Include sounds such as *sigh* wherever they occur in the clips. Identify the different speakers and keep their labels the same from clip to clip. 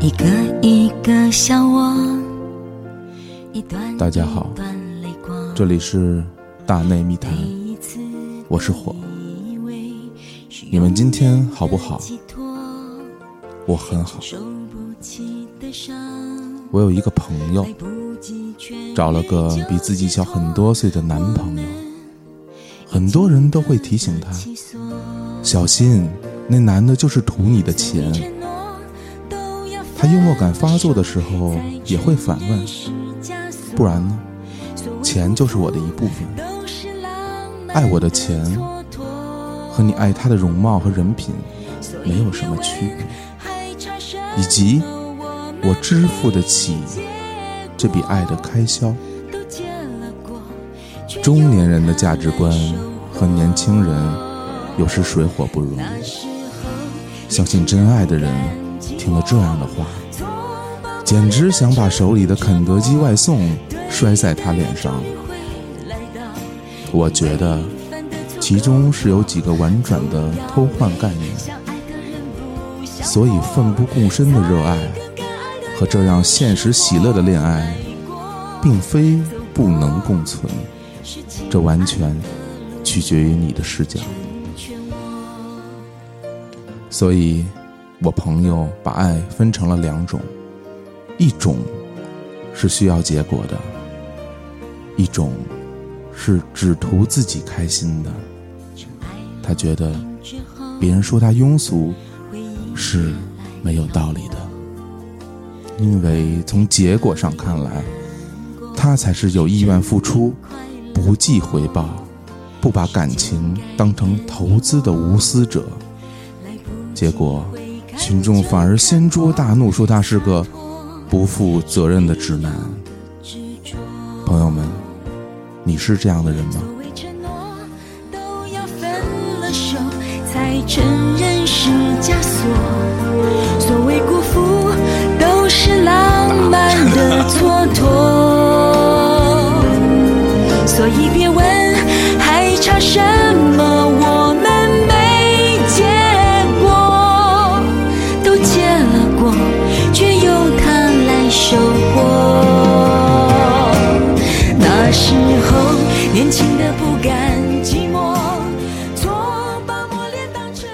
Speaker 1: 一个一个笑我，一段
Speaker 2: 大家好
Speaker 1: 一段泪光
Speaker 2: 这里是大内密谈，
Speaker 1: 第一次
Speaker 2: 我是火。
Speaker 1: 以为是
Speaker 2: 你们今天好不好？
Speaker 1: 寄托，
Speaker 2: 我很好。
Speaker 1: 受不起的伤，
Speaker 2: 我有一个朋友
Speaker 1: 来，不及劝
Speaker 2: 找了个比自己小很多岁的男朋友，很多人都会提醒他
Speaker 1: 其所
Speaker 2: 小心，那男的就是图你的钱。
Speaker 1: 承诺都要
Speaker 2: 他幽默感发作的时候也会反问，不然呢？钱就是我的一部分，
Speaker 1: 都是浪漫
Speaker 2: 爱我的钱
Speaker 1: 蹉跎，
Speaker 2: 和你爱他的容貌和人品没有什么区别，
Speaker 1: 还差什
Speaker 2: 以及
Speaker 1: 么我们
Speaker 2: 我支付得起
Speaker 1: 结
Speaker 2: 这笔爱的开销。
Speaker 1: 都结了果，却
Speaker 2: 中年
Speaker 1: 又
Speaker 2: 人的价值观和年轻人有时水火不容。
Speaker 1: 那时候
Speaker 2: 相信真爱的人听了这样的话，简直想把手里的肯德基外送摔在他脸上。
Speaker 1: 会来到
Speaker 2: 我觉得
Speaker 1: 翻得错
Speaker 2: 其中是有几个婉转的偷换概念，
Speaker 1: 想爱的人不想
Speaker 2: 所以奋不顾身的热爱
Speaker 1: 更爱的
Speaker 2: 和这样现实喜乐的恋爱，并非不能共存，
Speaker 1: 是情
Speaker 2: 这完全取决于你的视角。
Speaker 1: 却我
Speaker 2: 所以，我朋友把爱分成了两种，一种是需要结果的，一种是只图自己开心的。他觉得
Speaker 1: 之后
Speaker 2: 别人说他庸俗
Speaker 1: 回忆
Speaker 2: 是没有道理的，因为从结果上看来，他才是有意愿付出、
Speaker 1: 快乐
Speaker 2: 不计回报、不把感情当成投资的无私者。
Speaker 1: 来不及
Speaker 2: 结果，
Speaker 1: 回看
Speaker 2: 群众反而掀桌大怒，说他是个不负责任的直男。
Speaker 1: 执着
Speaker 2: 朋友们，你是这样的人吗？
Speaker 1: 所谓承诺都要分了手才承认是枷锁，所谓辜负都是浪漫的蹉跎。所以别问还差什么，我们没结果，都结了果，却由他来收获。那时候年轻的不甘寂寞，错把磨练当成。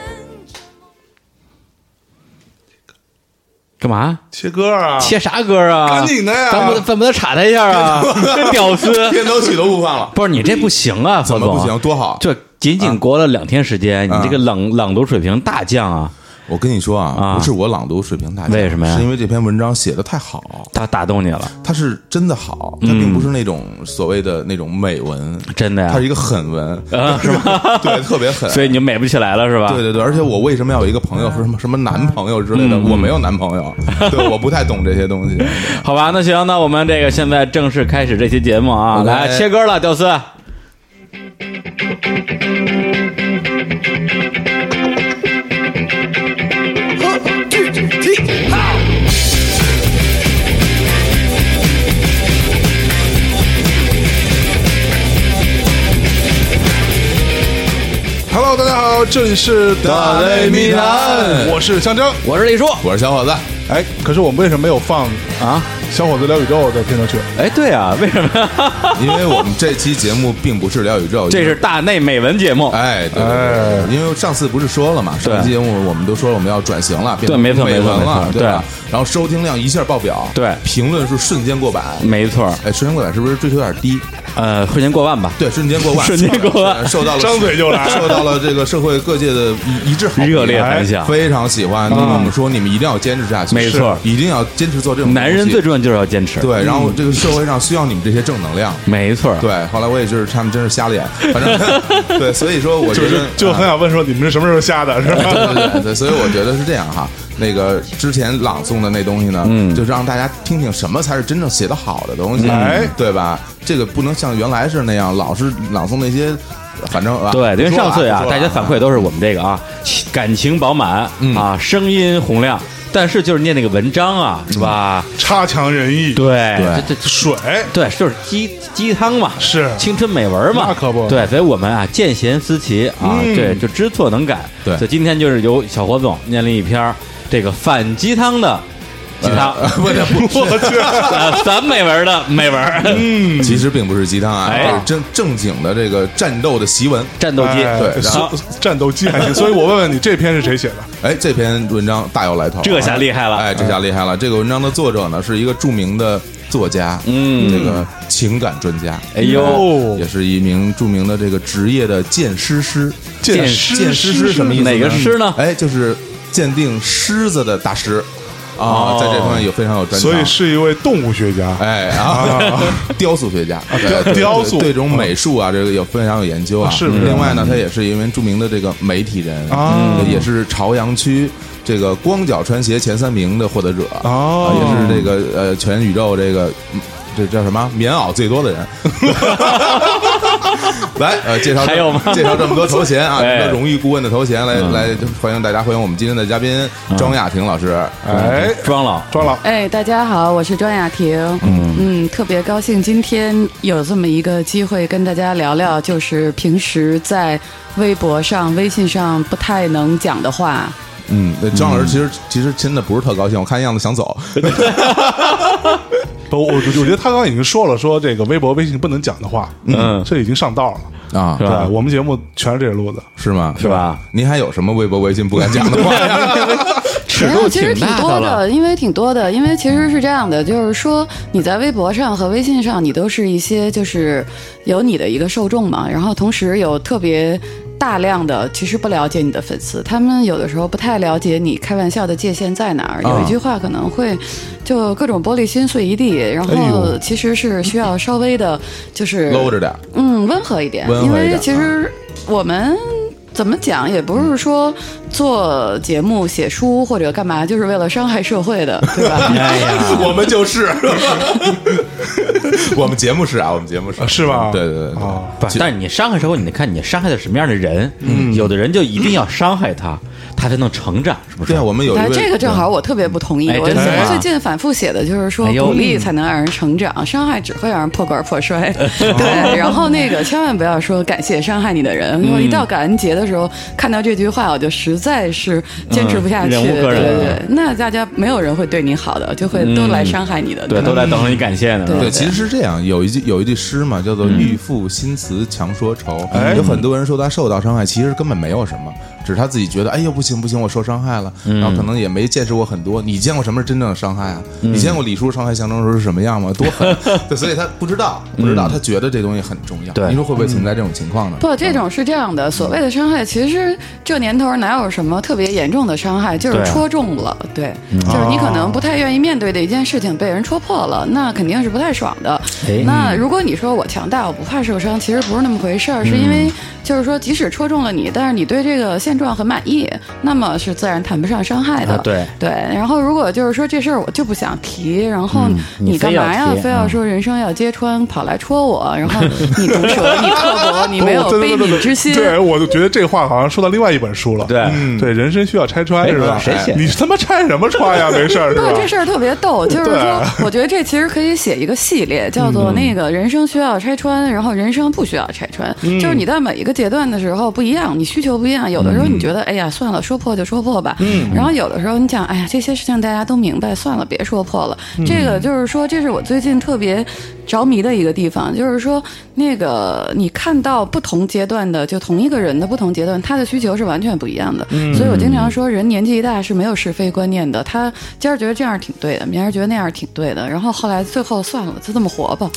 Speaker 3: 干嘛？
Speaker 4: 切歌啊，
Speaker 3: 切啥歌啊？
Speaker 4: 赶紧的呀
Speaker 3: 咱不怎么得插他一下啊？这屌
Speaker 4: *laughs*
Speaker 3: 丝！
Speaker 4: 片头曲都不放
Speaker 2: *laughs*
Speaker 4: 了，
Speaker 3: 不是你这不行啊，
Speaker 4: *laughs* 怎
Speaker 3: 何
Speaker 4: 么
Speaker 3: 总，
Speaker 4: 不行？多好！啊
Speaker 3: 就仅仅过了两天时间，你这个朗朗读水平大降啊，
Speaker 2: 我跟你说啊，
Speaker 3: 啊
Speaker 2: 不是我朗读水平大，
Speaker 3: 为什么呀
Speaker 2: 是因为这篇文章写的太好，
Speaker 3: 他打动你了，
Speaker 2: 它是真的好，它并不是那种所谓的那种美文，
Speaker 3: 真的呀
Speaker 2: 它是一个狠文， *laughs* 是吧？对，特别 *laughs* 狠。
Speaker 3: 所以你就美不起来了是吧？
Speaker 2: 对对对，而且我为什么要有一个朋友，说什么什么男朋友之类
Speaker 3: 嗯
Speaker 2: 的？我没有男朋友，对，我不太懂这些东西。
Speaker 3: 好吧，那行，那我们这个现在正式开始这期节目啊，
Speaker 2: OK
Speaker 3: 来切歌了，屌丝。
Speaker 4: Hello，大家好，这里是
Speaker 2: 大内密谈
Speaker 4: 我是象征。
Speaker 3: 我是李叔
Speaker 2: 我是小伙子，
Speaker 5: 哎，可是我们为什么没有放《
Speaker 3: 啊，
Speaker 5: 小伙子聊宇宙》的片头曲？
Speaker 3: 哎，对啊，为什么呀？
Speaker 2: 因为我们这期节目并不是聊宇宙，
Speaker 3: 这是大内美文节目，
Speaker 2: 哎，对对对对，因为上次不是说了嘛，上期节目我们都说了我们要转型了，变成
Speaker 3: 对没错
Speaker 2: 美文
Speaker 3: 没错
Speaker 2: 了，
Speaker 3: 没错
Speaker 2: 对吧？然后收听量一下爆表，
Speaker 3: 对
Speaker 2: 评论数瞬间过百。
Speaker 3: 没错，
Speaker 2: 哎，瞬间过百是不是追求有点低？
Speaker 3: 呃，瞬间过万吧，
Speaker 2: 对，瞬间过万，
Speaker 3: 瞬间过万
Speaker 2: 受到了
Speaker 4: 张嘴就来
Speaker 2: 受到了这个社会各界的一一致好评
Speaker 3: 热烈反响
Speaker 2: 哎非常喜欢。那
Speaker 4: 啊
Speaker 2: 么我们说，你们一定要坚持下去，
Speaker 3: 没错
Speaker 2: 是一定要坚持做这种
Speaker 3: 男
Speaker 2: 东
Speaker 3: 人
Speaker 2: 西
Speaker 3: 最重要就是要坚持，，
Speaker 2: 对。然后这个社会上需要你们这些正能量。
Speaker 3: 没错，
Speaker 2: 对，后来我也就是他们真是瞎了眼，反正 *laughs* 对，所以说我觉
Speaker 5: 就
Speaker 2: 得
Speaker 5: 是就
Speaker 2: 啊
Speaker 5: 很想问说，你们是什么时候下的？是吧？
Speaker 2: 对对对对，所以我觉得是这样哈。那个之前朗诵的那东西呢，
Speaker 3: 嗯
Speaker 2: 就是让大家听听什么才是真正写的好的东西，
Speaker 5: 哎
Speaker 2: 对吧？这个不能像原来是那样，老是朗诵那些，反正啊
Speaker 3: 对，
Speaker 2: 不
Speaker 3: 因为
Speaker 2: 说了
Speaker 3: 上次啊
Speaker 2: 不，说了
Speaker 3: 大家反馈都是我们这个啊，感情饱满啊，声音洪亮，但是就是念那个文章啊，是吧？
Speaker 5: 差强人意，
Speaker 3: 对
Speaker 2: 对
Speaker 3: 这这
Speaker 5: 水
Speaker 3: 对，就是鸡鸡汤嘛，
Speaker 5: 是
Speaker 3: 青春美文嘛，
Speaker 5: 那可不嗯
Speaker 3: 对，所以我们啊见贤思齐啊，对，就知错能改。
Speaker 2: 对
Speaker 3: 所以今天就是由小火总念了一篇儿这个反鸡汤的鸡 *laughs* 汤，
Speaker 2: 不得不
Speaker 5: 我去，
Speaker 3: 呃咱美文的美文，
Speaker 5: 嗯
Speaker 2: 嗯其实并不是鸡汤啊，
Speaker 3: 嗯哎
Speaker 2: 这是正正经的这个战斗的檄文。
Speaker 3: 战斗机，
Speaker 5: 哎
Speaker 2: 对然
Speaker 3: 后
Speaker 5: 所战斗机还行，所以我问问你，这篇是谁写的？
Speaker 2: 哎，这篇文章大有来头啊，
Speaker 3: 这下厉害了嗯
Speaker 2: 哎，这下厉害了。这个文章的作者呢是一个著名的作家，嗯，这个情感专家，
Speaker 3: 哎呦，
Speaker 5: 哦
Speaker 2: 也是一名著名的这个职业的鉴尸师。
Speaker 5: 剑
Speaker 3: 师
Speaker 2: 鉴尸师什么意思？
Speaker 3: 哪个师呢
Speaker 2: 哎，就是鉴定狮子的大师啊
Speaker 3: 哦，
Speaker 2: 在这方面有非常有专长。
Speaker 5: 所以是一位动物学家。
Speaker 2: 哎啊，雕塑学家，对对
Speaker 5: 雕塑
Speaker 2: 对这种美术啊，这个有非常有研究啊。
Speaker 5: 是不是
Speaker 2: 另外呢，他也是一名著名的这个媒体人
Speaker 5: 啊
Speaker 2: 也是朝阳区这个光脚穿鞋前三名的获得者啊
Speaker 5: 哦
Speaker 2: 也是这个呃全宇宙这个嗯这叫什么棉袄最多的人。来，呃，介绍
Speaker 3: 还有吗
Speaker 2: 介绍这么多头衔啊，
Speaker 3: 哎
Speaker 2: 这么多荣誉顾问的头衔，来来，欢迎大家，欢迎我们今天的嘉宾庄亚婷老师。
Speaker 5: 哎，
Speaker 3: 庄老，
Speaker 5: 庄老，
Speaker 6: 哎，大家好，我是庄雅婷。嗯特别高兴今天有这么一个机会跟大家聊聊，就是平时在微博上、微信上不太能讲的话。
Speaker 2: 嗯，那张老师其实其实真的不是特高兴，我看样子想走。
Speaker 5: 不，我我觉得他刚刚已经说了，说这个微博、微信不能讲的话，
Speaker 3: 嗯
Speaker 5: 这已经上道了。
Speaker 2: 啊，
Speaker 3: 是吧
Speaker 5: 对我们节目全是这个路子，
Speaker 2: 是吗？
Speaker 3: 是吧？
Speaker 2: 您还有什么微博、微信不敢讲的话
Speaker 3: *laughs*
Speaker 2: 呀？
Speaker 3: 尺
Speaker 6: 没
Speaker 3: 度
Speaker 6: 有其实
Speaker 3: 挺
Speaker 6: 挺
Speaker 3: 大
Speaker 6: 多
Speaker 3: 了，
Speaker 6: 的，因为挺多的，因为其实是这样的，就是说你在微博上和微信上，你都是一些就是有你的一个受众嘛，然后同时有特别。大量的其实不了解你的粉丝，他们有的时候不太了解你开玩笑的界限在哪儿。有一句话可能会就各种玻璃心碎一地，然
Speaker 5: 哎
Speaker 6: 后
Speaker 5: 呦
Speaker 6: 其实是需要稍微的，就是
Speaker 2: 搂着点儿，
Speaker 6: 嗯，温和一点，
Speaker 2: 温和一
Speaker 6: 因
Speaker 2: 点
Speaker 6: 为其
Speaker 3: 嗯
Speaker 6: 实我们。怎么讲也不是说做节目、写书或者干嘛，就是为了伤害社会
Speaker 3: *laughs*
Speaker 6: 的，对吧？
Speaker 3: 哎呀，
Speaker 2: *laughs* 我们就是，我们节目是啊，我们节目是
Speaker 5: 啊是吧
Speaker 2: 对对对对，
Speaker 5: 啊，
Speaker 3: 不是，但是你伤害社会，你得看你伤害的什么样的人。嗯，有的人就一定要伤害他，他才能成长，是不是？
Speaker 2: 对啊，我们有一
Speaker 6: 哎
Speaker 2: 位
Speaker 6: 这个正好我特别不同意。
Speaker 3: 哎
Speaker 6: 我
Speaker 3: 真的吗
Speaker 6: 最近反复写的就是说
Speaker 3: 哎，呦
Speaker 6: 鼓励才能让人成长，伤害只会让人破罐
Speaker 3: *laughs*
Speaker 6: 破摔。对，然后那个千万不要说感谢伤害你的人。我一到感恩节的时候，看到这句话，我就实在是坚持不下
Speaker 3: 嗯
Speaker 6: 去。
Speaker 3: 忍
Speaker 6: 对
Speaker 3: 无可忍嗯
Speaker 6: 对
Speaker 3: 了
Speaker 6: 对，那大家没有人会对你好的，就会都来伤害你的。
Speaker 3: 对，
Speaker 6: 吧
Speaker 3: 都在等着你感谢呢。
Speaker 6: 对
Speaker 2: 对，其实是这样，有一句有一句诗嘛，叫做“欲赋新词强说愁”
Speaker 5: 哎
Speaker 2: 有很多人说他受到伤害，其实根本没有什么，只是他自己觉得，哎呦不行不行，我受伤害了，然后可能也没见识过很多。你见过什么是真正的伤害啊？你见过李叔伤害象征时候是什么样吗？多狠！对，所以他不知道，不知道，他觉得这东西很重要。
Speaker 3: 对
Speaker 2: 你说会不会存在这种情况呢？
Speaker 6: 不，这种是这样
Speaker 3: 嗯
Speaker 6: 的，所谓的伤害，其实这年头哪有什么特别严重的伤害，就是
Speaker 3: 对啊嗯哦
Speaker 6: 戳中了，对，就是你可能不太愿意面对的一件事情被人戳破了，那肯定是不太爽的。
Speaker 3: 哎
Speaker 6: 那如果你说我强大，我不怕受伤，其实不是那么回事
Speaker 3: 嗯
Speaker 6: 儿，是因为就是说，即使戳中了你，但是你对这个现状很满意，那么是自然谈不上伤害的。
Speaker 3: 啊对
Speaker 6: 对，然后如果就是说这事儿我就不想提，然后
Speaker 3: 嗯你
Speaker 6: 干
Speaker 3: 非要
Speaker 6: 嘛呀？
Speaker 3: 提
Speaker 6: 非要
Speaker 3: 嗯
Speaker 6: 说人生要揭穿，跑来戳我，然后你毒舌，你
Speaker 3: *laughs*
Speaker 6: 刻薄，你
Speaker 5: 不
Speaker 6: 没有
Speaker 5: 我真的
Speaker 6: 卑
Speaker 5: 真的
Speaker 6: 鄙之心。
Speaker 5: 对，啊我就觉得这话好像说到另外一本书了。
Speaker 3: 对
Speaker 5: 嗯对，人生需要拆穿
Speaker 3: 哎
Speaker 5: 是吧？
Speaker 3: 谁写的
Speaker 5: 你他妈拆什么穿呀？没事儿是
Speaker 6: 不
Speaker 5: 吧
Speaker 6: 过？这事儿特别逗，就是
Speaker 5: 啊
Speaker 6: 说，我觉得这其实可以写一个系列，叫做
Speaker 5: 嗯
Speaker 6: 那个人生需要拆穿，然后人生不需要拆穿。
Speaker 5: 嗯
Speaker 6: 就是你在每一个阶段的时候不一样，你需求不一样。有的时
Speaker 5: 嗯
Speaker 6: 候你觉得，哎呀，算了，说破就说破吧。然后有的时候你想，哎呀，这些事情大家都明白，算了，别说破了。
Speaker 5: 嗯
Speaker 6: 这个就是说，这是我最近特别着迷的一个地方，就是说，那个你看到不同阶段的，就同一个人的不同阶段，他的需求是完全不一样的。所以我经常说，人年纪一大是没有是非观念的。他今儿觉得这样挺对的，明儿觉得那样挺对的，然后后来最后算了，就这么活吧。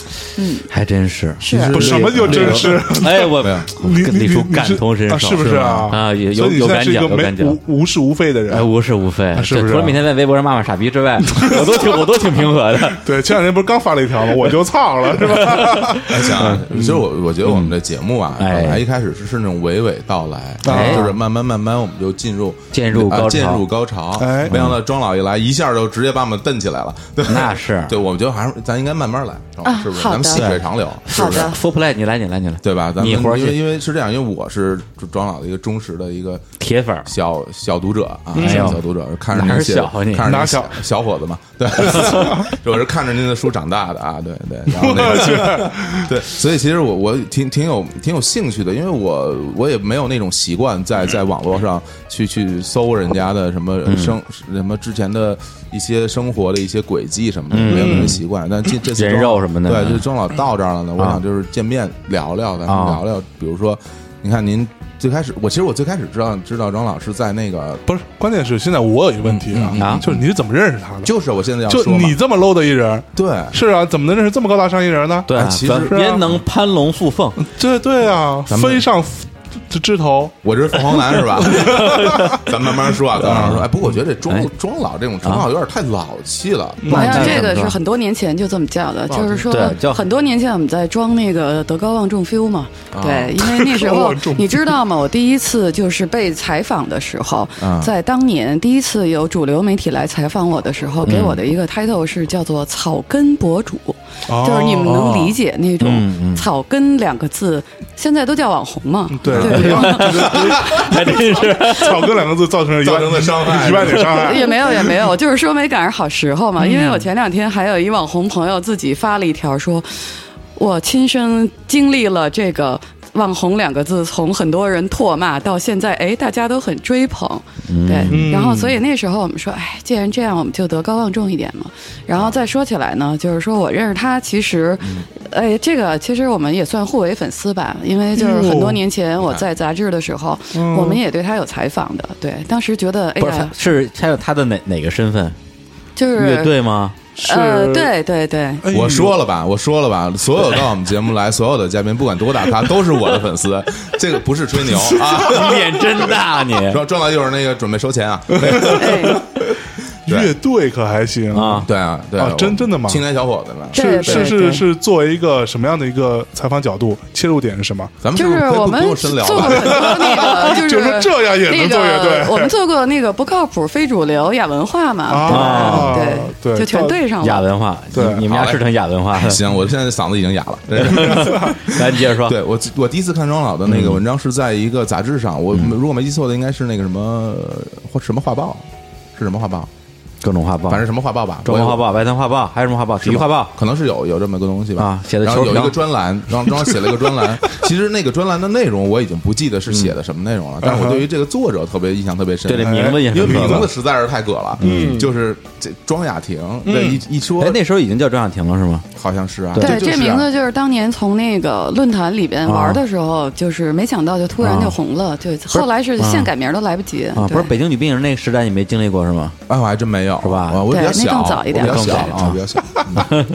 Speaker 3: 还真是。
Speaker 6: 是
Speaker 5: 不什么就真是？
Speaker 3: *laughs* 哎，我
Speaker 2: 没有
Speaker 3: 我
Speaker 5: 你
Speaker 3: 跟
Speaker 5: 你
Speaker 3: 李叔
Speaker 5: 你
Speaker 3: 感同身受，
Speaker 5: 啊是不是啊？
Speaker 3: 啊，有
Speaker 5: 所
Speaker 3: 有
Speaker 5: 以你
Speaker 3: 有
Speaker 5: 现在
Speaker 3: 感
Speaker 5: 是一
Speaker 3: 讲，
Speaker 5: 个
Speaker 3: 有感
Speaker 5: 没
Speaker 3: 讲
Speaker 5: 无。无是无非的人
Speaker 3: 哎，。无是无非，
Speaker 5: 是不
Speaker 3: 这
Speaker 5: 是啊
Speaker 3: 除了每天在微博上骂骂傻逼之
Speaker 5: *laughs*
Speaker 3: 外，我都挺我都挺平和的。
Speaker 5: 对，前两天不是刚发了一条吗？我就操了，是吧？
Speaker 2: 我想啊，其实我我觉得我们的节目啊，
Speaker 3: 嗯哎
Speaker 2: 本来一开始是是那种娓娓道来，啊
Speaker 5: 哎
Speaker 2: 就是慢慢慢慢我们就进入
Speaker 3: 进入
Speaker 2: 啊
Speaker 3: 高潮嗯
Speaker 2: 进入高潮，
Speaker 5: 哎
Speaker 2: 没想到庄老一来，一下就直接把我们蹬起来了，对，
Speaker 3: 那是
Speaker 2: 对，我们觉得还是咱应该慢慢来，
Speaker 6: 啊
Speaker 2: 是不是？
Speaker 6: 好
Speaker 2: 咱们
Speaker 6: 的
Speaker 2: 细水长流，是不
Speaker 6: 好
Speaker 2: 是
Speaker 6: 的？
Speaker 3: *laughs* Full play，你来，你来，你来，
Speaker 2: 对吧？咱们
Speaker 3: 你活儿
Speaker 2: 因为
Speaker 3: 去
Speaker 2: 因为是这样，因为我是庄老的一个忠实的一个
Speaker 3: 铁粉儿，
Speaker 2: 小小读者啊，
Speaker 3: 嗯
Speaker 2: 小小读者，看着
Speaker 3: 哪
Speaker 2: 您
Speaker 3: 儿
Speaker 2: 写，
Speaker 3: 小啊你
Speaker 2: 看着您
Speaker 5: 哪儿
Speaker 2: 小
Speaker 5: 小
Speaker 2: 小伙子嘛，
Speaker 3: *laughs*
Speaker 2: 对，我是看着您的书长大的啊，对对，然后那
Speaker 5: 我
Speaker 2: 个
Speaker 5: 去，
Speaker 2: *laughs* 对，所以其实我我挺挺有挺有兴趣的，因为我我也没有那种习惯在在网络上去去搜人家的什么
Speaker 3: 嗯
Speaker 2: 生、什么之前的一些生活的一些轨迹什么的，没有那个习惯。但这这次
Speaker 3: 嗯人
Speaker 2: 正
Speaker 3: 肉什么的
Speaker 2: 对，就是正好到这儿了呢，我
Speaker 3: 啊
Speaker 2: 想就是见面聊聊，咱们
Speaker 3: 啊
Speaker 2: 聊聊，比如说，你看您最开始，我其实我最开始知道知道张老师在那个，
Speaker 5: *laughs* 不是，关键是现在我有一个问题
Speaker 3: 嗯啊
Speaker 5: 啊，就是你是怎么认识他的？
Speaker 2: 就是我现在要
Speaker 5: 就
Speaker 2: 说嘛
Speaker 5: 你，这么 low 的一人，
Speaker 2: 对。
Speaker 5: 是啊，怎么能认识这么高大上一人呢？
Speaker 3: *laughs* 对
Speaker 2: 哎
Speaker 3: 啊，
Speaker 2: 其实
Speaker 3: 咱
Speaker 2: 是
Speaker 5: 啊
Speaker 3: 焉能攀龙附凤？
Speaker 5: 对对啊，
Speaker 2: 咱们
Speaker 5: 飞上 f- 枝枝头，
Speaker 2: 我这是凤凰男是
Speaker 5: *laughs*
Speaker 2: 吧？咱慢慢说啊，咱慢慢说。哎，不过我觉得这
Speaker 3: 哎
Speaker 2: 庄庄老这种称号有点太老气了。
Speaker 5: 嗯
Speaker 6: 好像
Speaker 3: 这
Speaker 6: 嗯这个
Speaker 3: 是
Speaker 6: 是很多年前就这么叫的，就是说
Speaker 3: 对叫
Speaker 6: 很多年前我们在装那个德高望重 feel 嘛，对，因为那时
Speaker 5: 德高
Speaker 6: 候
Speaker 5: 望重
Speaker 6: 你知道吗？我第一次就是被采访的时候
Speaker 2: 啊，
Speaker 6: 在当年第一次有主流媒体来采访我的时候，给我的一个 title 是叫做“草根博主”，
Speaker 5: 哦
Speaker 6: 就是你们能理解那种
Speaker 3: 嗯嗯
Speaker 6: “草根”两个字，现在都叫网红嘛，
Speaker 5: 对
Speaker 6: 不对。
Speaker 3: 还真是，
Speaker 5: *laughs* 草根两个 *laughs* 字造成了一
Speaker 2: 造
Speaker 5: 万
Speaker 2: 成的伤害
Speaker 5: 一万点伤害。
Speaker 6: *laughs* 也没有也没有，就是说没赶上好时候嘛。
Speaker 3: 嗯
Speaker 6: 因为我前两天还有一网红朋友自己发了一条说，我亲身经历了这个。网红两个字，从很多人唾骂到现在，哎，大家都很追捧，
Speaker 3: 嗯
Speaker 6: 对。然后，所以那时候我们说，哎，既然这样，我们就德高望重一点嘛。然后再说起来呢，就是说我认识他，其实，
Speaker 3: 嗯
Speaker 6: 哎，这个其实我们也算互为粉丝吧，因为就是
Speaker 3: 嗯
Speaker 6: 很多年
Speaker 3: 哦
Speaker 6: 前我在杂志的时候，我们也对他有采访的，对。当时觉得，
Speaker 3: *laughs*
Speaker 6: 哎
Speaker 3: 不是
Speaker 6: 呀
Speaker 3: 他，是他有他的哪哪个身份？
Speaker 6: 就是
Speaker 3: 乐队吗？*laughs*
Speaker 5: 是
Speaker 6: 呃，，对对对，
Speaker 5: 哎呦
Speaker 2: 我说了吧，我说了吧，所有到我们节目来，所有的嘉宾，不管多大咖，都是我的粉
Speaker 5: *laughs*
Speaker 2: 丝，这个不是吹牛啊。
Speaker 3: 脸真大啊你
Speaker 2: 庄庄老一会儿那个准备收
Speaker 5: *laughs*
Speaker 2: 钱啊，
Speaker 6: 哎，
Speaker 2: 对
Speaker 5: 乐队可还行
Speaker 3: 啊！
Speaker 2: 对啊，对
Speaker 5: 啊真真的吗
Speaker 2: 青年小伙子们，
Speaker 6: 对
Speaker 5: 是
Speaker 6: 对
Speaker 5: 是
Speaker 6: 对
Speaker 5: 是是，作为一个什么样的一个采访角度、切入点是什么？
Speaker 2: 咱们
Speaker 6: 就是
Speaker 2: 不是
Speaker 6: 是
Speaker 2: 可以
Speaker 6: 我
Speaker 2: 不嗯
Speaker 6: 们
Speaker 2: 不用深聊啊
Speaker 6: 做过
Speaker 2: 了 *laughs*
Speaker 6: 很？多
Speaker 5: *laughs*
Speaker 6: 那个，就是
Speaker 5: 就是说这样也能
Speaker 6: 那
Speaker 5: 做乐队
Speaker 6: 个，我们做过那个不靠谱、非主流、亚文化
Speaker 5: 啊
Speaker 6: 嘛，对吧
Speaker 5: 对
Speaker 6: 对，就全对上
Speaker 3: 亚
Speaker 6: 了。
Speaker 3: 文化，
Speaker 5: 对
Speaker 3: 你你们家
Speaker 2: 好嘞
Speaker 3: 是成亚文化的。
Speaker 2: 啊行，我现在嗓子已经哑
Speaker 3: *laughs*
Speaker 2: 了。
Speaker 3: 来，你接着
Speaker 2: *laughs*
Speaker 3: 说。
Speaker 2: 对我，我第一次看庄老的
Speaker 3: 嗯
Speaker 2: 那个文章是在一个杂志上，我如果没记错的，应该是那个什么或什么画报，是什么画报？
Speaker 3: 各种画报，
Speaker 2: 反正什么画报吧，
Speaker 3: 中国
Speaker 2: 我也
Speaker 3: 啊画报、外滩画报，还有什么画报？体育画报。
Speaker 2: 可能是有有这么个东西吧。
Speaker 3: 啊写的
Speaker 2: 然后
Speaker 3: 球
Speaker 2: 有
Speaker 3: 评
Speaker 2: 一个专栏，然后然后写了一个专
Speaker 3: *laughs*
Speaker 2: 栏。其实那个专栏的内容我已经不记得是写的什么内容了，但是我对于这个作者特别印象特别深。
Speaker 3: 嗯对这名字也
Speaker 2: 因为
Speaker 3: 很可
Speaker 2: 名
Speaker 3: 怕
Speaker 2: 字实在是太葛了，嗯，就是这庄雅婷，这一一说
Speaker 3: 哎，，那时候已经叫张雅婷了是吗？
Speaker 2: 好像是啊，
Speaker 6: 对，
Speaker 2: 就是啊
Speaker 6: 这名字就是当年从那个论坛里边玩的时候，就是没想到就突然就红了，就后来是现改名都来不及。
Speaker 3: 啊，
Speaker 6: 对
Speaker 3: 不是北京女病人那个时代你没经历过是吗？
Speaker 2: 哎，我还真没有，
Speaker 3: 是吧
Speaker 2: 啊我比较
Speaker 6: 对那
Speaker 2: 小，
Speaker 6: 更早一点
Speaker 2: 我比较小
Speaker 3: 更早
Speaker 2: 啊，我比较小。嗯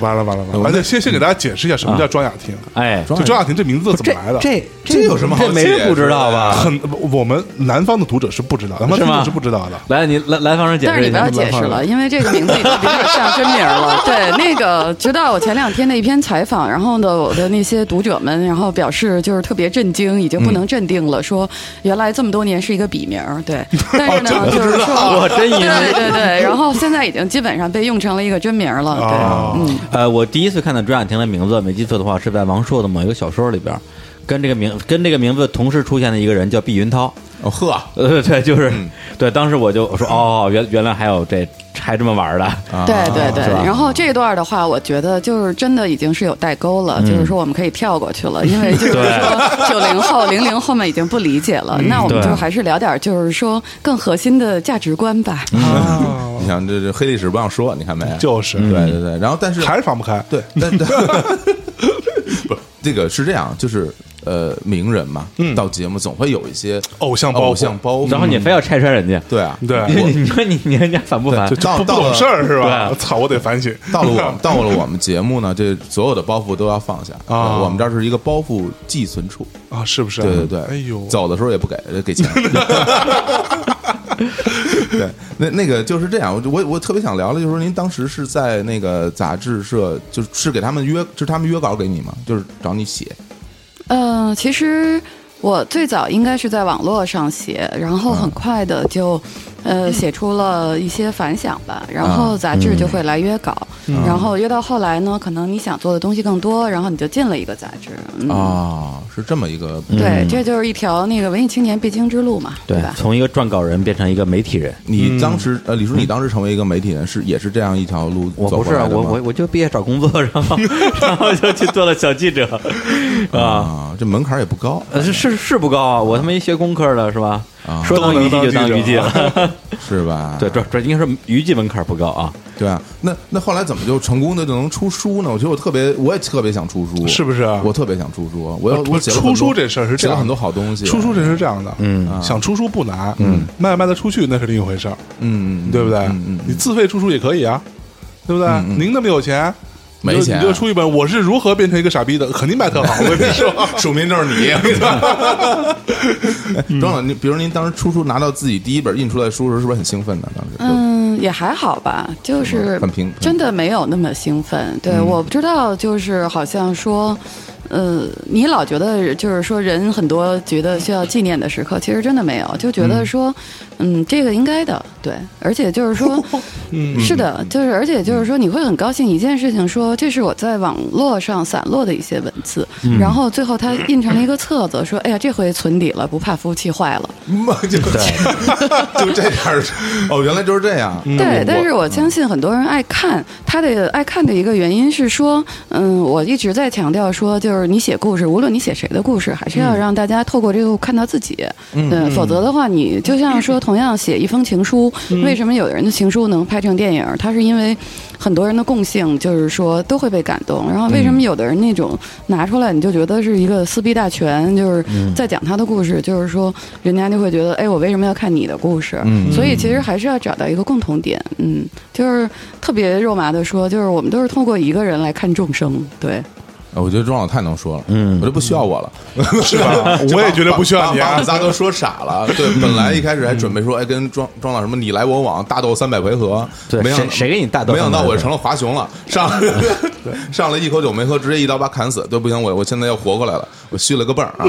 Speaker 5: 完了完了完了！
Speaker 2: 我嗯
Speaker 5: 而且先先给大家解释一下什么叫庄雅婷。
Speaker 3: 哎，
Speaker 5: 就庄雅婷这名字怎
Speaker 3: 这
Speaker 5: 么来的？啊
Speaker 3: 这
Speaker 2: 这有什么好
Speaker 3: 这没
Speaker 2: 解释
Speaker 3: 人不知道
Speaker 2: 的
Speaker 3: 吧？
Speaker 5: 很我们南方的读者是不知道，他们
Speaker 3: 是
Speaker 5: 听
Speaker 3: 吗
Speaker 5: 众是不知道的。
Speaker 3: 来，你来来，方生解
Speaker 6: 但
Speaker 3: 释
Speaker 6: 是你
Speaker 3: 一
Speaker 6: 不
Speaker 3: 下
Speaker 6: 要。解释了，因为这个名字已经有点像真名了。
Speaker 3: *laughs*
Speaker 6: 对，那个直到我前两天的一篇采访，然后呢，我的那些读者们，然后表示就是特别震惊，已经不能镇定了，
Speaker 3: 嗯
Speaker 6: 说原来这么多年是一个笔名儿。
Speaker 3: *laughs*
Speaker 6: 对，但是呢，就是说，
Speaker 3: 我真以
Speaker 6: 对
Speaker 3: 为，
Speaker 6: 对对，然后现在已经基本上被用成了一个真名儿了。对，
Speaker 5: 啊
Speaker 6: 嗯，
Speaker 3: 呃，我第一次看到庄雅婷的名字，没记错的话，是在王朔的某一个小说里边，跟这个名跟这个名字同时出现的一个人叫毕云涛。
Speaker 2: 哦呵，
Speaker 3: 呃，对，就是、对，当时我就我说哦，原原来还有这还这么玩儿的，
Speaker 2: 啊
Speaker 6: 对对对，然后这段的话，我觉得就是真的已经是有代沟了，就是说我们可以跳过去了，因为就是说九零后、零零后们已经不理解了，那我们
Speaker 3: 对
Speaker 6: 就还是聊点就是说更核心的价值观吧。
Speaker 2: 嗯
Speaker 6: 哦
Speaker 2: *laughs*
Speaker 5: 啊，
Speaker 2: 你想这这黑历史不让说，你看没？
Speaker 5: 就是
Speaker 2: 对对对，然后但是
Speaker 5: 还是放不开。
Speaker 2: 对，但 *laughs* 但不，这个是这样，就是呃，名人嘛，到节目总会有一些
Speaker 5: 嗯偶像包袱
Speaker 2: 偶像包袱，嗯
Speaker 3: 然后你非要拆穿人家，
Speaker 2: 对啊，
Speaker 5: 对
Speaker 3: 你
Speaker 2: 我
Speaker 3: 你说你你人家反不
Speaker 5: *laughs*
Speaker 3: 反
Speaker 2: 对？就到
Speaker 5: 不不
Speaker 2: 到
Speaker 5: 懂
Speaker 2: 了
Speaker 5: 啊事儿是吧？
Speaker 3: 对
Speaker 5: 操，我得反省。
Speaker 2: 到了我
Speaker 5: *laughs*
Speaker 2: 们到了我们节目呢，这所有的包袱都要放下
Speaker 5: 啊
Speaker 2: 我们这儿是一个包袱寄存处，
Speaker 5: 啊，是不是？
Speaker 2: 对对对，
Speaker 5: 哎呦，
Speaker 2: 走的时候也不给 *laughs* 给钱。对，那那个就是这样，我我我特别想聊的就是说您当时是在那个杂志社，就是是给他们约，就是他们约稿给你吗？就是找你写
Speaker 6: 嗯、其实我最早应该是在网络上写，然后很快的就呃，写出了一些反响吧，然后杂志就会来约稿，然后约到后来呢，可能你想做的东西更多，然后你就进了一个杂志，嗯，
Speaker 2: 啊，是这么一个
Speaker 3: 嗯
Speaker 6: 对，这就是一条那个文艺青年必经之路嘛，
Speaker 3: 对
Speaker 6: 吧，？
Speaker 3: 从一个撰稿人变成一个媒体人。
Speaker 2: 你当时呃，李叔，你当时成为一个媒体人是也是这样一条路
Speaker 3: 嗯我
Speaker 2: 走
Speaker 3: 不
Speaker 2: 过
Speaker 3: 是
Speaker 2: 来
Speaker 3: 啊
Speaker 2: 的
Speaker 3: 我
Speaker 2: 吗
Speaker 3: 我我就毕业找工作，然后然后就去做了小记者啊。
Speaker 2: 啊，这门槛也不高，
Speaker 3: 呃，是是是不高啊，我他妈一学工科的是吧？
Speaker 2: 啊
Speaker 3: 说当
Speaker 5: 都
Speaker 3: 娱
Speaker 5: 能
Speaker 3: 记
Speaker 5: 当
Speaker 3: 就当
Speaker 5: 记者啊
Speaker 3: 娱记了，
Speaker 2: 是吧？
Speaker 3: *laughs* 对，这这应该是娱记门槛不高啊。
Speaker 2: 对啊，那那后来怎么就成功的就能出书呢？我觉得我特别，我也特别想出书，
Speaker 5: 是不是啊
Speaker 2: 我特别想出书，我要
Speaker 5: 我
Speaker 2: 我写了很多
Speaker 5: 出书这事儿是这
Speaker 2: 写
Speaker 5: 样
Speaker 2: 了很多好东西，
Speaker 5: 出书这是这样的，嗯，
Speaker 2: 啊
Speaker 5: 想出书不难，嗯，卖不卖得出去那是另一回事儿，
Speaker 2: 嗯，嗯
Speaker 5: 对不对
Speaker 2: 嗯嗯？
Speaker 5: 你自费出书也可以啊，对不对？您那么有钱。
Speaker 2: 没
Speaker 5: 你就
Speaker 2: 钱啊
Speaker 5: 你就出一本《我是如何变成一个傻逼的》，肯定卖特好。我跟你说，
Speaker 2: *laughs* 署名
Speaker 5: *laughs*
Speaker 2: 就是你。哎张老，你比如您当时出书拿到自己第一本印出来的书时，是不是很兴奋呢？当时就，
Speaker 6: 嗯，也还好吧，就是
Speaker 2: 嗯很平嗯
Speaker 6: 真的没有那么兴奋。对，我不知道，就是好像说，呃，你老觉得就是说人很多觉得需要纪念的时刻，其实真的没有，就觉得说，嗯，这个应该的，对，而且就
Speaker 2: *laughs*
Speaker 6: 是说，
Speaker 2: 嗯
Speaker 6: 是的，就是而且就是说，你会很高兴一件事情，说这是我在网络上散落的一些文字，
Speaker 2: 嗯
Speaker 6: 然后最后它印成了一个册子，说，哎呀，这回存底了，不怕服务器坏了。
Speaker 2: 妈就 *laughs* 就这样儿，哦，原来就是这样。
Speaker 5: 嗯
Speaker 6: 对，但是我相信很多人爱看，他的爱看的一个原因是说，嗯，我一直在强调说，就是你写故事，无论你写谁的故事，还是要让大家透过这个看到自己。嗯，否则的话，你就像说，同样写一封情书，为什么有人的情书能拍成电影？它是因为很多人的共性，就是说都会被感动。然后为什么有的人那种拿出来你就觉得是一个撕逼大全，就是在讲他的故事，就是说人家就会觉得，哎，我为什么要看你的故事？所以其实还是要找到一个共同点，嗯，就是特别肉麻的说，就是我们都是通过一个人来看众生，对，
Speaker 2: 哦我觉得庄老太能说了，嗯，我就不需要我了，
Speaker 5: *laughs* 是吧？我也觉得不需要你
Speaker 2: 把把我
Speaker 5: 啊
Speaker 2: 们。仨都说傻
Speaker 5: *laughs*
Speaker 2: 了。对，本来一开始还准备说，哎，跟庄庄老什么你来我往，大斗三百回合，
Speaker 3: 对
Speaker 2: 没想
Speaker 3: 谁谁给你大斗
Speaker 2: 没想
Speaker 3: 三百
Speaker 2: 到
Speaker 3: 回合
Speaker 2: 我成了华雄了，上 *laughs* 上来一口酒没喝，直接一刀把砍死。对，不行，我我现在要活过来了，我续了个泵儿啊。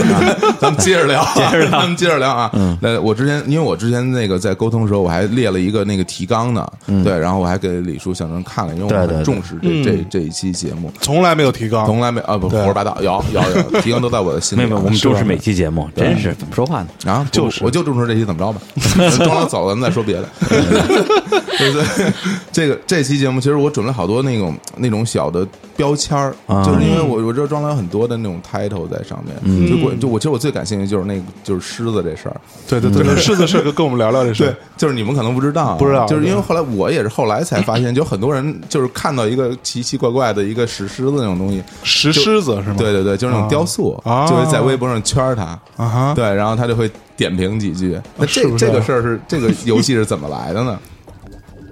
Speaker 2: *laughs* 咱们接着聊，
Speaker 3: *laughs*
Speaker 2: 接着聊，咱们接着聊啊。
Speaker 3: 嗯
Speaker 2: 那我之前因为我之前那个在沟通的时候，我还列了一个那个提纲呢，对，然后我还给李叔小陈看了，因为我
Speaker 3: 嗯对
Speaker 2: 们
Speaker 3: 对
Speaker 2: 很
Speaker 3: 对
Speaker 2: 重视这
Speaker 5: 嗯
Speaker 2: 这这一期节目。
Speaker 5: 从来没有提纲，
Speaker 2: 从来没啊不胡
Speaker 5: 对
Speaker 2: 说八道，有有有，提纲都在我的心里
Speaker 3: 没
Speaker 2: 啊。
Speaker 3: 有没有，我们重
Speaker 2: 吧
Speaker 3: 视每期节目，真是怎么说话呢？
Speaker 2: 啊，
Speaker 5: 就
Speaker 2: 不
Speaker 5: 是
Speaker 2: 我就重视这期怎么着
Speaker 3: *laughs*
Speaker 2: 吧，等装了走了，咱们再说别的。 *laughs* 对对，这个这期节目其实我准备了好多那种那种小的标签儿，
Speaker 5: 啊
Speaker 2: 就是因为我我知道装了有很多的那种 title 在上
Speaker 5: 嗯
Speaker 2: 面，就我就我其实我最感兴趣就是那个就是狮子这事儿，嗯
Speaker 5: 对对对，狮子是个跟我们聊聊这事
Speaker 2: 对
Speaker 5: 儿。，
Speaker 2: 就是你们可能不知道啊，
Speaker 5: 不知道
Speaker 2: 就是因为后来我也是后来才发现，就很多人就是看到一个奇奇怪怪的一个石狮子那种东西，
Speaker 5: 石
Speaker 2: 就
Speaker 5: 狮子是吗？
Speaker 2: 对对对，就是那种雕塑，
Speaker 5: 啊
Speaker 2: 就会在微博上圈儿它，
Speaker 5: 啊哈，
Speaker 2: 对，然后他就会点评几句。那这
Speaker 5: 是不是
Speaker 2: 这个事儿是这个游戏是怎么来的
Speaker 5: *laughs*
Speaker 2: 呢？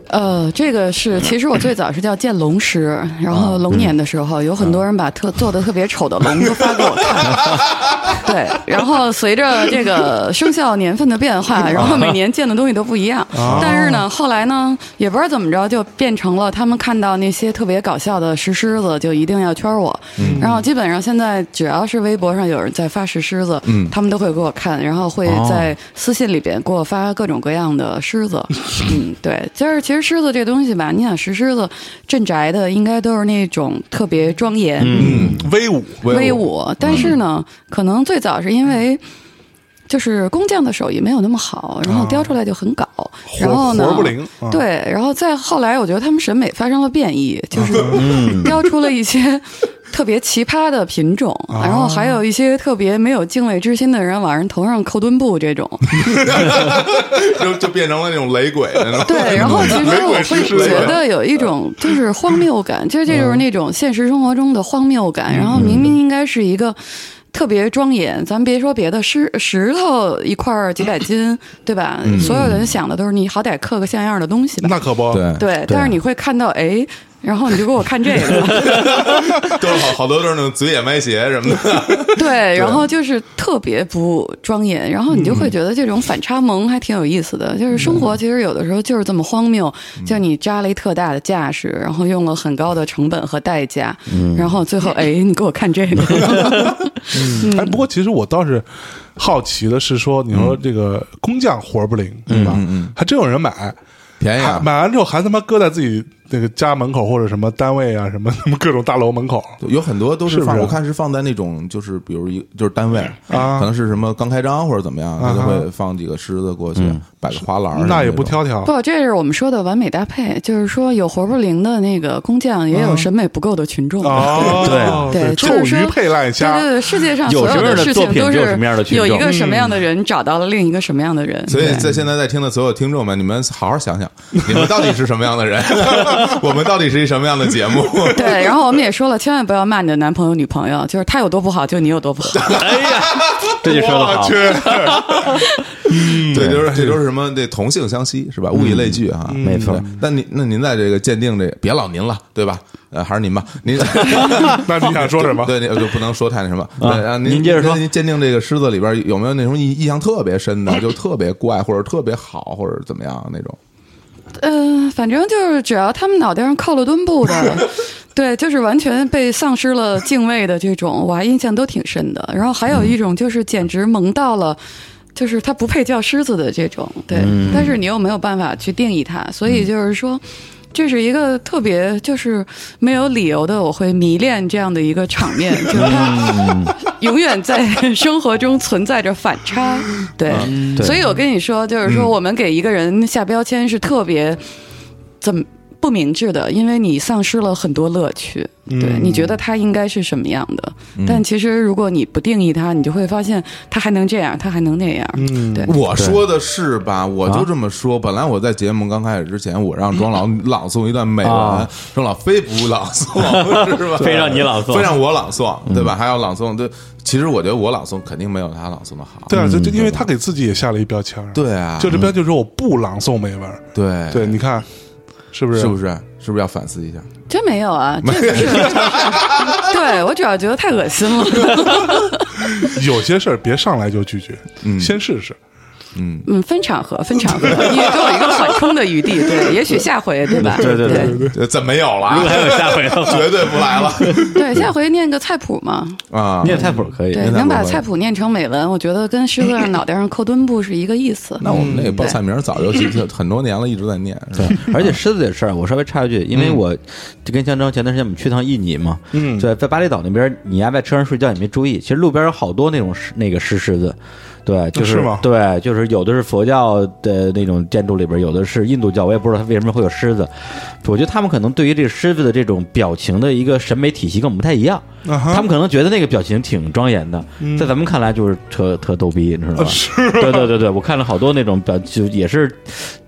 Speaker 6: 呃，这个是其实我最早是叫见龙师，然后龙年的时候，有很多人把特做的特别丑的龙都发给我看， *laughs* 对，然后随着这个生肖年份的变化，然后每年见的东西都不一样，但是呢，后来呢，也不知道怎么着就变成了他们看到那些特别搞笑的石狮子就一定要圈我，然后基本上现在只要是微博上有人在发石狮子，他们都会给我看，然后会在私信里边给我发各种各样的狮子，嗯，对，就是其实狮子这东西吧，你想石狮子镇宅的应该都是那种特别庄严、
Speaker 5: 嗯，威武，嗯
Speaker 6: 威武，但是呢，可能最早是因为。就是工匠的手艺没有那么好，然后雕出来就很搞，然后呢，
Speaker 5: 啊活不灵啊
Speaker 6: 对，然后再后来，我觉得他们审美发生了
Speaker 5: *laughs*
Speaker 6: 变异，就是雕出了一些 *laughs* 特别奇葩的品种，
Speaker 5: 啊
Speaker 6: 然后还有一些特别没有敬畏之心的人往人头上扣墩布这种，
Speaker 2: 就就变成了那种雷鬼的那 *laughs* 种。
Speaker 6: 对，然后其实我
Speaker 2: 鬼
Speaker 6: 会
Speaker 2: 是雷
Speaker 6: 觉
Speaker 2: 鬼
Speaker 6: 得有一种就是荒谬感，其实这就是那种现实生活中的荒谬感。然后明明应该是一个特别庄严，咱别说别的，石石头一块儿几百斤，对吧？所有人想的都是你好歹刻个像样的东西吧。
Speaker 5: 那可不，
Speaker 2: 对
Speaker 6: 对，但是你会看到，哎，然后你就给我看这个，
Speaker 4: 都是好好多都是那种嘴野歪斜什么
Speaker 5: *laughs*
Speaker 4: 的，
Speaker 6: 对，然后就是特别不庄严，然后你就会觉得这种反差萌还挺有意思
Speaker 3: 嗯
Speaker 6: 的。就是生活其实有的时候就是这么荒谬，就你扎了一特大的架势，然后用了很高的成本和代价，
Speaker 3: 嗯
Speaker 6: 然后最后哎，你给我看
Speaker 3: *laughs*
Speaker 6: 这个，
Speaker 5: 哎，不过其实我倒是好奇的是说，你说这个工匠活儿不灵，对吧？还真有人买，
Speaker 2: 便宜 *laughs*
Speaker 5: 还
Speaker 2: 啊，
Speaker 5: 买完之后还他妈搁在自己那个家门口或者什么单位啊，什么 *laughs* 什么各种大楼门口。
Speaker 2: 有很多都
Speaker 5: 是
Speaker 2: 是
Speaker 5: 不
Speaker 2: 放，
Speaker 5: 是
Speaker 2: 我看是放在那种就是比如一就是单位
Speaker 5: 啊
Speaker 2: 可能是什么刚开张或者怎么样，他就
Speaker 5: 啊哈嗯
Speaker 2: 会放几个狮子过去，摆个花篮儿，
Speaker 5: 那也不。挑挑，
Speaker 6: 不，这是我们说的完美搭配，就是说有活不灵的那个工匠，也有审美不够的群众。
Speaker 5: 哦，
Speaker 6: 对
Speaker 5: 对，臭
Speaker 6: 就是说
Speaker 5: 鱼配烂虾
Speaker 6: 对，对对，世界上所的事情都
Speaker 3: 有什么样的作品
Speaker 6: 是
Speaker 3: 就有什么样的群
Speaker 6: 有
Speaker 3: 众
Speaker 6: 一个什么样的人找到了另一个什么样的人，
Speaker 2: 所以
Speaker 6: 对
Speaker 2: 在现在在听的所有听众们，你们好好想想， *laughs* 你们到底是什么样的人？ *laughs* 我们到底是一什么样的节目？
Speaker 6: *laughs* 对，然后我们也说了，千万不要骂你的男朋友、女朋友，就是他有多不好，就你有多不好。
Speaker 3: 哎呀， *laughs* *laughs* 这就说的好嗯
Speaker 5: 我，去，
Speaker 2: *laughs* 对，就是这都是什么？这同性相吸是吧？物以类聚啊，
Speaker 3: 嗯没错
Speaker 2: 对。那您那您在这个鉴定这，别老您了，对吧？呃，还是您吧，
Speaker 3: *laughs*
Speaker 2: 您
Speaker 5: 那你想说什么？
Speaker 2: 对，你就不能说太那什么。
Speaker 3: 啊
Speaker 2: 对啊，
Speaker 3: 您接着说
Speaker 2: 您鉴定这个狮子里边有没有那种印印象特别深的，就特别怪或者特别好或者怎么样那种？
Speaker 6: 嗯、反正就是只要他们脑袋上扣了墩布的，对，就是完全被丧失了敬畏的这种，我还印象都挺深的。然后还有一种就是简直萌到了。就是他不配叫狮子的这种，对，但是你又没有办法去定义它，所以就是说，这是一个特别就是没有理由的，我会迷恋这样的一个场面，就是它永远在生活中存在着反差，对，
Speaker 3: 对嗯
Speaker 6: 所以我跟你说，就是说我们给一个人下标签是特别怎么。不明智的，因为你丧失了很多乐趣。
Speaker 3: 嗯
Speaker 6: 对，你觉得他应该是什么样的？但其实如果你不定义他，你就会发现他还能这样，他还能那样。嗯，
Speaker 3: 哎
Speaker 6: 对，
Speaker 2: 我说的是
Speaker 3: 啊
Speaker 2: 吧？我就这么说。本来我在节目刚开始之前，我让庄
Speaker 3: *laughs*
Speaker 2: 老朗诵一段美文
Speaker 3: 啊，
Speaker 2: 庄老非不朗诵，是吧？
Speaker 3: 非让你朗诵嗯
Speaker 2: 非让我朗诵，对吧？还要朗诵，对。其实我觉得我朗诵肯定没有他朗诵的好。
Speaker 5: 对啊，就就因为他给自己也下了一标签儿，
Speaker 2: 对啊，嗯哎
Speaker 5: 就这标签说我不朗诵美文儿，
Speaker 2: 对
Speaker 5: 对，，你看是不是？啊
Speaker 2: 是不是？是不是要反思一下？
Speaker 6: 真没
Speaker 3: *laughs*
Speaker 6: 有啊，这不是。对我主要觉得太恶心
Speaker 5: *laughs*
Speaker 6: 了。
Speaker 3: *laughs*
Speaker 5: 有些事儿别上来就拒绝，先试试。
Speaker 6: 嗯，分场合，分场合，你给我一个缓冲的余地。对，也许下回，对吧？
Speaker 3: 对对对 *laughs*
Speaker 6: 对
Speaker 2: 呃怎没有了
Speaker 3: 如果
Speaker 5: *laughs*
Speaker 3: 还
Speaker 2: 啊？
Speaker 3: 有下回
Speaker 2: *laughs*
Speaker 3: 的话，
Speaker 2: 绝对不来了
Speaker 6: 对，下回念个菜谱嘛。
Speaker 2: 啊！
Speaker 3: 念菜谱可以，
Speaker 6: 对，
Speaker 2: 念菜
Speaker 6: 能把
Speaker 2: 谱吧
Speaker 6: 菜谱念成美文，我觉得跟狮子上脑袋上扣墩布是一个意 *laughs* 思。
Speaker 2: 那我们那
Speaker 3: 嗯
Speaker 2: 个报菜名早就记很多年了，一直在念。
Speaker 5: 嗯
Speaker 2: 是吧
Speaker 3: *laughs* 而且狮子这事儿，我稍微插一句，因为我就跟江征前段时间我们去趟印尼嘛，嗯，在在巴厘岛那边，你丫在车上睡觉也没注意，其实路边有好多那种狮那个石狮子，对，就是
Speaker 5: 哦是吗
Speaker 3: 对，就是有的是佛教的那种建筑里边，有的是印度教，我也不知道它为什么会有狮子。我觉得他们可能对于这个狮子的这种表情的一个审美体系跟我们不太一样，
Speaker 2: 嗯
Speaker 5: 啊哈
Speaker 3: 他们可能觉得那个表情挺庄严的，在咱们看来就是特特逗逼，你知道吗？
Speaker 5: 是
Speaker 3: 对对对对，我看了好多那种表，就也是，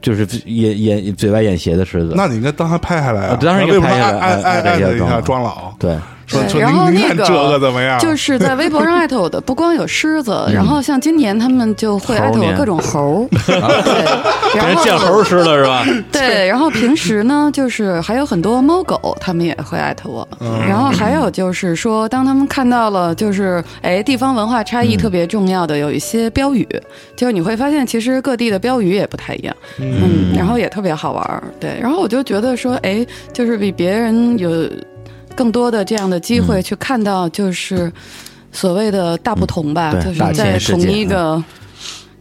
Speaker 3: 就是眼眼嘴歪眼斜的狮子。
Speaker 5: 那你应该当他拍下来啊
Speaker 2: 哦
Speaker 3: 啊！当然
Speaker 5: 为
Speaker 3: 应该
Speaker 5: 什
Speaker 3: 拍
Speaker 5: 么
Speaker 3: 下来
Speaker 5: 按按
Speaker 2: 啊
Speaker 3: 哎
Speaker 5: 按
Speaker 3: 哎
Speaker 5: 按
Speaker 3: 这
Speaker 5: 了
Speaker 3: 个
Speaker 5: 一
Speaker 3: 装
Speaker 5: 下
Speaker 3: 了
Speaker 5: 庄老？
Speaker 3: 对，
Speaker 5: 说
Speaker 6: 对
Speaker 5: 说
Speaker 6: 然后
Speaker 5: 您您
Speaker 6: 那
Speaker 5: 看
Speaker 6: 个
Speaker 5: 这个怎么样？
Speaker 6: 就是在微博上艾特我的，不光有狮子，然后像今年他们就会艾
Speaker 3: 猴
Speaker 6: 特我
Speaker 3: 年
Speaker 6: 各种 *laughs* 猴儿，对，
Speaker 3: 给人见
Speaker 6: 然后
Speaker 3: 猴吃了是吧？
Speaker 6: 对，然后平时呢，就是还有很多猫狗，他们也会艾特我。
Speaker 3: 嗯
Speaker 6: 然后还有就是说，当他们看到了就是哎地方文化差异特别重要的有一些标语，就是你会发现其实各地的标语也不太一样，嗯，然后也特别好玩儿。对，然后我就觉得说，哎，就是比别人有更多的这样的机
Speaker 3: 嗯
Speaker 6: 会去看到，就是所谓的大不同吧，
Speaker 3: 嗯对
Speaker 6: 就是
Speaker 3: 大千
Speaker 6: 在
Speaker 3: 世
Speaker 6: 同
Speaker 3: 界
Speaker 6: 一个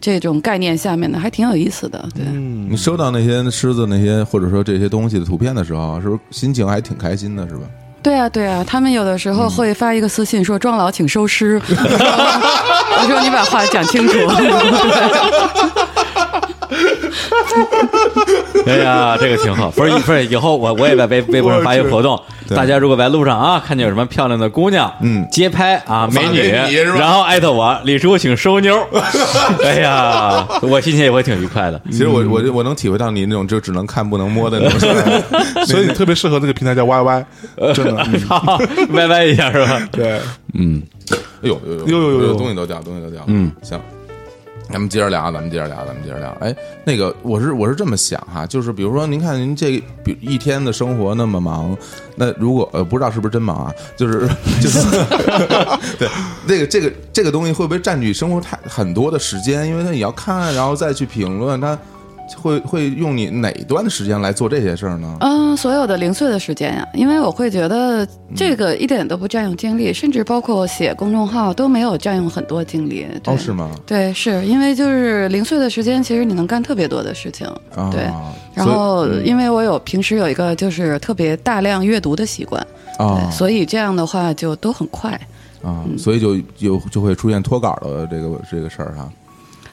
Speaker 6: 这种概念下面的，还挺有意思的。对。
Speaker 5: 嗯
Speaker 2: 你收到那些狮子那些或者说这些东西的图片的时候，是不是心情还挺开心的？是吧？
Speaker 6: 对啊，对啊，他们有的时
Speaker 2: 嗯
Speaker 6: 候会发一个私信说“庄老，请收
Speaker 2: *laughs*
Speaker 6: 尸”，我说你把话讲清楚。
Speaker 3: 哎呀，这个挺好。不是不是，以后我我也在微微博上发一个活动，大家如果在路上啊看见有什么漂亮的姑娘，
Speaker 2: 嗯
Speaker 3: 街拍啊美女
Speaker 4: 发给你是，吧
Speaker 3: 然后艾特我李叔，请收妞。哎呀，我心情也会挺愉快的。
Speaker 2: 其实我我我能体会到你那种就只能看不能摸的那种。
Speaker 5: 所以特别适合那个平台叫 YY，真的。嗯
Speaker 3: 好， *laughs* 歪歪一下是吧？ *laughs*
Speaker 2: *laughs*
Speaker 5: 对，
Speaker 2: 哎呦呦
Speaker 5: 呦呦呦
Speaker 2: 东西都掉，东西都掉。嗯，行，咱们接着聊，咱们接着聊，咱们接着聊。哎，那个，我是我是这么想哈，就是比如说，您看您这比一天的生活那么忙，那如果呃不知道是不是真忙啊，就是 *laughs* 就是对那个这个这个东西会不会占据生活太很多的时间？因为它也要看，然后再去评论，它会会用你哪一段的时间来做这些事儿呢？
Speaker 6: 嗯，所有的零碎的时间呀，因为我会觉得这个一点都不占用精力，甚至包括写公众号都没有占用很多精力。对
Speaker 2: 哦，是？吗？
Speaker 6: 对，是因为就是零碎的时间，其实你能干特别多的事情。
Speaker 2: 啊，嗯
Speaker 6: 对，然后因为我有平时有一个就是特别大量阅读的习惯，
Speaker 2: 啊
Speaker 6: 对，所以这样的话就都很快。
Speaker 2: 啊，
Speaker 4: 嗯
Speaker 2: 所以就就就会出现脱稿的这个这个事儿哈。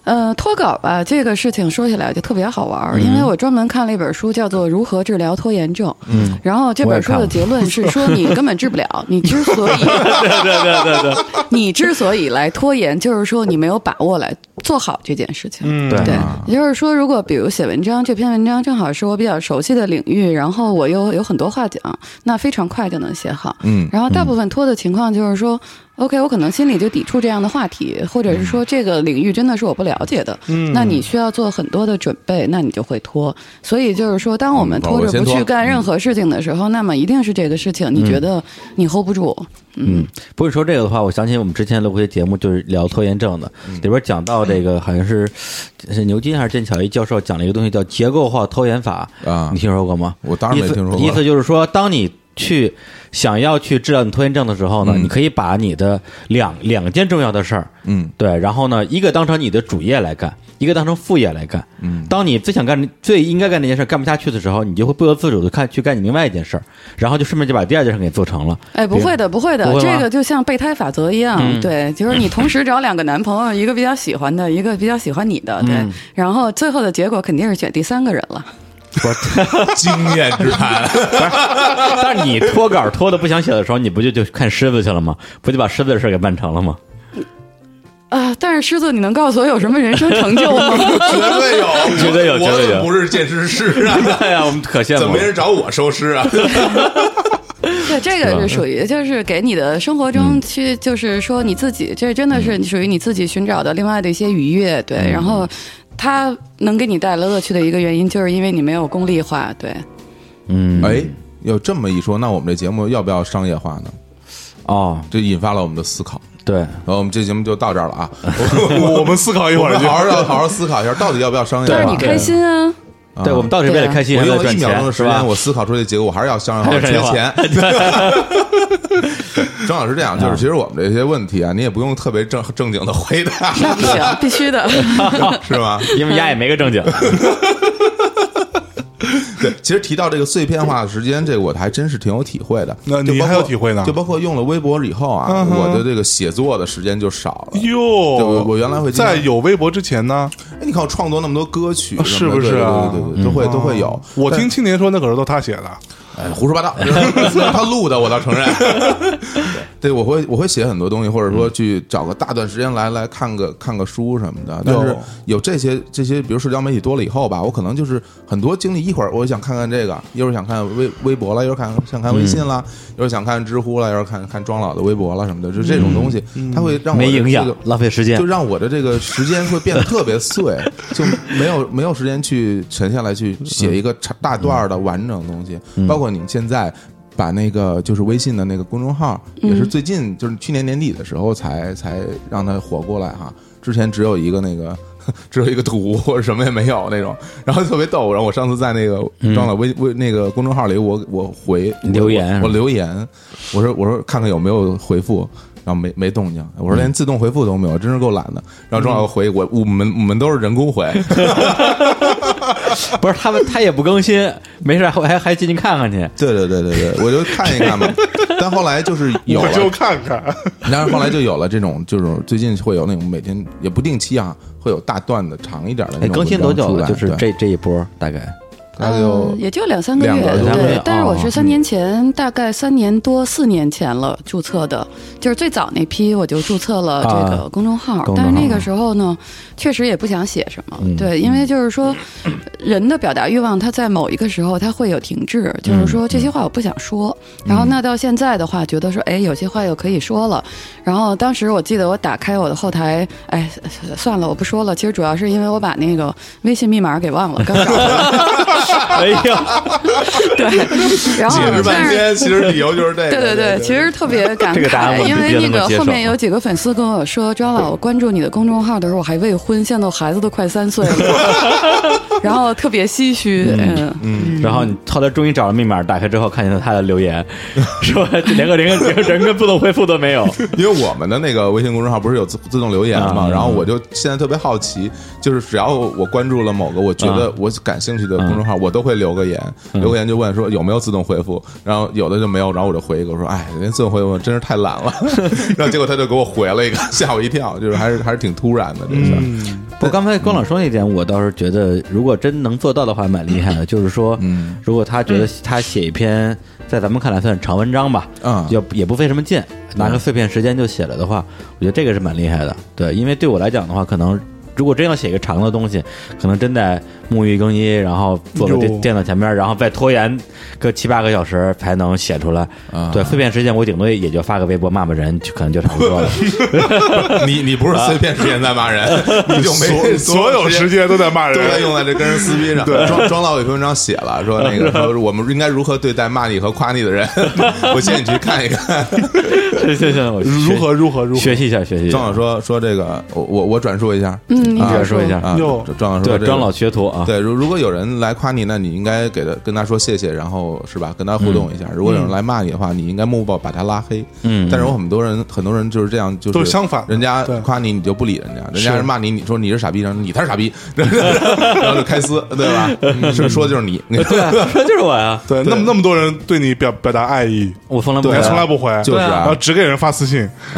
Speaker 6: 呃，脱稿吧，这个事情说起来就特别好玩儿，
Speaker 3: 嗯
Speaker 6: 因为我专门看了一本书，叫做《如何治疗拖延症》。嗯，然后这本书
Speaker 3: 我也看
Speaker 6: 的
Speaker 3: 了
Speaker 6: 结论是说，你根本治不了。你之所以，对对对对对， *laughs* 你之所以来拖延，就是说你没有把握来做好这件事情。
Speaker 5: 嗯，
Speaker 3: 对
Speaker 6: 对，也就是说，如果比如写文章，这篇文章正好是我比较熟悉的领域，然后我又有很多话讲，那非常快就能写好。
Speaker 2: 嗯
Speaker 6: 然后大部分拖的情况就是说、o k 我可能心里就抵触这样的话题，或者是
Speaker 2: 嗯
Speaker 6: 说这个领域真的是我不了解的，嗯，那你需要做很多的准备，那你就会拖。所以就是说，当我们
Speaker 2: 嗯嗯
Speaker 6: 拖
Speaker 2: 我
Speaker 6: 着
Speaker 2: 先
Speaker 6: 不去
Speaker 2: 拖
Speaker 6: 干任何事情的时候，那么一定是这个事情你觉得你 hold 不住，
Speaker 3: 嗯，不是说这个的话，我想起我们之前录过一节目，就是聊拖延症的，
Speaker 2: 嗯
Speaker 3: 里边讲到这个好像是是牛津还是剑桥一教授讲了一个东西叫结构化拖延法
Speaker 2: 啊
Speaker 3: 你听说过吗？
Speaker 2: 我当然没
Speaker 3: 意思
Speaker 2: 听说过
Speaker 3: 意思就是说，当你去想要去治疗你拖延症的时候呢，你可以把你的两两件重要的事儿，
Speaker 2: 嗯，
Speaker 3: 对，然后呢，一个当成你的主业来干，一个当成副业来干。嗯，当你最想干、最应该干那件事干不下去的时候，你就会不由自主的看去干你另外一件事儿，然后就顺便就把第二件事给做成了。
Speaker 6: 哎，不会的，不会的，
Speaker 3: 不会吗
Speaker 6: 这个就像备胎法则一样，对，就是你同时找两个男朋友，一个比较喜欢的，一个比较喜欢你的，对，然后最后的结果肯定是选第三个人了。
Speaker 4: 经验之谈，
Speaker 3: *laughs* 但是你脱稿脱的不想写的时候，你不就就看狮子去了吗？不就把狮子的事儿给办
Speaker 2: *laughs*
Speaker 3: 成了吗？
Speaker 6: 啊、但是狮子，你能告诉我有什么人生成就吗？
Speaker 4: 绝对有，
Speaker 3: 绝对有
Speaker 4: 我
Speaker 3: 绝对有
Speaker 4: 怎么
Speaker 3: *laughs*
Speaker 4: 不是建师师啊？
Speaker 3: 哎呀，我们可羡
Speaker 4: 怎么
Speaker 3: 慕
Speaker 4: 没
Speaker 3: 了。
Speaker 4: 人找我收尸啊？
Speaker 6: 对，这个是属于就是给你的生活中去，就是说你自己，这真的是属于你自己寻找的另外的一些愉悦，对，然后它能给你带来乐趣的一个原因，就是因为你没有功利化，对。
Speaker 2: *laughs*
Speaker 3: 嗯，
Speaker 2: 哎，要这么一说，那我们这节目要不要商业化呢？
Speaker 3: 哦，
Speaker 2: 这引发了我们的思考。
Speaker 3: 对，
Speaker 2: 然后我们这节目就到这儿了
Speaker 3: *laughs*
Speaker 2: 啊，
Speaker 5: 我我们思考一
Speaker 2: 我
Speaker 5: 会儿
Speaker 2: 们
Speaker 5: 就
Speaker 2: 好好要好好思考一下，到底要不要商业
Speaker 6: 但是
Speaker 2: 化
Speaker 6: 你？开心啊，
Speaker 2: 啊
Speaker 3: 对，我们到底是为了开心
Speaker 2: 我
Speaker 3: 还是为
Speaker 2: 用
Speaker 3: 了
Speaker 2: 了
Speaker 3: 赚
Speaker 2: 一秒钟
Speaker 3: 钱
Speaker 2: 的
Speaker 3: 是
Speaker 2: 时
Speaker 3: 吧
Speaker 2: 间，？我思考出这结果，我还是要商业
Speaker 3: 还
Speaker 2: 化
Speaker 3: 是商业
Speaker 2: 缺
Speaker 3: 化
Speaker 2: 钱。 *laughs* 正好是这样，就是其实我们这些问题啊，你也不用特别正正经的回答，
Speaker 6: 那不行，必须的。
Speaker 2: 是 *laughs* 吗？
Speaker 3: 因为丫也没
Speaker 2: *laughs*
Speaker 3: 个正经。
Speaker 2: 对，其实提到这个碎片化的时间，这个我还真是挺有体会的。
Speaker 5: 那
Speaker 2: 就
Speaker 5: 你
Speaker 2: 包括
Speaker 5: 还有体会呢
Speaker 2: 就包括用了微博以后啊，
Speaker 5: 嗯哼
Speaker 2: 我的这个写作的时间就少了。
Speaker 5: 哟，
Speaker 2: 我我原来会经常
Speaker 5: 在有微博之前呢，
Speaker 2: 哎，你看我创作那么多歌曲
Speaker 5: 啊
Speaker 2: 什么
Speaker 5: 是不
Speaker 2: 的，
Speaker 5: 是啊
Speaker 2: 对对对对，都会都会有。
Speaker 5: 嗯我
Speaker 2: 但
Speaker 5: 听青年说那可是都他写的，
Speaker 2: 哎胡说八道，他录的，我倒承认。对，我会我会写很多东西，或者说去找个大段时间来来看个看个书什么的。但是有这些这些，比如社交媒体多了以后吧，我可能就是很多精力，一会儿我想看看这个，一会儿想看微微博了，一会儿看想看微信啦，一会儿想看知乎了，一会儿看看庄老的微博了什么的，就这种东西，它会让我
Speaker 3: 没营养
Speaker 2: 这个
Speaker 3: 浪费时间
Speaker 2: 就让我的这个时间会变得特别
Speaker 3: *laughs*
Speaker 2: 碎，就没有没有时间去沉下来去写一个长大段儿的完整的东西。
Speaker 3: 嗯
Speaker 2: 包括你现在把那个就是微信的那个公众号，也是最
Speaker 3: 嗯
Speaker 2: 近就是去年年底的时候才才让它火过来哈，之前只有一个那个。 *laughs* 只有一个图或者什么也没有那种，然后特别逗。然后我上次在那个
Speaker 3: 嗯
Speaker 2: 装了微微那个公众号里，我我回
Speaker 3: 留言
Speaker 2: 我我留言，我说我说看看有没有回复，然后没没动静。我说
Speaker 3: 嗯
Speaker 2: 连自动回复都没有，真是够懒的。然后庄老回我我们我们都是人工
Speaker 3: *laughs*
Speaker 2: 回，
Speaker 3: 不是他们，他也不更新，没事还还还进去看看去。
Speaker 2: 对对对对对，我就看一看嘛。但后来就是有啊
Speaker 5: 我就
Speaker 2: 了，
Speaker 5: 看看。
Speaker 2: 但是后来就有了这种这种最近会有那种每天也不定期啊，会有大段的长一点的那
Speaker 3: 哎，
Speaker 2: 种
Speaker 3: 更新多
Speaker 2: 文章
Speaker 3: 久
Speaker 2: 出
Speaker 3: 了？
Speaker 2: 来
Speaker 3: 就是
Speaker 2: 对
Speaker 3: 这这一波大概
Speaker 7: 大概有
Speaker 6: 嗯也就两三个月，
Speaker 7: 两个
Speaker 3: 多月
Speaker 6: 对
Speaker 3: 啊。
Speaker 6: 但是我是三年前，大概三年多、四年前了注册的，就是最早那批我就注册了这
Speaker 3: 啊
Speaker 6: 个公众号。
Speaker 3: 公众号
Speaker 6: 但是那个时候呢，确实也不想写什么，对，因为就是说，人的表达欲望，它在某一个时候它会有停滞，就是说这些话我不想说。然后那到现在的话，觉得说，哎，有些话又可以说了。然后当时我记得我打开我的后台，哎，算了，我不说了。其实主要是因为我把那个微信密码给忘了，刚 *laughs* 找回来。
Speaker 3: 哎
Speaker 2: *laughs*
Speaker 3: 呀，
Speaker 6: 对，然后
Speaker 2: 解释
Speaker 6: 但
Speaker 2: 半
Speaker 6: 是
Speaker 2: 天，其实理由就是这个。
Speaker 6: 对对对，其实特别感
Speaker 3: 这个答案
Speaker 6: 慨，
Speaker 3: 我
Speaker 6: 因为
Speaker 3: 直接能
Speaker 6: 那
Speaker 3: 够
Speaker 6: 个
Speaker 3: 接
Speaker 6: 后
Speaker 3: 受
Speaker 6: 面有几个粉丝跟我说，张老，我关注你的公众号的时候，我还未婚，现在我孩子都快三
Speaker 3: *laughs*
Speaker 6: 岁了，然后特别唏嘘，嗯，
Speaker 3: 然后你后来终于找到密码，打开之后看见了他的留言，说这连个连个连个人跟自动回复都没有。
Speaker 2: 因为我们的那个微信公众号不是有自自动留言嘛，
Speaker 3: 啊
Speaker 2: 然后我就现在特别好奇，就是只要我关注了某个我觉得我感兴趣的公众号，我都会留个言，留个言就问说有没有自动回复，然后有的就没有，然后我就回一个我说，哎，人家自动回复真是太懒了，然后结果他就给我回了一个，吓我一跳，就是还是还是挺突然的这事儿，
Speaker 3: 不，刚才光老说那点，我倒是觉得，如果真能做到的话，蛮厉害的。就是说，嗯，如果他觉得他写一篇在咱们看来算是长文章吧，
Speaker 7: 嗯
Speaker 5: 啊
Speaker 3: 也也不费什么劲，拿个碎片时间就写了的话，我觉得这个是蛮厉害的。对，因为对我来讲的话，可能。如果真要写一个长的东西，可能真得沐浴更衣，然后坐在
Speaker 5: 哟
Speaker 3: 电电脑前面，然后再拖延个七八个小时才能写出来。
Speaker 5: 嗯
Speaker 3: 对，碎片时间我顶多也就发个微博骂骂人，就可能就差不
Speaker 5: *laughs*
Speaker 3: 多了。
Speaker 2: 你你不是随便时间在骂人，你就没
Speaker 5: 啊所 *laughs* 所有时
Speaker 2: 间。
Speaker 5: 间都在骂
Speaker 2: 都在
Speaker 5: 人，
Speaker 2: 用在这跟人撕逼上。庄庄老有篇文章写了，说那
Speaker 5: *laughs*
Speaker 2: 个说我们应该如何对待骂你和夸你的人。 *laughs* 我建议你去看一看。
Speaker 3: 行行行，我学
Speaker 5: 如何如何如何
Speaker 3: 学习一下，学习一下
Speaker 2: 庄。老说说这个，我我我转述一下
Speaker 6: 嗯，你
Speaker 3: 你
Speaker 6: 只
Speaker 3: 也说一下，
Speaker 2: 啊
Speaker 5: 哟。
Speaker 2: 庄老说
Speaker 3: 对
Speaker 2: 这个
Speaker 3: 张老学徒啊， *laughs*
Speaker 2: 对，如如果有人来夸你，那你应该给他跟他说谢谢，然后是吧，跟他互动一下。如果有人来骂你的话，你应该默默把他拉黑。
Speaker 3: 嗯
Speaker 2: 但是有很多人，很多人就是这样，就是
Speaker 5: 都是相反的
Speaker 2: 人家
Speaker 5: 对
Speaker 2: 夸你，你就不理人家；人家
Speaker 5: 是
Speaker 2: 人骂你，你说你是傻逼，然后你才是傻逼， *laughs* 然后就开撕，对
Speaker 3: *laughs*
Speaker 2: 吧？嗯是说的就是你， *laughs*
Speaker 3: 这就是我呀，
Speaker 5: 对，那么那么多人对你表表达爱意，
Speaker 3: 我从来不
Speaker 5: 你
Speaker 3: 回
Speaker 5: 还
Speaker 3: 来
Speaker 5: 从来不回，
Speaker 2: 就是啊
Speaker 5: 然后只给人发私信，
Speaker 3: *laughs*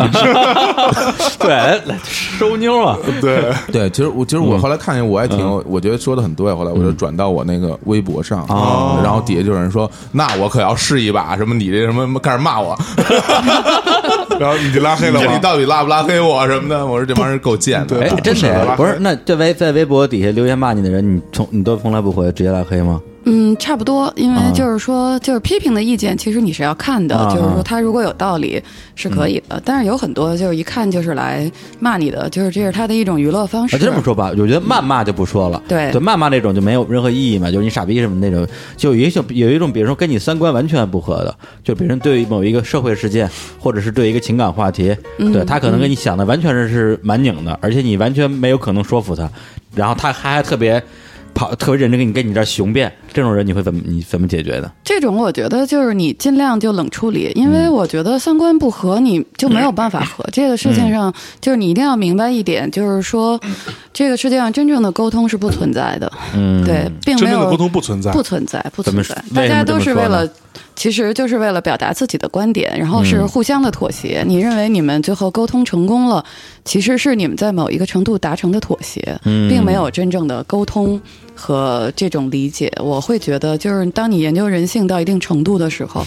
Speaker 3: 对来来收妞啊，
Speaker 5: 对，
Speaker 2: *laughs*
Speaker 7: 对，其实我其实
Speaker 2: 嗯
Speaker 7: 我后来看见我还挺，
Speaker 2: 我觉得说的很对，后来我就转到我那个微博上，
Speaker 3: 哦
Speaker 2: 然后底下就有人说，那我可要试一把，什么你这什么开始骂 *laughs* 我，
Speaker 5: 然后你就拉黑了
Speaker 2: 你
Speaker 5: 我。
Speaker 2: 到底拉不拉黑我什么的，我说这帮人够贱的，
Speaker 5: 对
Speaker 3: *laughs* 哎，
Speaker 5: 不
Speaker 3: 真
Speaker 5: 不是
Speaker 3: 的
Speaker 5: 拉
Speaker 3: 不是，那这微在微博底下留言骂你的人，你从你都从来不回，直接拉黑吗？
Speaker 6: 嗯，差不多，因为就是说，就是批评的意见，其实你是要看的，
Speaker 3: 啊嗯
Speaker 6: 就是说他如果有道理是可以的，但是有很多就是一看就是来骂你的，就是这是他的一种娱乐方
Speaker 3: 啊，
Speaker 6: 式。
Speaker 3: 就这么说吧，我觉得谩骂就不说了，
Speaker 6: 对
Speaker 3: 对，谩骂那种就没有任何意义嘛，就是你傻逼什么那种，就有一种有一种，比如说跟你三观完全不合的，就别人对于某一个社会事件，或者是对一个情感话题，对他可能跟你想的完全是是蛮拧的，而且你完全没有可能说服他，然后他还还特别跑特别认真跟你跟你这儿雄辩，这种人你会怎么你怎么解决的？
Speaker 6: 这种我觉得就是你尽量就冷处理，因
Speaker 5: 嗯
Speaker 6: 为我觉得三观不合你就没有办法合。这个事情
Speaker 5: 嗯
Speaker 6: 上，就是你一定要明白一点，就是说，这个世界上真正的沟通是不存在的。嗯，对，并
Speaker 5: 真
Speaker 6: 没
Speaker 5: 正的
Speaker 6: 有
Speaker 5: 沟通不存在，
Speaker 6: 不存在，不存
Speaker 3: 怎
Speaker 6: 在
Speaker 3: 么，
Speaker 6: 大家都是为
Speaker 3: 为什么这么说
Speaker 6: 了
Speaker 3: 呢，
Speaker 6: 其实就是为了表达自己的观点，然后是互相的妥
Speaker 3: 嗯
Speaker 6: 协。你认为你们最后沟通成功了，其实是你们在某一个程度达成的妥协，
Speaker 3: 嗯
Speaker 6: 并没有真正的沟通和这种理解。我会觉得，就是当你研究人性到一定程度的
Speaker 3: *laughs*
Speaker 6: 时候，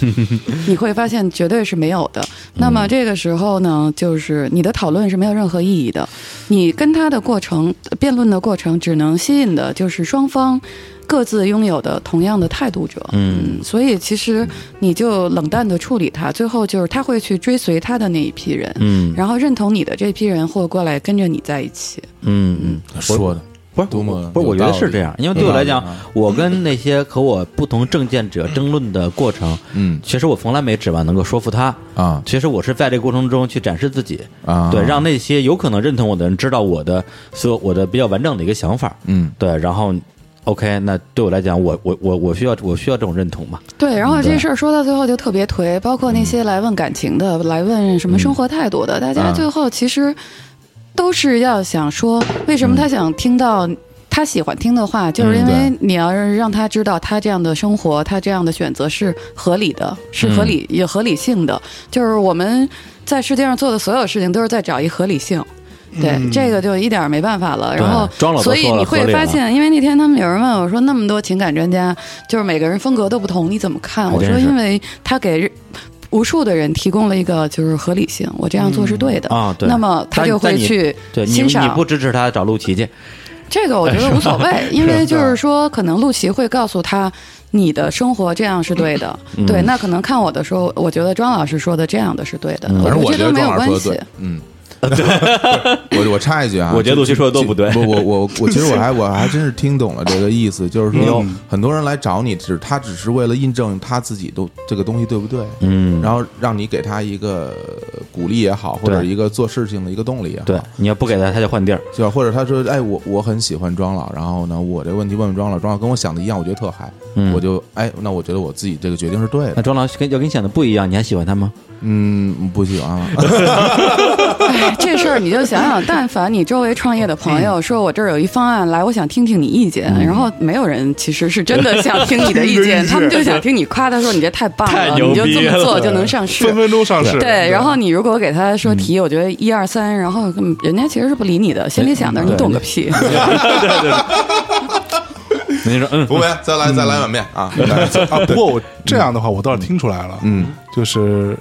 Speaker 6: 你会发现绝对是没有的。那么这个时候呢，就是你的讨论是没有任何意义的。你跟他的过程、辩论的过程，只能吸引的就是双方各自拥有的同样的态度者。嗯，所以其实你就冷淡的处理他，最后就是他会去追随他的那一批人，嗯，然后认同你的这批人或过来跟着你在一起。
Speaker 3: 嗯嗯。
Speaker 7: 说的
Speaker 3: 不是
Speaker 7: 多么
Speaker 3: 不
Speaker 7: 嗯
Speaker 3: 是，
Speaker 7: 有
Speaker 3: 我觉得
Speaker 7: 道
Speaker 3: 是
Speaker 7: 理嗯
Speaker 3: 这样，因为对我来讲，我跟那些和我不同政见者争论的过程，
Speaker 7: 嗯
Speaker 3: 其实我从来没指望能够说服他
Speaker 7: 啊
Speaker 3: 其实我是在这个过程中去展示自己
Speaker 7: 啊
Speaker 3: 对，让那些有可能认同我的人知道我的所有我的比较完整的一个想法，
Speaker 7: 嗯
Speaker 3: 对，然后 OK，那对我来讲，我我我我需要我需要这种认同嘛，
Speaker 6: 对，然后
Speaker 3: 嗯
Speaker 6: 这事儿说到最后就特别颓，包括那些来问感情的、来问
Speaker 3: 嗯
Speaker 6: 什么生活态度的，大家最后其实都是要想说，为什么
Speaker 3: 嗯
Speaker 6: 他想听到他喜欢听的话，就是因为你要是让他知道他这样的生活、他这样的选择是合理的，是
Speaker 3: 嗯
Speaker 6: 合理、有合理性的，就是我们在世界上做的所有事情都是在找一合理性。对，这个就一点儿没办法了。然后
Speaker 3: 嗯装了都
Speaker 6: 所以
Speaker 3: 说了
Speaker 6: 你
Speaker 3: 合
Speaker 6: 会
Speaker 3: 理
Speaker 6: 发
Speaker 3: 了
Speaker 6: 现，因为那天他们有人问我说，那么多情感专家，就是每个人风格都不同，你怎么看？
Speaker 3: 还
Speaker 6: 我
Speaker 3: 真
Speaker 6: 说，
Speaker 3: 是
Speaker 6: 因为他给无数的人提供了一个就是合理性，我这样做是对的
Speaker 3: 啊对
Speaker 6: 那么他
Speaker 3: 但
Speaker 6: 就
Speaker 3: 但
Speaker 6: 会
Speaker 3: 你
Speaker 6: 去
Speaker 3: 对你
Speaker 6: 欣赏。
Speaker 3: 你不支持他找陆琪去，
Speaker 6: 这个我觉得无所谓，因为就是说，可能陆琪会告诉他，你的生活这样是对的。对，那可能看我的时候，我觉得庄老师说的这样的是对的，
Speaker 2: 反正
Speaker 6: 我
Speaker 2: 我觉
Speaker 6: 觉得
Speaker 2: 得
Speaker 6: 都没有
Speaker 2: 庄老
Speaker 6: 关
Speaker 2: 师说
Speaker 6: 系
Speaker 2: 的对。，嗯，我我插一句啊，
Speaker 3: 我觉得
Speaker 2: 就
Speaker 3: 陆琪说的都不对
Speaker 2: 就我我我其实我还我还真是听懂了这个意思，就是说
Speaker 3: 嗯
Speaker 2: 很多人来找你，只他只是为了印证他自己都这个东西对不对，嗯，然后让你给他一个鼓励也好，或者
Speaker 3: 对
Speaker 2: 一个做事情的一个动力也好，
Speaker 7: 哦
Speaker 3: 对，你要不给他，他就换地儿。
Speaker 2: 就或者他说，哎，我我很喜欢庄老，然后呢，我这问题问问庄老，庄老跟我想的一样，我觉得特嗨，我就哎，那我觉得我自己这个决定是对
Speaker 3: 嗯那
Speaker 2: 的，
Speaker 3: 庄老师跟要跟你想的不一样，你还喜
Speaker 7: *laughs*
Speaker 3: 欢他吗？
Speaker 2: 嗯，不喜欢了，
Speaker 6: 哎，这事儿你就想想，但凡你周围创业的朋
Speaker 3: 嗯
Speaker 6: 友说，我这儿有一方案，来，我想听听你意见，然后没有人其实是真的想听你的
Speaker 3: *laughs*
Speaker 6: 意见，他们就想听你夸他说你这太棒
Speaker 3: 太
Speaker 6: 了，
Speaker 3: 牛
Speaker 6: 你就这
Speaker 3: 逼
Speaker 6: 么
Speaker 3: 了
Speaker 6: 做就能上市，
Speaker 5: 分分钟上市。
Speaker 6: 对，然后你如果给他
Speaker 3: 嗯
Speaker 6: 说题，我觉得一二三，然后嗯人家其实是不理你的，心里想的是你懂个屁。
Speaker 3: 你说嗯，
Speaker 2: 服务员，再来再来碗面啊，
Speaker 5: 啊，不过我这样的话，我倒是听出来了，
Speaker 2: 嗯，
Speaker 5: 就是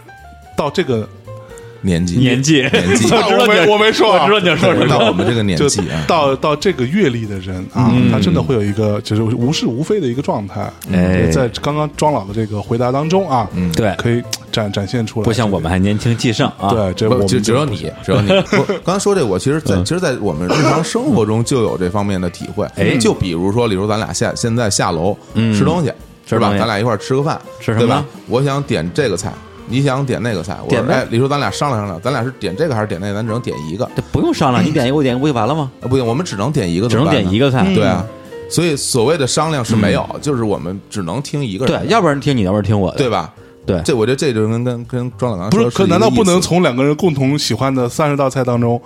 Speaker 5: 到这个，，
Speaker 2: *laughs* 年纪
Speaker 3: 年 *laughs* 纪
Speaker 2: 年纪
Speaker 5: 我没我没说啊，
Speaker 3: 我知道你要说什么。
Speaker 2: 到我 *laughs* 们这个年
Speaker 5: 就
Speaker 2: 纪啊，
Speaker 5: 到到这个阅历的人啊，他真的会有一个就是无是无非的一个状态。
Speaker 3: 哎
Speaker 5: 在刚刚庄老的这个回答当中啊，嗯
Speaker 3: 对
Speaker 5: 可以展展现出来。
Speaker 3: 不像我们还年轻气盛啊。
Speaker 5: 对，这我
Speaker 2: 不，
Speaker 5: 们
Speaker 2: 只只有
Speaker 5: 就
Speaker 2: 你，只有你。
Speaker 3: *laughs*
Speaker 2: 我刚才说这，我其实在，
Speaker 3: 嗯
Speaker 2: 其实，在我们日常生活中就有这方面的体会。
Speaker 3: 哎嗯
Speaker 2: 就比如说，比如咱俩下现在下楼吃东西，
Speaker 3: 吃
Speaker 2: 是吧
Speaker 3: 东？西
Speaker 2: 咱俩一块儿吃个饭，
Speaker 3: 吃什么
Speaker 2: 对吧？我想点这个菜，你想点那个菜，我
Speaker 3: 点
Speaker 2: 说
Speaker 3: 呗
Speaker 2: 哎，你说咱俩商量商量，咱俩是点这个还是点那个？咱只能点一个，
Speaker 3: 这不用商
Speaker 2: *clears throat*
Speaker 3: 量，你点一个我点一个不就完了吗？
Speaker 2: 啊不行，我们只能点一个，
Speaker 3: 只能
Speaker 2: 怎么办
Speaker 3: 点
Speaker 2: 呢
Speaker 3: 一个菜。嗯
Speaker 2: 对啊，所以所谓的商量是没有，就是我们只能听一个人
Speaker 3: 对，
Speaker 2: 的，
Speaker 3: 要不然听你的，要不然听我的。
Speaker 2: 对吧？
Speaker 3: 对
Speaker 2: 这我觉得这就跟跟跟庄老刚
Speaker 5: 不
Speaker 2: 说
Speaker 5: 是，
Speaker 2: 的
Speaker 5: 可
Speaker 2: 一个
Speaker 5: 难道
Speaker 2: 意
Speaker 5: 不能
Speaker 2: 思
Speaker 5: 从两个人共同喜欢的三十道菜当中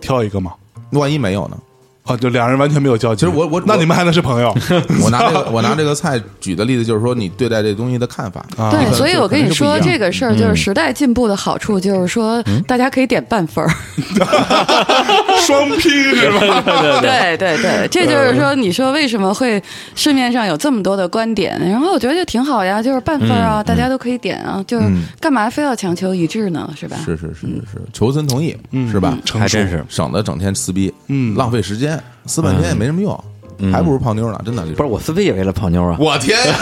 Speaker 5: 挑一个吗？
Speaker 2: 万一没有呢？
Speaker 5: 啊，就两人完全没有交集。
Speaker 2: 其实我我
Speaker 5: 那你们还能是
Speaker 2: *laughs*
Speaker 5: 朋友？啊
Speaker 2: 我拿这个我拿这个菜举的例子就是说你对待这东西的看法啊
Speaker 6: 对，所以我跟你说，这
Speaker 2: 个
Speaker 6: 个事儿
Speaker 3: 嗯
Speaker 6: 就是时代进步的好处，就是说大家可以点半分儿。
Speaker 5: *laughs* 双拼是吧？
Speaker 6: *laughs* 对对对，这就是说，你说为什么会市面上有这么多的观点？然后我觉得就挺好呀，就是半分儿啊，大家都可以点啊，就是干嘛非要强求一致呢？是吧？
Speaker 2: 是是是是是求存同意是吧？
Speaker 5: 成熟
Speaker 3: 嗯还真是嗯
Speaker 2: 省得整天撕逼，
Speaker 5: 嗯
Speaker 2: 浪费时间，撕半天也没什么用，还不如泡妞呢，真的。
Speaker 3: 不是我撕逼也为了泡妞啊。
Speaker 2: 我天呀，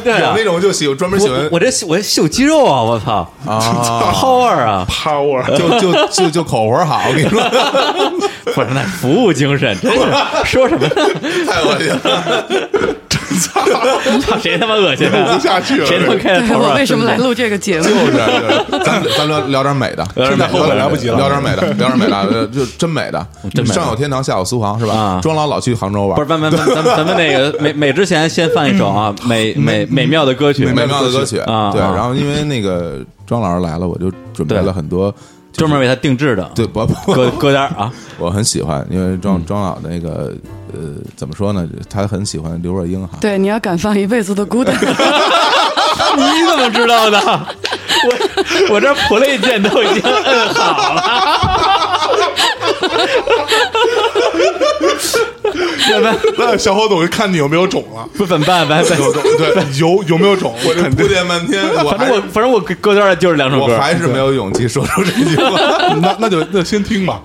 Speaker 3: *laughs* 对啊
Speaker 2: 有那种就喜欢专门喜
Speaker 3: 我
Speaker 2: 欢
Speaker 3: 我这秀我这秀肌肉啊！我操
Speaker 2: 啊
Speaker 3: ，power 啊！ *laughs*
Speaker 5: power，
Speaker 2: 就就就就口活好，我跟你说， *laughs*
Speaker 3: 不是那服务精神，真是说什么呢？ *laughs*
Speaker 2: 太恶心了。
Speaker 3: 操谁他妈
Speaker 2: *laughs*
Speaker 3: 恶心
Speaker 5: 录
Speaker 3: 啊
Speaker 5: 不？下去了。
Speaker 3: 谁他妈开的
Speaker 6: *laughs* *laughs* 对
Speaker 3: 头
Speaker 6: 我
Speaker 3: 啊？
Speaker 6: 为什么来录这个节目？
Speaker 2: 就是，就是
Speaker 3: *laughs*
Speaker 2: 咱们咱们聊聊点美的，
Speaker 3: 点
Speaker 2: 现
Speaker 3: 美
Speaker 2: 在
Speaker 3: 的
Speaker 2: 后悔
Speaker 5: 来不及了
Speaker 2: 聊点美
Speaker 3: *laughs*
Speaker 2: 的，聊点美的，呃就真美的，
Speaker 3: 哦真美的
Speaker 2: 上有天堂，下有苏杭，是
Speaker 3: 啊
Speaker 2: 吧？庄老老去杭州玩，
Speaker 3: 不是，咱们咱们咱们那个美美之前先放一首啊，美美美妙的歌曲，
Speaker 2: 美嗯妙的歌曲
Speaker 3: 啊，
Speaker 2: 对，
Speaker 3: 啊
Speaker 2: 然后因为那个庄老师来了，我就准备
Speaker 3: 对
Speaker 2: 了很多
Speaker 3: 专门为他定制的
Speaker 2: 对，不不，
Speaker 3: 歌嗯歌单啊。
Speaker 2: *laughs* 我很喜欢，因为庄庄老那个呃，怎么说呢？他很喜欢刘若英
Speaker 3: *laughs*
Speaker 2: 哈。
Speaker 6: 对，你要敢放一辈子的孤 *laughs* 单。
Speaker 3: 你怎么知道的？我我这 play 键都已经摁好了。
Speaker 5: 那小伙总看你有没有种
Speaker 2: *laughs*
Speaker 5: 了，
Speaker 3: 不怎么办？反正
Speaker 5: 有种对 *laughs* 有有没有种？我肯定
Speaker 2: 铺垫半
Speaker 3: *laughs*
Speaker 2: 天，我
Speaker 3: 反
Speaker 2: 还
Speaker 3: 正我反正我歌单就是两首
Speaker 2: 我
Speaker 3: 歌，
Speaker 2: 还是没有勇气说出这句
Speaker 3: *laughs*
Speaker 2: 话，
Speaker 5: 那那就那
Speaker 2: *laughs*
Speaker 5: 先听吧。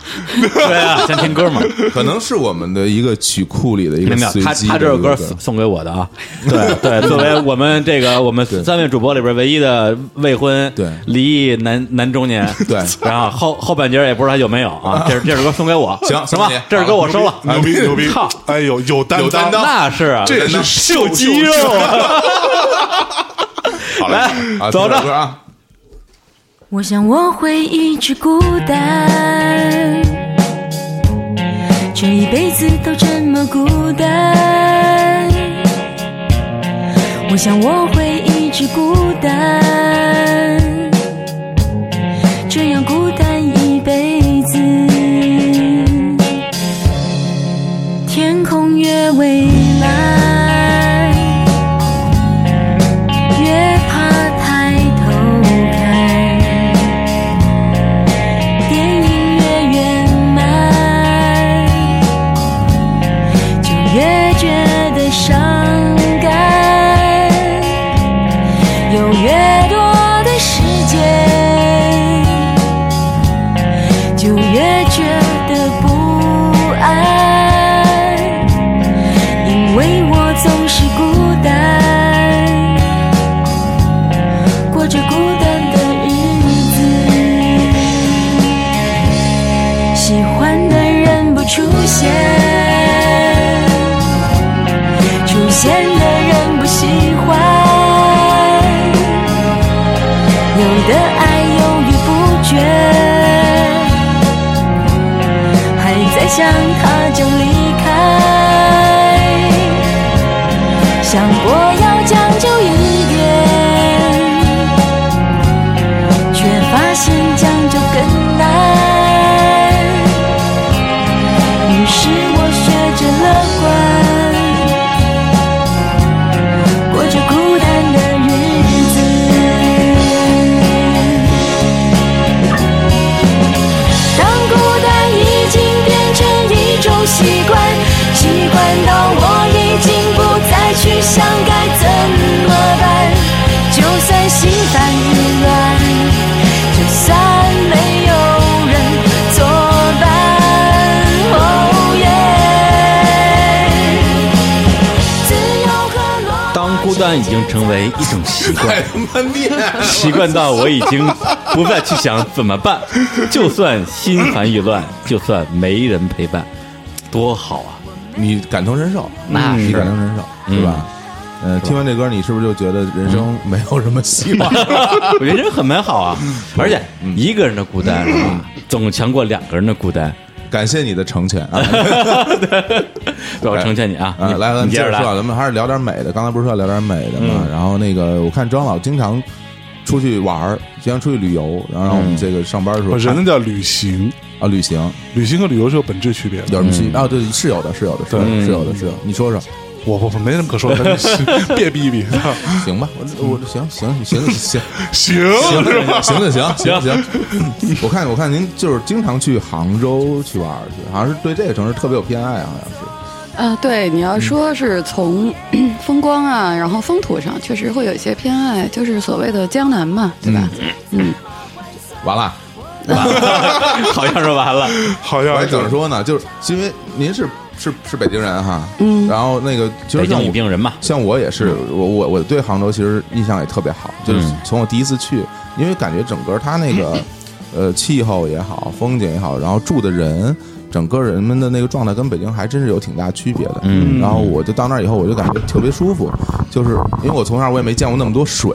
Speaker 3: 对啊，先听歌嘛。
Speaker 2: 可能是我们的一个曲库里的一
Speaker 3: 没
Speaker 2: 个
Speaker 3: 有没有，
Speaker 2: 随
Speaker 3: 他
Speaker 2: 机
Speaker 3: 他
Speaker 2: 的
Speaker 3: 这首
Speaker 2: 一
Speaker 3: 歌
Speaker 2: 个
Speaker 3: 送送给我的啊，对对，作为我们这个我们三位主播里边唯一的未婚
Speaker 2: 对
Speaker 3: 离异男男中年，
Speaker 2: 对
Speaker 3: 然后后后半截也不知道还有没有啊，这这首歌送给我，
Speaker 2: 行
Speaker 3: 行
Speaker 2: 送
Speaker 3: 吧
Speaker 2: 给你，
Speaker 3: 这首歌我收了，
Speaker 5: 牛逼牛逼
Speaker 3: 操！
Speaker 5: 哎呦，有
Speaker 2: *laughs*
Speaker 5: 担
Speaker 2: 有担当
Speaker 3: 那是啊，
Speaker 5: 这也是
Speaker 3: 秀肌肉啊， *laughs*
Speaker 2: 好嘞 *laughs* 啊，
Speaker 3: 走着
Speaker 2: 听首歌啊。
Speaker 1: 我想我会一直孤单，这一辈子都这么孤单。我想我会一直孤单，这样孤单一辈子。天空越蔚蓝。越怕抬头看，电影越圆满。有越多的时间，就越觉得不安，因为我总是孤单，过着孤单的日子。喜欢的人不出现，出现的人不喜欢，有的爱犹豫不决，还在想他就离开，想过要将就一点。却发现将就更难。于是我学着乐观，过着孤单的日子。当孤单已经变成一种习惯，习惯到我已经不再去想该怎么办。就算心烦意乱，就算没有人作伴，哦耶！自由和落寞
Speaker 3: 当孤单已经成为一种习
Speaker 2: *laughs*
Speaker 3: 惯，
Speaker 2: 他妈念，
Speaker 3: *laughs* 习惯到我已经不再去想怎
Speaker 2: *laughs*
Speaker 3: 么办，就算心烦意乱，就算没人陪伴，多好啊！
Speaker 2: 你感同身受，嗯
Speaker 3: 那
Speaker 2: 你
Speaker 3: 是嗯
Speaker 2: 感同身受，对吧？嗯呃，听完这歌，你是不是就觉得人生没有什么希 *laughs* 望？
Speaker 3: 我觉得人很美好
Speaker 2: *laughs*
Speaker 3: 啊，
Speaker 2: 嗯
Speaker 3: 而且一个人的孤单啊总强过两个人的孤单。
Speaker 2: 感谢你的成全 *laughs* 啊！
Speaker 3: 对，我成全你啊！
Speaker 2: 啊，
Speaker 3: 你
Speaker 2: 来，嗯咱们
Speaker 3: 你
Speaker 2: 接
Speaker 3: 接
Speaker 2: 着
Speaker 3: 着
Speaker 2: 说，
Speaker 3: 来。
Speaker 2: 咱们还是聊点美的。刚才不是说要聊点美的嘛？然后那个，我看张老经常出去玩儿，经常出去旅游，然后让我们这个上班的时候
Speaker 5: 不
Speaker 2: 看
Speaker 5: 人那叫旅行，
Speaker 2: 啊旅行
Speaker 5: 旅行和旅游是有本质区别的。
Speaker 2: 有什么区别啊？对，是有的，是有的，是有的，是有的，是有的。你说说，
Speaker 5: 我我我没什么可说的， *laughs* 咱别逼 *laughs* 逼，
Speaker 2: 行吧？我我行行行行
Speaker 5: 行
Speaker 2: 行行了行行行，我看我看您就是经常去杭州去玩儿去，好像是对这个城市特别有偏爱，好像是。
Speaker 6: 啊，对，你要说是从 *clears throat* 风光啊，然后风土上确实会有一些偏爱，就是所谓的江南嘛，对吧？嗯，
Speaker 2: 完了，
Speaker 3: *laughs* 好像
Speaker 2: *laughs*
Speaker 3: 是完了，
Speaker 5: 好
Speaker 2: 我还
Speaker 5: 像
Speaker 2: 怎么
Speaker 5: 是
Speaker 2: 说呢？就是是因为您是是是北京人哈，
Speaker 6: 嗯
Speaker 2: 然后那个其
Speaker 3: 北
Speaker 2: 实像
Speaker 3: 京一
Speaker 2: 我
Speaker 3: 病人嘛， *laughs*
Speaker 2: 像我也是，我我我对杭州其实印象也特别好，就是
Speaker 3: 嗯
Speaker 2: 从我第一次去，因为感觉整个它那个呃气候也好，风景也好，然后住的人。整个人们的那个状态跟北京还真是有挺大区别的，
Speaker 3: 嗯
Speaker 2: 然后我就到那儿以后，我就感觉特别舒服，就是因为我从那儿我也没见过那么多水，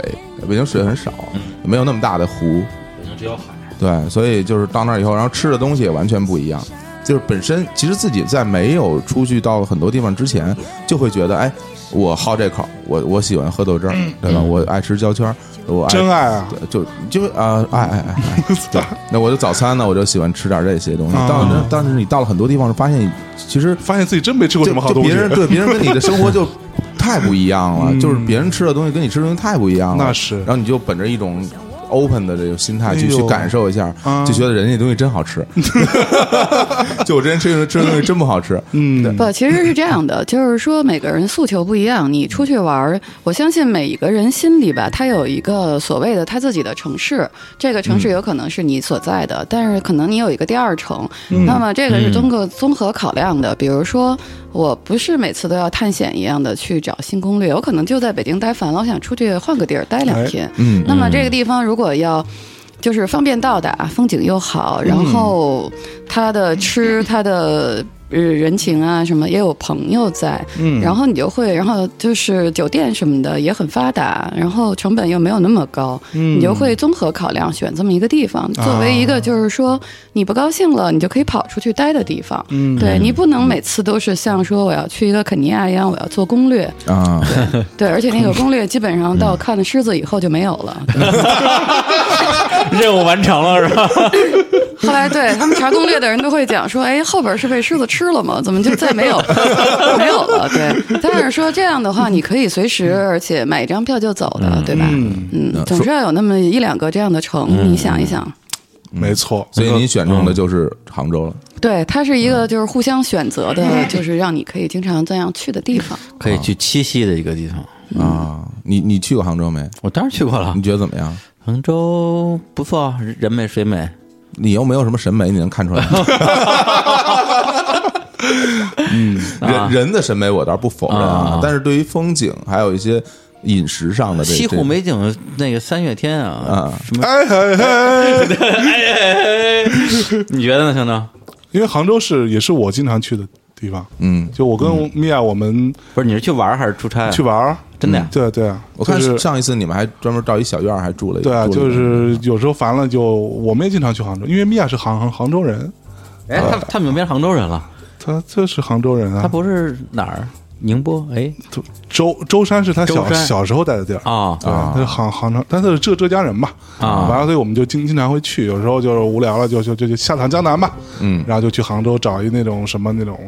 Speaker 2: 北京水很少，
Speaker 3: 嗯
Speaker 2: 没有那么大的湖，
Speaker 3: 北京只有海。
Speaker 2: 对，所以就是到那儿以后，然后吃的东西也完全不一样。就是本身其实自己在没有出去到很多地方之前，就会觉得，哎，我好这口，我我喜欢喝豆汁儿，对吧？我爱吃焦圈儿，我爱
Speaker 5: 真爱嗯啊！
Speaker 2: 对，就就啊，哎哎哎哎，对，那我就早餐呢，我就喜欢吃点这些东西。
Speaker 5: 啊
Speaker 2: 到那，但是你到了很多地方，发现其实
Speaker 5: 发现自己真没吃过
Speaker 2: 就
Speaker 5: 什么好东西
Speaker 2: 就别，人对别人跟你的生活就太不一样了，
Speaker 5: 嗯
Speaker 2: 就是别人吃的东西跟你吃的东西太不一样了。
Speaker 5: 那是
Speaker 2: 然后你就本着一种 open 的这个心态去、
Speaker 5: 哎呦
Speaker 2: 去感受一下，
Speaker 5: 啊
Speaker 2: 就觉得人家东西真好
Speaker 5: *laughs*
Speaker 2: 吃。 *laughs* 就我之前吃的吃的东西真不好吃，
Speaker 5: 嗯，
Speaker 6: 不，其实是这样的，就是说每个人诉求不一样，你出去玩儿，我相信每一个人心里吧，他有一个所谓的他自己的城市，这个
Speaker 5: 嗯
Speaker 6: 城市有可能是你所在的，但是可能你有一个第二城，
Speaker 5: 嗯
Speaker 6: 那么这个是综合综合考量的。比如说，我不是每次都要探险一样的去找新攻略，我可能就在北京待烦了，我想出去换个地儿待两
Speaker 5: 哎
Speaker 6: 天。
Speaker 2: 嗯
Speaker 6: 那么这个地方如果要。就是方便到达，风景又好，然后它的吃、它的呃人情啊什么也有朋友在，嗯，然后你就会，然后就是酒店什么的也很发达，然后成本又没有那么高，嗯，你啊就会综合考量选这么一个地方，作为一个就是说你不高兴了，你就可以跑出去待的地方，嗯，对你不能每次都是像说我要去一个肯尼亚一样，我要做攻略，
Speaker 2: 啊，
Speaker 6: 对，而且那个攻略基本上到看了狮子以后就没有了。
Speaker 3: 任务完成了是吧？
Speaker 6: 后来 *laughs* 对他们查攻略的人都会讲说，哎，后边是被狮子吃了吗？怎么就再 *laughs* 没有没有了？对，但是说这样的话，你可以随时，而且买一张票就走的，对吧？嗯，总是要有那嗯么一两个这样的城，你想一想，
Speaker 5: *laughs* 没错。 *laughs*
Speaker 2: 所以您选中的
Speaker 5: 嗯
Speaker 2: 就是杭州了。
Speaker 6: 对，它是一个就是嗯互相选择的，就是让你可以经常这样去的地方。
Speaker 3: 可以去七夕的一个地方，
Speaker 2: 啊，你你去过杭州没？
Speaker 3: 我当然去过了
Speaker 2: 你，觉得怎么样？
Speaker 3: 杭州不错，啊人美水美。
Speaker 2: 你又没有什么审美，你能看出来
Speaker 5: *laughs*
Speaker 2: 吗？嗯
Speaker 5: 啊
Speaker 4: 人人的审美我倒是不否认
Speaker 3: 啊
Speaker 4: 啊，但是对于风景还有一些饮食上的这
Speaker 3: 西湖
Speaker 4: 这
Speaker 3: 美景那个三月天啊，
Speaker 4: 啊
Speaker 3: 什么？
Speaker 5: 哎嘿
Speaker 3: *laughs*
Speaker 5: 嘿，
Speaker 3: 你觉得呢，强强？
Speaker 5: 因为杭州市也是我经常去的地方，
Speaker 2: 嗯，
Speaker 5: 就我跟米娅我们
Speaker 3: 不是，你是去玩儿还是出差啊？
Speaker 5: 去玩儿，
Speaker 3: 真的呀？
Speaker 5: 对对啊，
Speaker 2: 我看
Speaker 5: 就是
Speaker 2: 上一次你们还专门到一小院儿还住了一，
Speaker 5: 对啊，
Speaker 2: 住了
Speaker 5: 就
Speaker 2: 一
Speaker 5: 是有时候烦了就我们也经常去杭州，因为米娅是杭杭杭州人，
Speaker 3: 哎，他他们变杭州人了，
Speaker 5: 她她是杭州人
Speaker 3: 他
Speaker 5: 啊，
Speaker 3: 不是哪儿？宁波？哎
Speaker 5: 舟舟山是她小
Speaker 3: 舟山
Speaker 5: 小时候待的地儿。
Speaker 3: 啊
Speaker 5: 对，他是杭杭州，但他是浙浙江人嘛，
Speaker 3: 啊
Speaker 5: 完了，所以我们就经经常会去，有时候就是无聊了，就就就就下趟江南吧，嗯，然后就去杭州找一那种什么那种，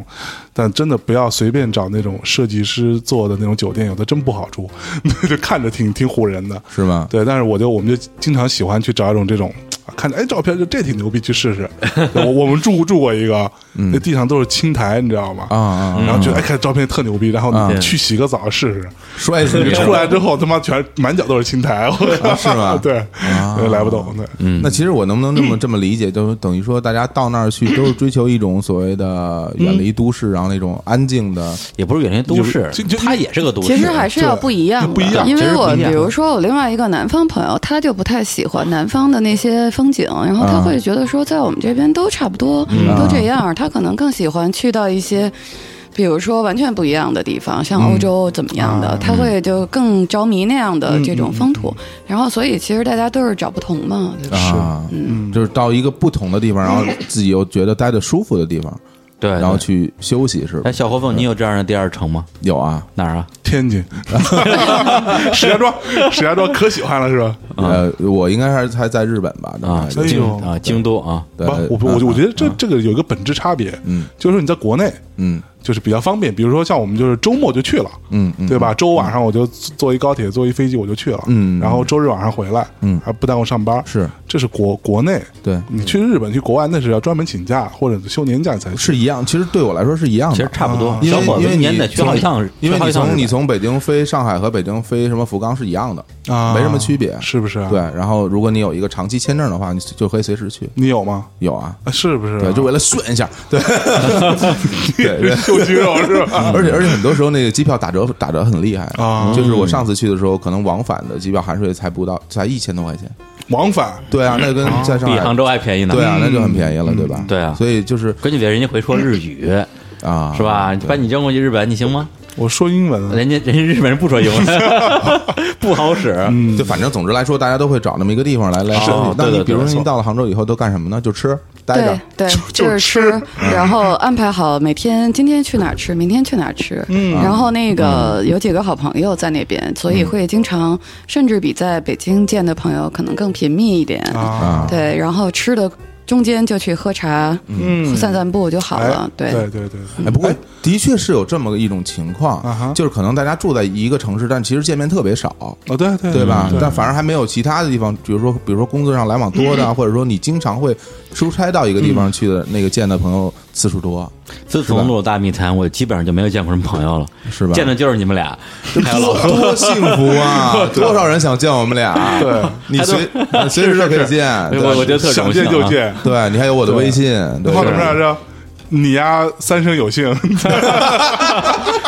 Speaker 5: 但真的不要随便找那种设计师做的那种酒店，有的真不好住， *laughs* 那就看着挺挺唬人的，
Speaker 2: 是吗？
Speaker 5: 对，但是我就我们就经常喜欢去找一种这种，啊看着哎照片就这挺牛逼，去试试。对我我们住住过一个，那地上都是青苔，你知道吗？
Speaker 2: 啊啊，
Speaker 5: 然后觉得哎看照片特牛逼，然后你
Speaker 3: 嗯
Speaker 5: 去洗个澡试试，
Speaker 2: 摔死
Speaker 5: 你
Speaker 2: 你
Speaker 5: 出来之后他妈全满脚都是青
Speaker 2: *laughs*
Speaker 5: 苔，
Speaker 2: 啊是啊嗯吗
Speaker 5: *laughs* 对，对来不动，对，
Speaker 2: 那其实我能不能这么这么理解，就是等于说大家到那儿去都是追求一种所谓的远离都市，然后那种安静的，
Speaker 3: 也不是远离都市
Speaker 5: 就就，
Speaker 3: 它也是个都市。
Speaker 6: 其实还是要
Speaker 5: 对
Speaker 6: 不一样的，
Speaker 5: 不一样
Speaker 6: 因
Speaker 3: 其
Speaker 6: 为
Speaker 3: 实不
Speaker 6: 我
Speaker 3: 一
Speaker 6: 比
Speaker 3: 样嗯
Speaker 6: 如说我另外一个南方朋友，他就不太喜欢南方的那些风景，然后
Speaker 3: 嗯
Speaker 6: 他会觉得说，在我们这边都差不多，都这样，他可能更喜欢去到一些。比如说完全不一样的地方，像
Speaker 3: 嗯
Speaker 6: 欧洲怎么样的，他会就更着迷那样
Speaker 3: 嗯
Speaker 6: 的这种风土。然后，所以其实大家都是找不同嘛，对吧？
Speaker 2: 啊，就是到一个不同的地方，然后自己又觉得待的舒服的地方，
Speaker 3: 对，对
Speaker 2: 然后。去休息是吧
Speaker 3: 哎，？小火凤，你有这样的第二城吗？
Speaker 2: 有啊，
Speaker 3: 哪儿啊？
Speaker 5: 天
Speaker 2: *laughs*
Speaker 5: 津，石家庄，石家庄可喜欢了是吧？
Speaker 2: 呃，我应该还是还呃在日本吧？当
Speaker 3: 啊，
Speaker 2: 时
Speaker 5: 哎
Speaker 3: 京
Speaker 5: 呦
Speaker 3: 啊，京都啊，
Speaker 2: 对
Speaker 5: 不，我不我我觉得这这个有一个本质差别，
Speaker 2: 嗯，
Speaker 5: 就是你在国内，
Speaker 2: 嗯
Speaker 5: 就是比较方便，比如说像我们就是周末就去了，
Speaker 2: 嗯嗯，
Speaker 5: 对吧？周晚上我就坐一高铁，坐一飞机我就去了，
Speaker 2: 嗯
Speaker 5: 然后周日晚上回来，
Speaker 2: 嗯
Speaker 5: 还不耽误上班，
Speaker 2: 是嗯
Speaker 5: 这是国国内。
Speaker 2: 对，
Speaker 5: 你去日本、去国外，那是要专门请假或者休年假才去。
Speaker 2: 是一样。其实对我来说是一样的，
Speaker 3: 其实差不多。
Speaker 2: 因
Speaker 3: 小
Speaker 2: 为
Speaker 3: 伙
Speaker 2: 啊因
Speaker 3: 子，
Speaker 2: 为
Speaker 3: 一
Speaker 2: 你
Speaker 3: 年得去好几趟，
Speaker 2: 因为
Speaker 3: 去好
Speaker 2: 你
Speaker 3: 几
Speaker 2: 从
Speaker 3: 趟日本
Speaker 2: 你从北京飞上海和北京飞什么福冈是一样的，
Speaker 5: 啊
Speaker 2: 没什么区别，
Speaker 5: 是不是啊
Speaker 2: 对，然后如果你有一个长期签证的话，你就可以随时去。
Speaker 5: 你有吗？
Speaker 2: 有啊，
Speaker 5: 啊是不是啊？
Speaker 2: 对，就为了炫一下，
Speaker 5: *laughs*
Speaker 2: 对对对。
Speaker 5: 秀肌肉是吧？
Speaker 2: 而且而且很多时候那个机票打折打折很厉害
Speaker 5: 啊
Speaker 2: 就是我上次去的时候，可能往返的机票含税才不到才一千多块钱。
Speaker 5: 往返
Speaker 2: 对啊，那跟在上
Speaker 3: 比
Speaker 2: 海
Speaker 3: 杭州还便宜呢。
Speaker 2: 对啊，那就很便宜了，对吧？
Speaker 3: 对啊
Speaker 2: 所以就是
Speaker 3: 关键别人家会说日语，
Speaker 2: 啊，
Speaker 3: 是吧？把你扔过去日本，你行吗？
Speaker 5: 我说英文，
Speaker 3: 人家 *laughs* 人家日本人不说英文，不好使。
Speaker 2: 嗯就反正总之来说，大家都会找那么一个地方来来
Speaker 3: 是
Speaker 2: 休息。那
Speaker 3: 对
Speaker 2: 你
Speaker 3: 对对
Speaker 2: 比如
Speaker 3: 没
Speaker 2: 说
Speaker 3: 错
Speaker 2: 你到了杭州以后都干什么呢？就吃待
Speaker 6: 对
Speaker 2: 着。
Speaker 6: 对，就是吃，然后安排好每天今天去哪儿吃，明天去哪儿吃。嗯，然后那个有几个好朋友在那边，所以会经常，甚至比在北京见的朋友可能更频密一点。
Speaker 5: 啊，
Speaker 6: 对，然后吃的中间就去喝茶，
Speaker 5: 嗯
Speaker 6: 散散步就好了
Speaker 5: 哎。
Speaker 6: 对，
Speaker 5: 对对对，
Speaker 2: 哎，不过的确是有这么一种情
Speaker 5: 啊哈
Speaker 2: 况，就是可能大家住在一个城市，但其实见面特别少，
Speaker 5: 哦对对
Speaker 2: 对
Speaker 3: 嗯
Speaker 2: 吧？
Speaker 5: 对
Speaker 2: 但反而还没有其他的地方，比如说，比如说工作上来往多的啊，或者说你经常会出差到一个地方去的那个见的朋友次数多，
Speaker 3: 自从录了大密谈，我基本上就没有见过什么朋友了，
Speaker 2: 是吧？
Speaker 3: 见的就是你们俩，还啊有老
Speaker 2: 多
Speaker 3: 何。
Speaker 2: 多幸福啊！多少人想见我们俩？
Speaker 5: 对，
Speaker 2: 你随你随时都可以见。对
Speaker 3: 我我觉得特
Speaker 5: 想
Speaker 3: 荣幸
Speaker 5: 见
Speaker 3: 啊
Speaker 5: 就见，
Speaker 2: 对你还有我的微信，对
Speaker 5: 然后怎么来着？你呀，三生有幸，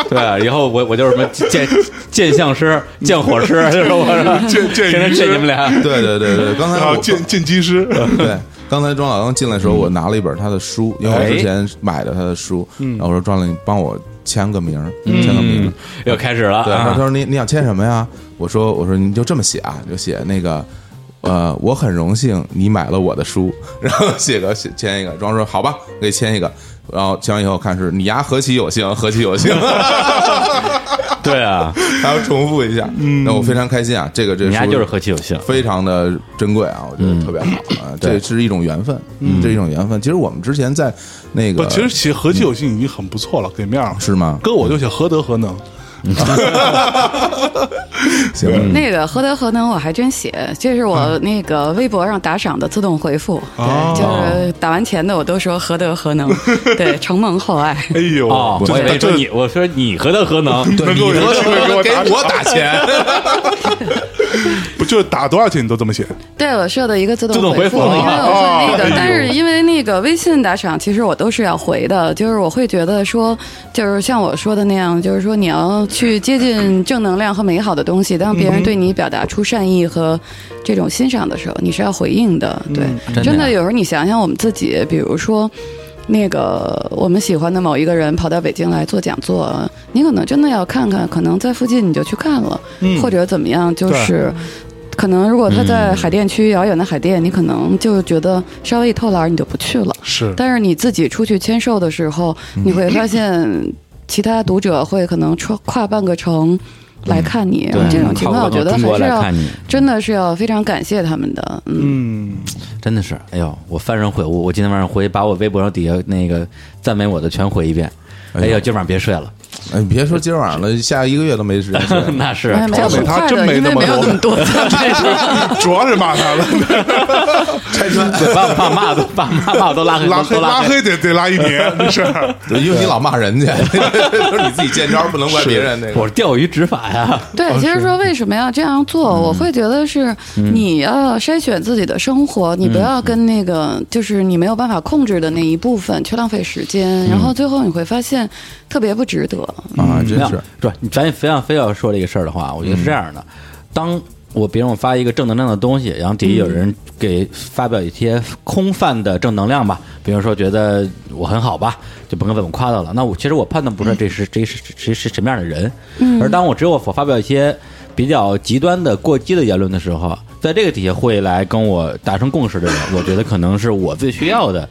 Speaker 3: 对，然后我我就是什么见见相师、见火师， *laughs* 就是我
Speaker 5: 见见
Speaker 3: 天天
Speaker 5: 鱼
Speaker 3: 见
Speaker 5: 师
Speaker 3: 你们俩。
Speaker 2: 对对对对，刚才
Speaker 5: 然
Speaker 3: 啊
Speaker 2: 我
Speaker 5: 后见见机师，
Speaker 2: *laughs* 对，刚才庄老刚进来的时候，我拿了一本他的书，因为
Speaker 3: 哎
Speaker 2: 我之前买的他的书，
Speaker 3: 嗯
Speaker 2: 然后我说庄老，你帮我签个名儿，签个名儿。
Speaker 3: 又开始了，
Speaker 2: 对，然后
Speaker 3: 啊
Speaker 2: 他说你你想签什么呀？我说我说你就这么写啊，你就写那个。呃，我很荣幸你买了我的书， *laughs* 然后写个写签一个，庄说好吧，给签一个，然后签完以后看是你丫何其有幸，何其有幸， *laughs*
Speaker 3: 对啊，
Speaker 2: 还要重复一下，那我非常开心啊，这个这个
Speaker 3: 嗯你家
Speaker 2: 书
Speaker 3: 就是何其有幸。嗯
Speaker 2: 非常的珍贵啊，我觉得特别好啊，这是一种缘分，这是一种缘分。其实我们之前在那
Speaker 5: 不，
Speaker 2: 个，
Speaker 5: 其实写和气有幸已经很不错了，给面儿了。
Speaker 3: *laughs*
Speaker 2: 是吗？
Speaker 5: 跟我就写何德何能，
Speaker 4: 行，
Speaker 6: 那个何德何能，我还真写，这是我那个微博上打赏的自动回复，
Speaker 5: 哦
Speaker 6: 对，就是打完钱的我都说何德何能，对，承蒙厚爱。
Speaker 5: 哎呦，
Speaker 3: 哦，
Speaker 5: 这
Speaker 3: 我以为说
Speaker 5: 这
Speaker 3: 你，我说你何德何能？
Speaker 5: 能够有机会给我
Speaker 4: 给
Speaker 5: 打
Speaker 4: 我打钱，
Speaker 5: 不就是打多少钱你都这么写？
Speaker 6: 对我设的一个自动
Speaker 3: 自动回
Speaker 6: 回
Speaker 3: 复
Speaker 6: 因为我
Speaker 5: 哦
Speaker 6: 是那
Speaker 5: 哎
Speaker 6: 个
Speaker 5: 呦，
Speaker 6: 但是因为那个微信打赏，其实我都是要回的，就是我会觉得说，就是像我说的那样，就是说你要去接近正能量和美好的东西，当
Speaker 3: 嗯
Speaker 6: 别人对你表达出善意和这种欣赏的时候，你是要回应的。对，
Speaker 3: 嗯真的呀
Speaker 6: 真的有时候你想想我们自己，比如说。那个我们喜欢的某一个人跑到北京来做讲座，你可能真的要看看，可能在附近你就去看了，或者怎么样，就
Speaker 5: 嗯对
Speaker 6: 是可能如果他在海淀区遥远的海淀，你可能就觉得稍微一偷懒儿你就不去了。
Speaker 5: 是
Speaker 6: 但是你自己出去签售的时候，你会发现其他读者会可能穿跨半个城来看你，
Speaker 3: 对
Speaker 6: 这种情况我觉得
Speaker 3: 跨过中
Speaker 6: 还是
Speaker 3: 国来
Speaker 6: 要
Speaker 3: 看你
Speaker 6: 真的是要非常感谢他们的。嗯，
Speaker 5: 嗯，
Speaker 3: 真的是，哎呦，我幡然悔悟，我今天晚上回去把我微博上底下那个赞美我的全回一遍。哎呦，今晚上别睡了，
Speaker 4: 哎，你别说今晚上了，下一个月都没时间睡。
Speaker 3: *laughs* 那是
Speaker 6: 哎没有很
Speaker 5: 他
Speaker 6: 快
Speaker 5: 真
Speaker 6: 的，
Speaker 5: 没
Speaker 6: 因为
Speaker 5: 那么
Speaker 6: 没有
Speaker 5: 多
Speaker 6: 那么多。
Speaker 5: 主要是骂他了，
Speaker 3: 对把把骂都把骂骂我都拉黑，
Speaker 5: 拉黑
Speaker 3: 都
Speaker 5: 拉
Speaker 3: 黑。
Speaker 5: 黑得得拉一年，这事儿。
Speaker 4: 对因为你老骂人
Speaker 2: *laughs*
Speaker 4: 家，就是你自己见招儿不能怪别人那个。
Speaker 3: 我是钓鱼执法呀，
Speaker 5: 哦
Speaker 6: 对，其实说为什么要这样做，
Speaker 5: 嗯
Speaker 6: 我会觉得是你要筛选自己的生活，你不
Speaker 5: 嗯
Speaker 6: 要跟那个就是你没有办法控制的那一部分去浪费时间，
Speaker 5: 嗯
Speaker 6: 然后最后你会发现特别不值得。
Speaker 4: 啊，真
Speaker 3: 没有
Speaker 4: 是，
Speaker 3: 对，你咱非要非要说这个事儿的话，我觉得是这样的，当。我别人我发一个正能量的东西，然后底下有人给发表一些空泛的正能量吧，比如说觉得我很好吧，就甭跟我夸到了。那我其实我判断不出来这是这是谁是什么样的人，而当我只有我发表一些比较极端的过激的言论的时候，在这个底下会来跟我达成共识的人，我觉得可能是我最需要的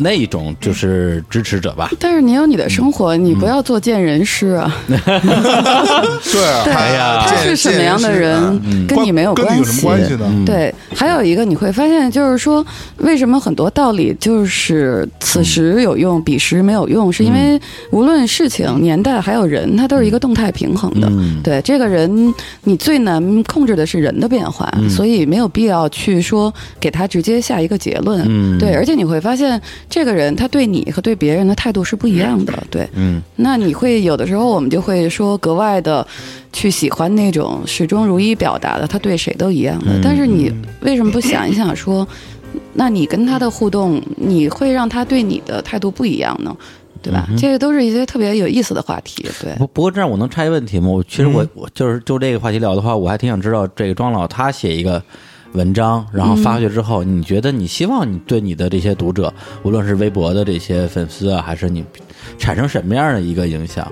Speaker 3: 那一种就是支持者吧。
Speaker 6: 但是你有你的生活，
Speaker 5: 嗯
Speaker 6: 你不要做见人师啊。
Speaker 5: 对啊，
Speaker 6: 对，
Speaker 4: 哎呀
Speaker 6: 他
Speaker 4: 见
Speaker 6: 是什么样的
Speaker 4: 见人
Speaker 6: 人
Speaker 4: 师
Speaker 6: 跟你没有
Speaker 5: 跟你有什么啊嗯关系呢？
Speaker 6: 对，还有一个你会发现，就是说，为什么很多道理就是此时有用，彼时没有用，是因为无论事情、年代还有人，它都是一个动态平衡的。对，这个人你最难控制的是人的变化，所以没有必要去说给他直接下一个结论。对，而且你会发现，这个人他对你和对别人的态度是不一样的。对，
Speaker 3: 嗯，
Speaker 6: 那你会有的时候，我们就会说格外的去喜欢那种始终如一表达的，他对谁都一样的。但是你为什么不想一想说，那你跟他的互动，你会让他对你的态度不一样呢？对吧？这个都是一些特别有意思的话题。对，
Speaker 3: 不不过这样我能插一问题吗？我其实我、我就是就这个话题聊的话，我还挺想知道这个庄老他写一个文章，然后发过去之后，你觉得你希望你对你的这些读者，无论是微博的这些粉丝啊，还是你产生什么样的一个影响？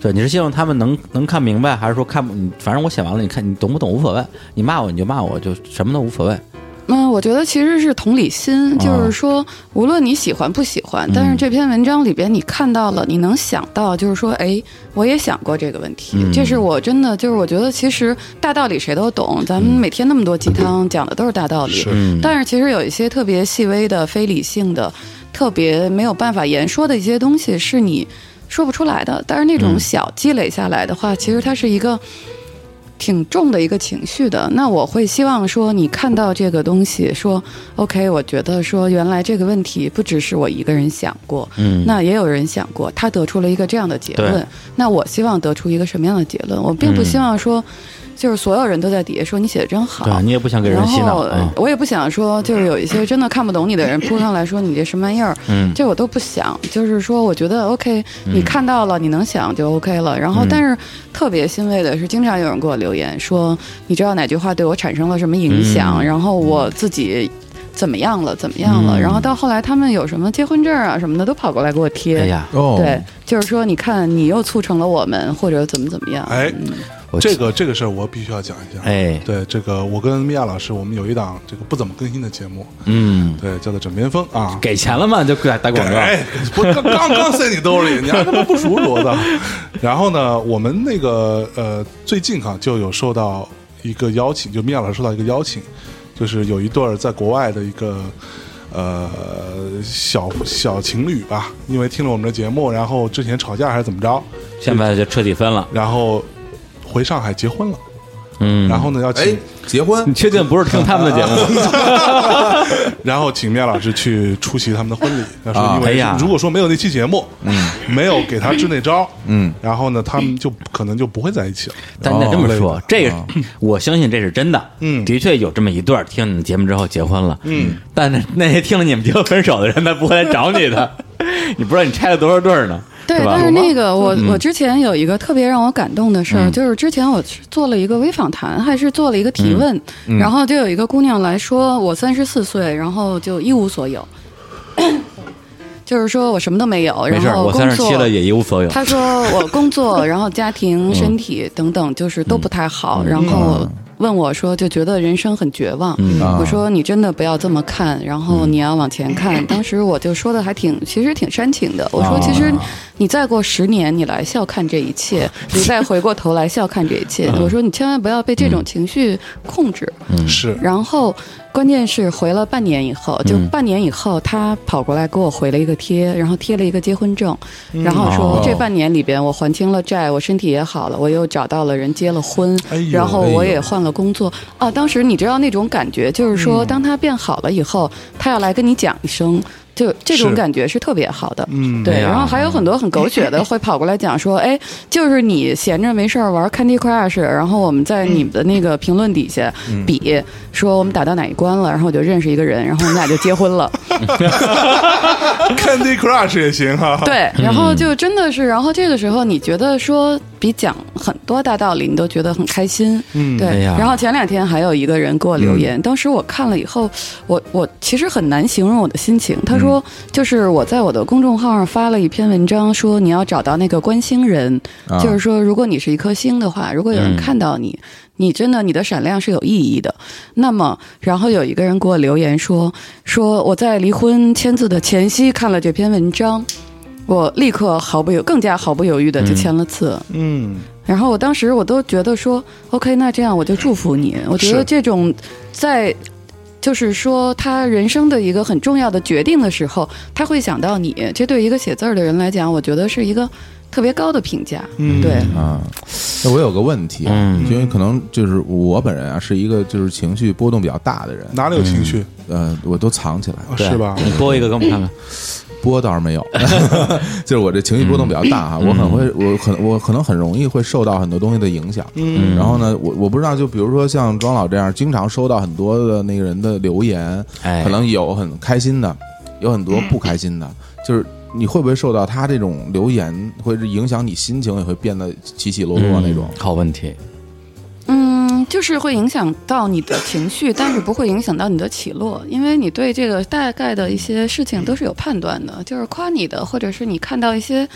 Speaker 3: 对，你是希望他们能能看明白，还是说看不？你反正我写完了，你看你懂不懂无所谓，你骂我你就骂我，就什么都无所谓。
Speaker 6: 嗯，我觉得其实是同理心，就是说，无论你喜欢不喜欢，但是这篇文章里边你看到了，你能想到，就是说，哎，我也想过这个问题。这是我真的，就是我觉得其实大道理谁都懂，咱们每天那么多鸡汤讲的都是大道理，但是其实有一些特别细微的、非理性的、特别没有办法言说的一些东西，是你说不出来的。但是那种小积累下来的话，其实它是一个。挺重的一个情绪的。那我会希望说，你看到这个东西，说 OK，我觉得说原来这个问题不只是我一个人想过，嗯，那也有人想过，他得出了一个这样的结
Speaker 3: 对嗯
Speaker 6: 论。那我希望得出一个什么样的结论？我并不希望说，就是所有人都在底下说你写的真好，
Speaker 3: 对啊，你也不想给人
Speaker 6: 然
Speaker 3: 洗脑
Speaker 6: 后
Speaker 3: 啊。
Speaker 6: 我也不想说，就是有一些真的看不懂你的人扑上来说你这什么玩意儿，
Speaker 3: 嗯
Speaker 6: 这我都不想。就是说，我觉得 OK，你看到了，你能想就 OK
Speaker 3: 嗯
Speaker 6: 了。然后，但是特别欣慰的是，经常有人给我留言说，你知道哪句话对我产生了什么影响，
Speaker 3: 嗯
Speaker 6: 然后我自己。怎么样了？怎么样了？然后到后来，他们有什么结婚证啊什么的，都跑过来给我贴。
Speaker 3: 哎呀，
Speaker 4: 哦
Speaker 6: 对，就是说，你看，你又促成了我们，或者怎么怎么样。
Speaker 5: 哎，
Speaker 3: 嗯我
Speaker 5: 这个这个事儿我必须要讲一下。
Speaker 3: 哎
Speaker 5: 对这个，我跟米娅老师，我们有一档这个不怎么更新的节目，
Speaker 3: 嗯，
Speaker 5: 对，叫做《枕边风》啊。
Speaker 3: 给钱了嘛就打打广告，
Speaker 5: 哎，不是刚刚刚塞你兜里，你还他妈不熟罗的。
Speaker 3: *laughs*
Speaker 5: 然后呢，我们那个呃，最近哈、就有受到一个邀请，就米娅老师受到一个邀请，就是有一对儿在国外的一个呃小小情侣吧，因为听了我们的节目，然后之前吵架还是怎么着，
Speaker 3: 现在就彻底分了。
Speaker 5: 然后回上海结婚了。
Speaker 3: 嗯，
Speaker 5: 然后呢，要
Speaker 4: 哎
Speaker 5: 请，，
Speaker 4: 结婚
Speaker 3: 你确定不是听他们的节目？
Speaker 5: 然后请面老师去出席他们的婚礼。他说，因
Speaker 3: 哎
Speaker 5: 为
Speaker 3: 呀
Speaker 5: 如果说没有那期节目，嗯，没有给他支那招，嗯，然后呢，他们就可能就不会在一起了。
Speaker 3: *laughs* 但你得这么说
Speaker 5: 哦，
Speaker 3: 这个 *clears throat* 我相信这是真的。嗯，的确有这么一对儿听你们节目之后结婚了。嗯，但是那些听了你们节目分手的人，他不会来找你的。 *laughs* 你不知道你拆了多少对儿呢？
Speaker 6: 对，
Speaker 3: 吧嗯
Speaker 6: 但？是那个我我之前有一个特别让我感动的事儿，就是之前我去做了一个微访谈，还是做了一个
Speaker 3: 嗯
Speaker 6: 提问，然后就有一个姑娘来说，我三十四岁，然后就一无所有， *coughs* 就是说我什么都没有，
Speaker 3: 没
Speaker 6: 然
Speaker 3: 事儿，
Speaker 6: 后
Speaker 3: 我
Speaker 6: 工
Speaker 3: 三十
Speaker 6: 作
Speaker 3: 七了也一无所有。
Speaker 6: 他说我工作，然后家庭、身体等等，就是都不太好，然后。问我说，就觉得人生很绝望。我说你真的不要这么看，然后你要往前看。当时我就说的还挺，其实挺煽情的。我说，其实你再过十年，你来笑看这一切，你再回过头来笑看这一切。我说你千万不要被这种情绪控制。
Speaker 5: 是，
Speaker 6: 然后关键是回了半年以后，就
Speaker 5: 嗯
Speaker 6: 半年以后，他跑过来给我回了一个贴，然后贴了一个结婚证，
Speaker 5: 嗯
Speaker 6: 然后说、
Speaker 3: 哦
Speaker 6: 这半年里边我还清了债，我身体也好了，我又找到了人结了婚，
Speaker 5: 哎呦哎
Speaker 6: 然后我也换了工作。啊，当时你知道那种感觉，就是说、当他变好了以后，他要来跟你讲一声。就这种
Speaker 5: 是
Speaker 6: 感觉是特别好的，
Speaker 5: 嗯
Speaker 6: 对。
Speaker 3: 哎呀
Speaker 6: 然后还有很多很狗血的会跑过来讲说，哎，就是你闲着没事儿玩 Candy Crush，然后我们在你们的那个评论底下
Speaker 3: 嗯
Speaker 6: 比、说我们打到哪一关了，然后我就认识一个人，然后我们俩就结
Speaker 3: *laughs*
Speaker 6: 婚了。
Speaker 3: 嗯
Speaker 5: Candy Crush 也行哈、啊。
Speaker 6: 对，然后就真的是，然后这个时候你觉得说比讲很多大道理，你都觉得很开心，嗯，
Speaker 3: 哎
Speaker 6: 对。嗯
Speaker 3: 呀
Speaker 6: 然后前两天还有一个人给我留言，当时我看了以后，我我其实很难形容我的心情。他说，就是我在我的公众号上发了一篇文章，说你要找到那个观星人，就是说如果你是一颗星的话，如果有人看到你，你真的你的闪亮是有意义的。那么，然后有一个人给我留言说，说我在离婚签字的前夕看了这篇文章。我立刻毫不犹更加毫不犹豫的就签了字。
Speaker 5: 嗯，
Speaker 6: 然后我当时我都觉得说，OK，那这样我就祝福你。我觉得
Speaker 5: 是
Speaker 6: 这种在就是说他人生的一个很重要的决定的时候，他会想到你，这对一个写字儿的人来讲，我觉得是一个特别高的评价。
Speaker 5: 嗯
Speaker 6: 对，
Speaker 2: 啊，那我有个问题，啊
Speaker 3: 嗯
Speaker 2: 因为可能就是我本人啊，是一个就是情绪波动比较大的人，
Speaker 5: 哪里有情绪、
Speaker 2: 呃，我都藏起来，
Speaker 5: 啊
Speaker 3: 对
Speaker 5: 是吧？
Speaker 3: 你播一个给我们看看。
Speaker 2: 波倒是没有，就是我这情绪波动比较大哈，我很会，我很我可能很容易会受到很多东西的影响，嗯，然后呢，我我不知道，就比如说像庄老这样，经常收到很多的那个人的留言，
Speaker 3: 哎
Speaker 2: 可能有很开心的，有很多不开心的，就是。你会不会受到他这种留言，会影响你心情，也会变得起起落啊落那种？
Speaker 3: 好问题，
Speaker 6: 嗯，就是会影响到你的情绪，但是不会影响到你的起落，因为你对这个大概的一些事情都是有判断的，就是夸你的，或者是你看到一些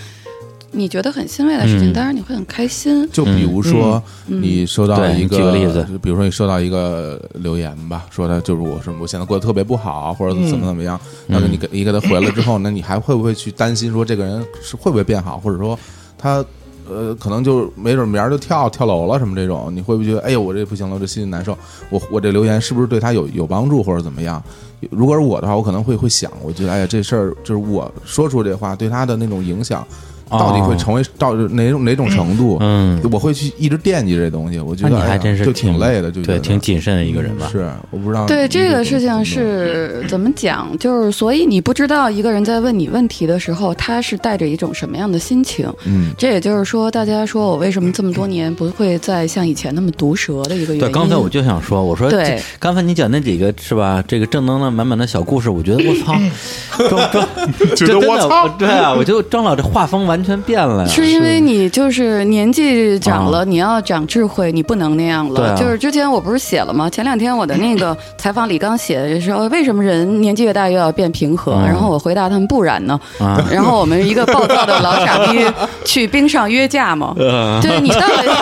Speaker 6: 你觉得很欣慰的事情，
Speaker 3: 嗯
Speaker 6: 当然你会很开心。
Speaker 2: 就比如说，你收到
Speaker 3: 对
Speaker 2: 一个，
Speaker 3: 举个例子
Speaker 2: 就比如说你收到一个留言吧，说他就是我什么，我现在过得特别不好，或者怎么怎么样，那、
Speaker 3: 嗯
Speaker 2: 你给你给他回了之后，那你还会不会去担心说这个人是会不会变好，或者说他呃可能就没准明儿就跳跳楼了什么这种，你会不会觉得哎呦我这不行了，我这心里难受，我我这留言是不是对他有有帮助或者怎么样？如果是我的话，我可能会会想，我觉得哎呀这事儿就是我说出这话对他的那种影响。到
Speaker 3: 哦
Speaker 2: 底会成为到哪种哪种程度？
Speaker 3: 嗯，
Speaker 2: 我会去一直惦记这东西，我觉
Speaker 3: 那
Speaker 2: 得
Speaker 3: 你
Speaker 2: 哎
Speaker 3: 还
Speaker 2: 呀
Speaker 3: 真是
Speaker 2: 就挺累的，就觉
Speaker 3: 对，
Speaker 2: 得嗯
Speaker 3: 挺谨慎的一个人吧。
Speaker 2: 是，我不知道
Speaker 6: 对
Speaker 2: 你
Speaker 6: 这个事
Speaker 2: 怎
Speaker 6: 情
Speaker 2: 么
Speaker 6: 是怎么讲？就是所以你不知道一个人在问你问题的时候，他是带着一种什么样的心情。
Speaker 2: 嗯
Speaker 6: 这也就是说，大家说我为什么这么多年不会再像以前那么毒舌的一个原因。
Speaker 3: 对，刚才我就想说，我说
Speaker 6: 对
Speaker 3: 这刚才你讲那几个是吧？这个正能量满满的小故事，我觉得我操，张张
Speaker 5: 觉
Speaker 3: 就
Speaker 5: 得
Speaker 3: 真的
Speaker 5: 我操，
Speaker 3: 对啊，我就张老这画风完全变了呀，啊
Speaker 6: 是因为你就是年纪长了，你要长智慧，你不能那样
Speaker 3: 对
Speaker 6: 了。
Speaker 3: 啊
Speaker 6: 就是之前我不是写了吗？前两天我的那个 *coughs* 采访里刚写的时候，为什么人年纪越大越要变平和？然后我回答他们不然呢？
Speaker 3: 嗯啊
Speaker 6: 然后我们一个暴躁的老傻逼去冰上约架
Speaker 3: *laughs*
Speaker 6: 嘛。
Speaker 3: 啊
Speaker 6: 对你到底？ *laughs*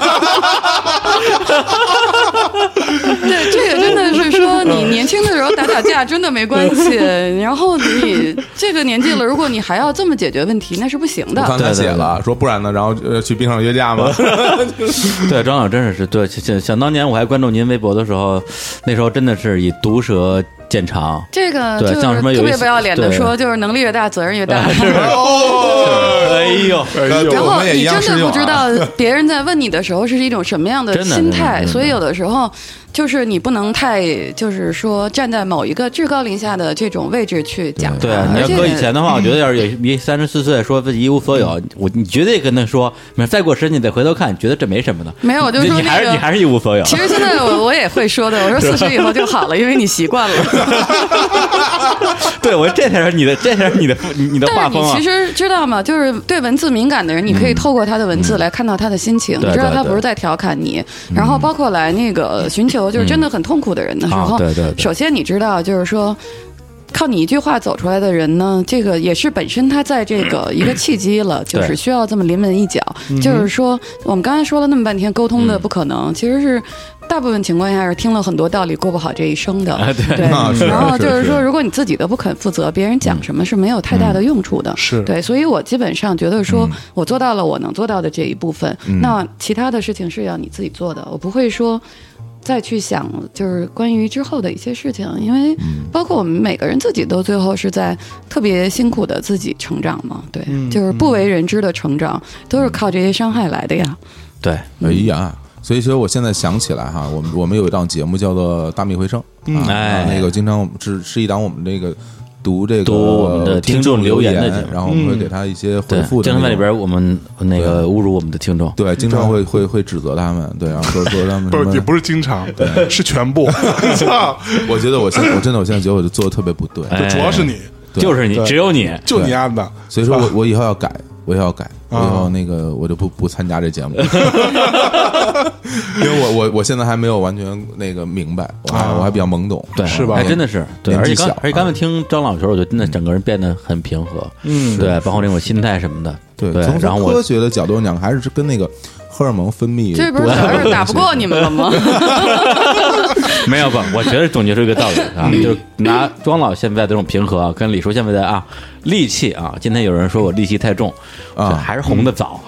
Speaker 6: 对，这个真的是说你年轻的时候打打架真的没关系，然后你这个年纪了，如果你还要这么解决问题，那是不行的
Speaker 4: 我。刚才写了说不然呢，然后呃去冰上约架
Speaker 3: *laughs*
Speaker 4: 吗？
Speaker 3: 对，张老真是是对，想想当年我还关注您微博的时候，那时候真的是以毒舌见长，
Speaker 6: 这个
Speaker 3: 对
Speaker 6: 就是
Speaker 3: 像什么有一
Speaker 6: 特别
Speaker 3: 些
Speaker 6: 不要脸的
Speaker 3: 对 *laughs*
Speaker 6: *laughs* 说，就是能力越大责任越大。
Speaker 3: 是
Speaker 5: 哦，
Speaker 3: 哎哎呦，
Speaker 5: 哎
Speaker 4: *laughs* 对
Speaker 5: 呦
Speaker 6: 然
Speaker 4: 我
Speaker 6: 后
Speaker 4: 们也一
Speaker 6: 你
Speaker 4: 样
Speaker 6: 真
Speaker 4: 适
Speaker 6: 的
Speaker 4: 用啊
Speaker 6: 不知道
Speaker 4: *laughs*
Speaker 6: 别人在问你的时候是一种什么样的
Speaker 3: 真的
Speaker 6: 心
Speaker 3: 真的真
Speaker 6: 态，
Speaker 3: 的
Speaker 6: 所以有的时候就是你不能太就是说站在某一个至高临下的这种位置去讲
Speaker 3: 对
Speaker 6: 它
Speaker 3: 啊，你要
Speaker 6: 而且
Speaker 3: 搁以前的话，我觉得要是有一三十四岁说自己一无所有，
Speaker 6: 嗯
Speaker 3: 我你绝对跟他说，你再过十年你再回头看，觉得这没什么的。
Speaker 6: 没有我就
Speaker 3: 你
Speaker 6: 说
Speaker 3: 你还是
Speaker 6: 那个
Speaker 3: 你还是一无所有。
Speaker 6: 其实现在我我也会说的，我说四十以后就好了，因为你习惯了。
Speaker 3: *laughs* 对我这才是你的，这才是你的你你的
Speaker 6: 但
Speaker 3: 画
Speaker 6: 是
Speaker 3: 风
Speaker 6: 你
Speaker 3: 啊
Speaker 6: 其。实知道吗？就是对文字敏感的人，你可以透过他的文字来看到他的心情，
Speaker 3: 嗯对
Speaker 6: 你知道
Speaker 3: 对
Speaker 6: 他
Speaker 3: 对
Speaker 6: 不是在调侃你。然后包括来那个寻求就是真的很痛苦的人的时
Speaker 3: 啊
Speaker 6: 候，
Speaker 3: 对对对
Speaker 6: 首先你知道就是说。靠你一句话走出来的人呢，这个也是本身他在这个一个契机了，就
Speaker 3: 对嗯
Speaker 6: 是需要这么临门一脚。就是说，我们刚才说了那么半天沟通的不可能，其实是大部分情况下是听了很多道理过不好这一生的。
Speaker 3: 啊对
Speaker 6: 对，
Speaker 4: 啊是
Speaker 6: 然后就是是
Speaker 4: 是
Speaker 6: 说，如果你自己都不肯负责，别人讲什么是没有太大的用处的。
Speaker 5: 是
Speaker 6: 对，所以我基本上觉得说，我做到了我能做到的这一部分，那其他的事情是要你自己做的，我不会说。再去想，就是关于之后的一些事情，因为包括我们每个人自己都最后是在特别辛苦的自己成长嘛，对，就是不为人知的成长，都是靠这些伤害来的呀。
Speaker 3: 对，
Speaker 2: 哎呀，所以其实我现在想起来哈，我们我们有一档节目叫做《大米回声》，啊，
Speaker 3: 哎
Speaker 2: 那个经常我们是是一档我们这个读这个
Speaker 3: 读我们的听
Speaker 2: 听
Speaker 3: 众留
Speaker 2: 留
Speaker 3: 言的节目嗯
Speaker 2: 然后我们会给他一些回
Speaker 3: 对，
Speaker 2: 复的那种，
Speaker 3: 经常在里边我们那个侮辱我们的听众，
Speaker 2: 对，经常会会会指责他们，对，然后说说
Speaker 5: *laughs*
Speaker 2: 他们
Speaker 5: 不
Speaker 2: 什
Speaker 5: 是
Speaker 2: 么
Speaker 5: 也不是经常，是全部。 *laughs* 操，
Speaker 2: *laughs* 我觉得我现我真的我现在觉得我就做的特别不对，
Speaker 3: 哎
Speaker 5: 主要是你，
Speaker 3: 就是你，只有你。
Speaker 5: 就你按的。
Speaker 2: 所以说我我以后要改，我以后要改，
Speaker 5: 啊
Speaker 2: 我以后那个我就不不参加这节目， *laughs* 因为我我我现在还没有完全那个明白，我还我还比较懵懂，
Speaker 3: 对，
Speaker 5: 啊是吧
Speaker 3: 还真的是，对，
Speaker 2: 年
Speaker 3: 而
Speaker 2: 纪
Speaker 3: 且刚
Speaker 2: 小嗯
Speaker 3: 而且刚才听张老的时候，我就真的整个人变得很平和，嗯，对，包括那种心态什么的，
Speaker 2: 对，
Speaker 3: 对
Speaker 2: 从，
Speaker 3: 然后
Speaker 2: 从科
Speaker 3: 我
Speaker 2: 学的角度讲，还是跟那个荷尔蒙分泌，
Speaker 6: 这不是
Speaker 3: *laughs*
Speaker 6: 早上打不过你们了 *laughs* 吗？
Speaker 3: 没有吧，我觉得总结出一个道理啊，
Speaker 2: 嗯
Speaker 3: 就是拿庄老现在的这种平和啊，跟李叔现在的啊戾气啊，今天有人说我戾气太重
Speaker 2: 啊嗯
Speaker 3: 还是红的早，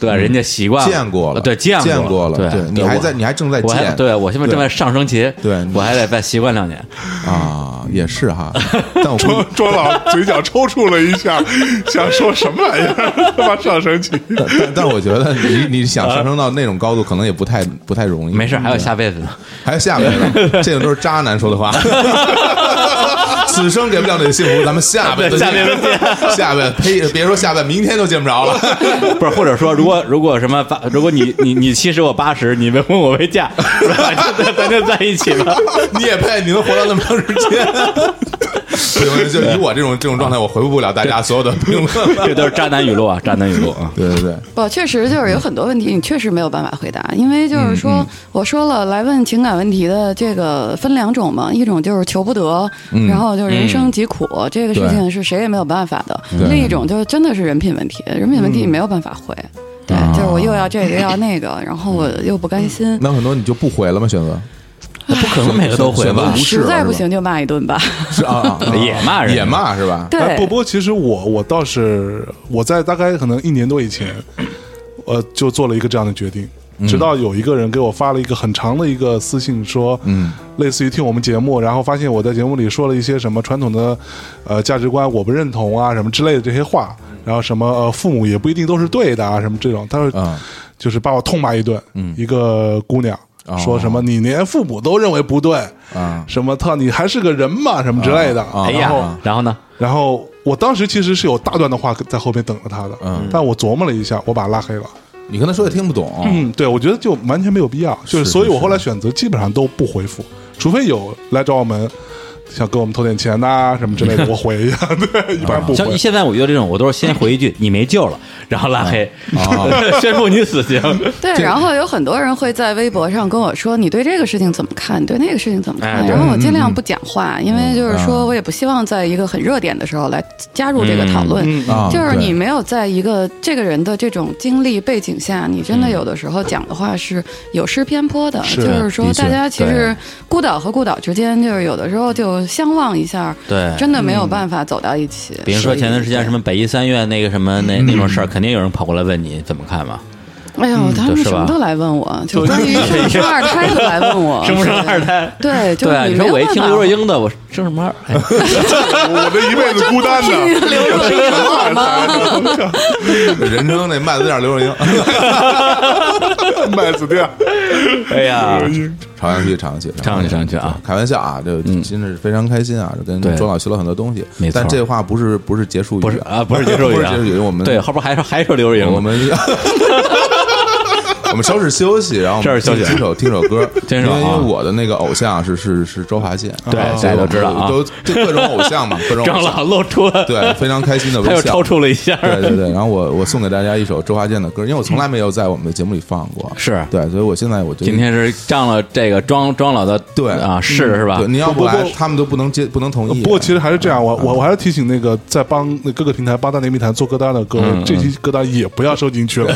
Speaker 3: 对，人家习惯
Speaker 2: 见过了，
Speaker 3: 对，见
Speaker 2: 见过
Speaker 3: 了，
Speaker 2: 了，对你还在，
Speaker 3: 我
Speaker 2: 你还正在
Speaker 3: 我还
Speaker 2: 见，
Speaker 3: 对我现在正在上升期，
Speaker 2: 对
Speaker 3: 我还得再习惯两年，
Speaker 2: 啊，也是哈，但我
Speaker 3: *laughs*
Speaker 2: 估计
Speaker 5: 庄 *laughs* 庄老嘴角抽搐了一下，想说什么玩意儿？他妈上升期，
Speaker 2: 但但但我觉得你你想上升到那种高度，可能也不太不太容易，
Speaker 3: 没事，还有
Speaker 2: 对
Speaker 3: 下辈子呢。
Speaker 2: 还有
Speaker 5: *laughs*
Speaker 2: 下面呢，这种都是渣男说的话。此生给不了你的幸福，咱们下辈子
Speaker 3: 下辈子
Speaker 2: 见， *laughs* 下辈子呸，别说下辈子，明天都见不着
Speaker 5: *laughs*
Speaker 2: 了。
Speaker 3: 不是，或者说，如果如果什么八，如果你你你七十我八十，你问我为嫁，是吧咱咱就在一起了。
Speaker 2: 你也配？你能活到那么长时间？对，就以我这种这种状态，我回复不了大家所有的评论了。
Speaker 3: 这都是渣男语录啊，渣男语录啊。
Speaker 2: 对对对，
Speaker 6: 不，确实就是
Speaker 2: 嗯
Speaker 6: 有很多问题，你确实没有办法回答，因为就是说，我说了，来问情感问题的这个分两种嘛，一种就是求不得，
Speaker 2: 嗯
Speaker 6: 然后就是人生疾苦，这个事情是谁也没有办法的；另一种就是真的是人品问题，人品问
Speaker 2: 嗯
Speaker 6: 题你没有办法回。
Speaker 2: 啊
Speaker 6: 对，就是我又要这个又要那个，然后我又
Speaker 2: 嗯
Speaker 6: 不甘心，
Speaker 2: 那很多你就不回了吗？选择
Speaker 3: 不可能每个都回吧
Speaker 2: 无？视
Speaker 6: 实
Speaker 2: 了
Speaker 6: 在
Speaker 2: 是
Speaker 6: 不
Speaker 2: 吧
Speaker 6: 行就骂一顿
Speaker 2: *laughs*
Speaker 6: 吧。
Speaker 2: 是啊，啊
Speaker 3: 也骂人
Speaker 2: 也骂是吧？
Speaker 5: 哎，
Speaker 6: 对，
Speaker 5: 不不过其实我我倒是我在大概可能一年多以前，呃，就做了一个这样的决定。直到有一个人给我发了一个很长的一个私信，说，嗯，类似于听我们节目，然后发现我在节目里说了一些什么传统的，呃，价值观我不认同啊，什么之类的这些话，然后什么呃，父母也不一定都是对的啊，什么这种，他说，
Speaker 2: 啊
Speaker 5: 就是把我痛骂一顿，一个姑娘。
Speaker 2: 哦
Speaker 5: 说什么你连父母都认为不对
Speaker 2: 啊
Speaker 5: 什么他你还是个人嘛什么之类的
Speaker 2: 啊
Speaker 3: 哎
Speaker 5: 然后
Speaker 3: 呀，然后呢？
Speaker 5: 然后我当时其实是有大段的话在后面等着他的，
Speaker 2: 嗯
Speaker 5: 但我琢磨了一下，我把他拉黑了。
Speaker 2: 你跟他说也听不懂，
Speaker 5: 嗯，对，我觉得就完全没有必要，就是
Speaker 2: 是
Speaker 5: 所以，我
Speaker 2: 是
Speaker 5: 后来选择基本上都不回复，除非有来找我们想给我们投点钱呐、什么之类的，我回一下，对，一般
Speaker 2: 啊
Speaker 5: 不
Speaker 3: 像
Speaker 5: 回。
Speaker 3: 现在我遇到这种，我都是先回一句“你没救了”，然后拉黑，宣布你死刑。
Speaker 6: 对，然后有很多人会在微博上跟我说：“你对这个事情怎么看？你对那个事情怎么看？”
Speaker 3: 哎对嗯
Speaker 6: 然后我尽量不讲话，因为就是说我也不希望在一个很热点的时候来加入这个讨论。
Speaker 5: 嗯
Speaker 2: 啊
Speaker 6: 就是
Speaker 2: 对
Speaker 6: 你没有在一个这个人的这种经历背景下，你真的有的时候讲的话是有失偏颇的。
Speaker 5: 是
Speaker 6: 就是说，
Speaker 2: 的确
Speaker 6: 大家其
Speaker 2: 对
Speaker 6: 实孤岛和孤岛之间，就是有的时候就相望一下，
Speaker 3: 对嗯
Speaker 6: 真的没有办法走到一起。
Speaker 3: 比如说前段时间
Speaker 6: 所以
Speaker 3: 什么北医三院那个什么那那种事儿，肯定有人跑过来问你怎么看嘛。
Speaker 6: 哎呦，他们
Speaker 3: 嗯是吧
Speaker 6: 什么都来问我，就关于
Speaker 3: *laughs*
Speaker 6: 生不生二胎都来问我，
Speaker 3: 生不生二胎
Speaker 6: *laughs* 对，就是
Speaker 3: 对，
Speaker 6: 你
Speaker 3: 你说
Speaker 6: 没有
Speaker 3: 我一
Speaker 6: 办
Speaker 3: 听
Speaker 6: 法
Speaker 3: 刘若，英的，我生什么二？哎
Speaker 5: 我这一辈子孤
Speaker 2: *laughs*
Speaker 5: 单
Speaker 6: *laughs* 听
Speaker 5: 的，
Speaker 6: 刘若英好吗？
Speaker 2: 人称那麦子店刘若英，
Speaker 5: *laughs*
Speaker 2: *laughs*
Speaker 5: 麦子店。
Speaker 3: 哎
Speaker 2: 朝
Speaker 3: 呀，
Speaker 2: 阳区，朝阳区，
Speaker 3: 唱去唱去啊！
Speaker 2: 开玩笑啊，这真的是非常开心啊，这跟
Speaker 3: 对
Speaker 2: 周老学了很多东西。
Speaker 3: 没错
Speaker 2: 但这话不是不是结束语，
Speaker 3: 不是啊，不
Speaker 2: *laughs*
Speaker 3: 是结束语
Speaker 2: 不是
Speaker 3: 啊，
Speaker 2: 结束语，我们
Speaker 3: 对后边还说还说刘若英，
Speaker 2: 我们 *laughs* 我们稍事休息，然后我们
Speaker 3: 稍事休息
Speaker 2: 听首听首歌，
Speaker 3: *laughs* 听首啊
Speaker 2: 因为我的那个偶像是是是周华健，
Speaker 3: 对
Speaker 2: 啊
Speaker 3: 大家都知道啊
Speaker 2: 都就各种偶像
Speaker 3: *laughs*
Speaker 2: 嘛，各种
Speaker 3: 张
Speaker 2: 偶像
Speaker 3: 老露出了，
Speaker 2: 对，非常开心
Speaker 3: *laughs*
Speaker 2: 的微
Speaker 3: 他
Speaker 2: 笑，
Speaker 3: 又超出了一下，
Speaker 2: 对对对，然后我我送给大家一首周华健的歌，因为我从来没有在我们的节目里放过，
Speaker 3: 是
Speaker 2: 对，所以我现在我觉得
Speaker 3: 今天是仗了这个庄庄老的
Speaker 2: 对
Speaker 3: 啊是是吧
Speaker 2: 对？你要
Speaker 5: 不
Speaker 2: 不来
Speaker 5: 不，
Speaker 2: 他们都不能接不能同意。
Speaker 5: 不过其实还是
Speaker 2: 嗯
Speaker 5: 这样，我我我还是提醒那个在帮那各个平台帮大内密谈做歌单的各位，这期歌单也不要收进
Speaker 2: *laughs*
Speaker 5: 去了，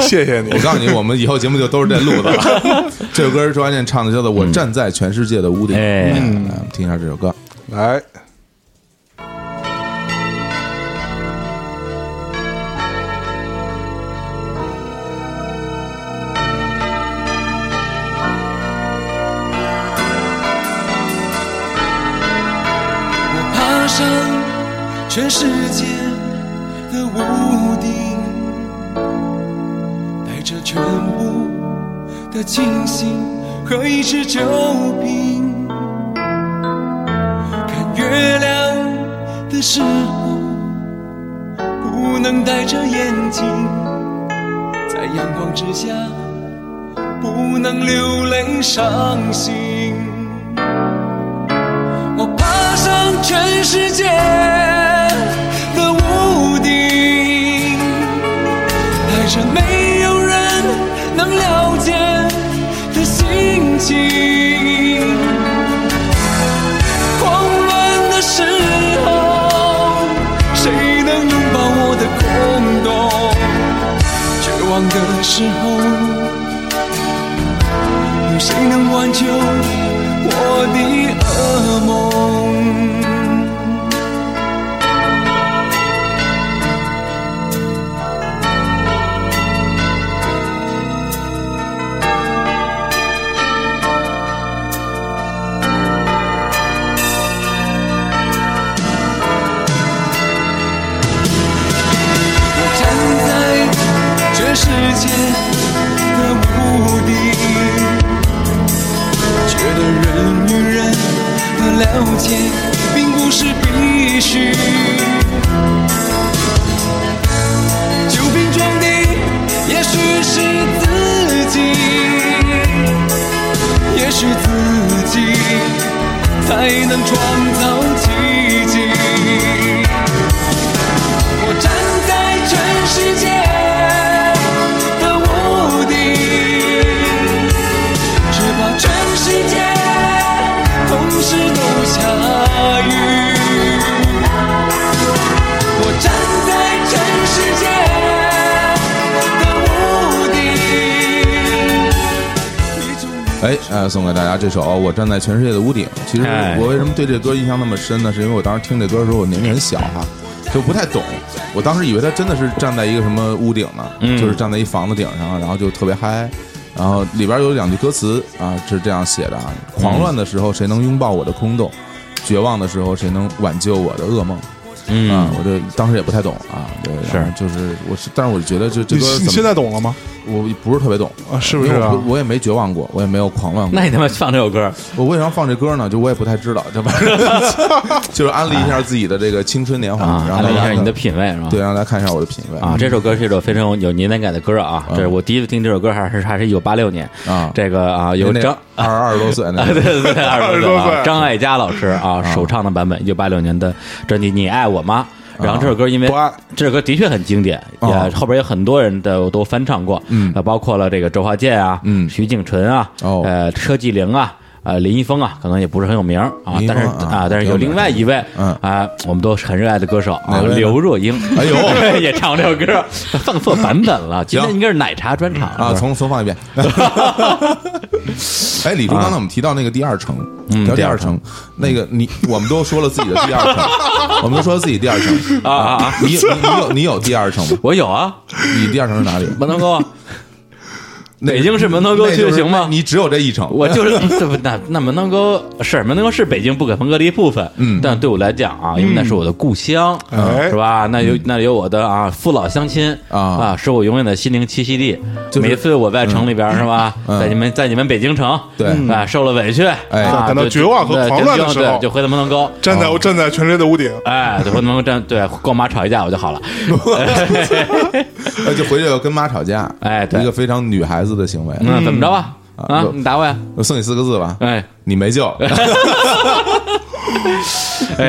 Speaker 5: 谢谢你
Speaker 2: 嗯我。告诉你，我们以后节目就都是这路子
Speaker 5: *laughs*
Speaker 2: 了。这首歌是周华健唱的，叫做《
Speaker 5: 嗯
Speaker 2: 我站在全世界的屋顶》。
Speaker 3: 哎
Speaker 2: 嗯来，我们听一下这首歌。
Speaker 5: 来，
Speaker 8: 我爬上全世界的屋顶，带着全部的清醒和一支酒瓶，看月亮的时候不能戴着眼镜，在阳光之下不能流泪伤心。我爬上全世界的屋顶，带着没有人能了解的心情。狂乱的时候，谁能拥抱我的空洞？绝望的时候。有谁能挽救我的噩梦？我站在全世界的屋顶，觉得人与人的了解并不是必须。久病床的也许是自己，也许自己才能创造奇迹。我站在全世界的屋顶，只怕全世界同时都下雨。我站在全世界的屋顶，一种
Speaker 2: 哎，呃，送给大家这首《我站在全世界的屋顶》。其实
Speaker 3: 哎
Speaker 2: 我为什么对这歌印象那么深呢？是因为我当时听这歌的时候，我年龄很小哈、就不太懂。我当时以为他真的是站在一个什么屋顶呢，
Speaker 5: 嗯
Speaker 2: 就是站在一房子顶上，然后就特别嗨。然后里边有两句歌词啊，是这样写的啊：狂乱的时候，谁能拥抱我的空洞？绝望的时候，谁能挽救我的噩梦？
Speaker 5: 嗯
Speaker 2: 啊，我这当时也不太懂啊，对，然后就是我是，但是我觉得这这
Speaker 5: 你
Speaker 2: 歌
Speaker 5: 你
Speaker 2: 怎
Speaker 5: 现
Speaker 2: 么
Speaker 5: 在懂了吗？
Speaker 2: 我不是特别懂
Speaker 5: 啊是不
Speaker 2: 因为
Speaker 5: 是啊
Speaker 2: 我不我也没绝望过，我也没有狂乱过。
Speaker 3: 那你他妈放这首歌，
Speaker 2: 我为啥放这歌呢？就我也不太知道，这反正就是安利一下自己的这个青春年华，
Speaker 3: 啊，
Speaker 2: 然后
Speaker 3: 安
Speaker 2: 大
Speaker 3: 利一
Speaker 2: 家
Speaker 3: 下你的品味是吧？
Speaker 2: 对，让大家看一下我的品味
Speaker 3: 啊，这首歌是一首非常有年代感的歌啊，这是我第一次听这首歌，还是还是一九八六年
Speaker 2: 嗯啊
Speaker 3: 这个啊，有
Speaker 2: 那
Speaker 3: 张。
Speaker 2: 二二十多岁那
Speaker 3: 啊， *laughs* 对
Speaker 2: 个，
Speaker 3: 对对，二十
Speaker 5: 十
Speaker 3: 多
Speaker 5: 多
Speaker 3: 岁啊，
Speaker 5: 岁
Speaker 3: 张艾嘉老师啊，首唱的版本，一九八六年的专辑《你爱我吗》。然后这首歌，因为
Speaker 5: 不爱
Speaker 3: 这首歌的确很经典，
Speaker 2: 啊
Speaker 3: 也后边有很多人的都翻唱过，嗯，包括了这个周华健啊，
Speaker 2: 嗯
Speaker 3: 徐景纯啊，
Speaker 2: 哦
Speaker 3: 呃，车继玲啊，呃，林一峰啊，可能也不是很有名儿啊
Speaker 2: 林一，峰
Speaker 3: 但是
Speaker 2: 啊
Speaker 3: 啊，但是有另外一位，
Speaker 2: 嗯
Speaker 3: 啊，我们都很热爱的歌手
Speaker 2: 哪
Speaker 3: 啊，
Speaker 2: 位呢
Speaker 3: 刘若英，
Speaker 2: 哎呦
Speaker 3: *laughs* 也唱过这首歌，放错版本了，今天
Speaker 2: 行
Speaker 3: 应该是奶茶专场
Speaker 2: 啊，
Speaker 3: 是吧
Speaker 2: 重重放
Speaker 3: *laughs*
Speaker 2: 一遍。哎，李叔，刚
Speaker 3: 啊
Speaker 2: 才我们提到那个第二城，
Speaker 3: 嗯
Speaker 2: 聊第二城，那个你，我们都说了自己的第二城，我们都说了自己第二城
Speaker 3: *laughs* 啊啊啊
Speaker 2: 你你你有你有第二城吗？
Speaker 3: 我有啊，
Speaker 2: 你第二城是哪里？
Speaker 3: 门头沟啊，
Speaker 2: 那
Speaker 3: *laughs* 北京是门头沟
Speaker 2: 那
Speaker 3: 区
Speaker 2: 就是
Speaker 3: 行吗
Speaker 2: 你只有这一城，
Speaker 3: 我就是 *laughs* 这不那那门头沟是门头沟是北京不可分割的一部分，嗯，但对我来讲啊，因为那是我的故乡，
Speaker 5: 哎
Speaker 3: 是吧？那有那有我的啊父老乡亲
Speaker 2: 嗯啊
Speaker 3: 是我永远的心灵栖息地。
Speaker 2: 就是嗯
Speaker 3: 每次我在城里边儿是吧，在你们在你们北京城
Speaker 2: 对
Speaker 3: 啊受了委屈，
Speaker 2: 哎
Speaker 3: 啊
Speaker 5: 感到
Speaker 3: 就
Speaker 5: 绝望和
Speaker 3: 对
Speaker 5: 狂
Speaker 3: 就
Speaker 5: 乱的
Speaker 3: 就
Speaker 5: 时候
Speaker 3: 对就回到门头沟。
Speaker 5: 站
Speaker 2: 啊
Speaker 5: 在我站在权力的屋顶，
Speaker 3: 哎，就回门头沟站对跟我妈吵一架我
Speaker 2: *laughs*
Speaker 3: 就好了。
Speaker 2: 呃就回去要跟妈吵架，
Speaker 3: 哎对
Speaker 2: 一个非常女孩子的行为。
Speaker 3: 那怎么着啊？啊
Speaker 2: 啊，
Speaker 3: 你打我呀？
Speaker 2: 我送你四个字吧，
Speaker 3: 哎，
Speaker 2: 你没救。
Speaker 3: 哎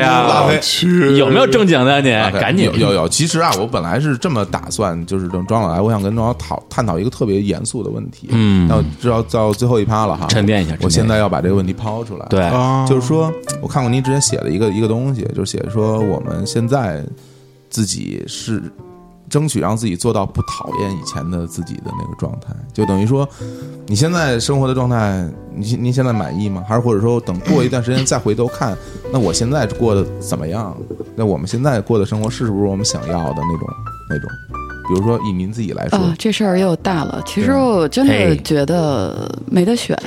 Speaker 2: 拉
Speaker 3: 呀，
Speaker 2: 黑
Speaker 5: 去
Speaker 3: 有没有正经的你？
Speaker 2: OK，
Speaker 3: *laughs* 赶紧
Speaker 2: 有有有，其实啊，我本来是这么打算，就是等庄老哎来，我想跟庄老讨探讨一个特别严肃的问题。
Speaker 3: 嗯
Speaker 2: 那我知道到最后一趴了哈，
Speaker 3: 沉淀一下沉淀一
Speaker 2: 啊
Speaker 3: 下
Speaker 2: 我现在要把这个问题抛出来。
Speaker 3: 对，
Speaker 5: 啊？
Speaker 2: 就是说，我看过您之前写的一个一个东西，就是写说我们现在自己是争取让自己做到不讨厌以前的自己的那个状态，就等于说，你现在生活的状态，您您现在满意吗？还是或者说等过一段时间再回头看，那我现在过得怎么样？那我们现在过的生活是不是我们想要的那种那种？比如说以您自己来说，
Speaker 6: 啊，这事儿又大了。其实
Speaker 2: 对
Speaker 6: 我真的
Speaker 3: 嘿嗯
Speaker 6: 觉得没得选，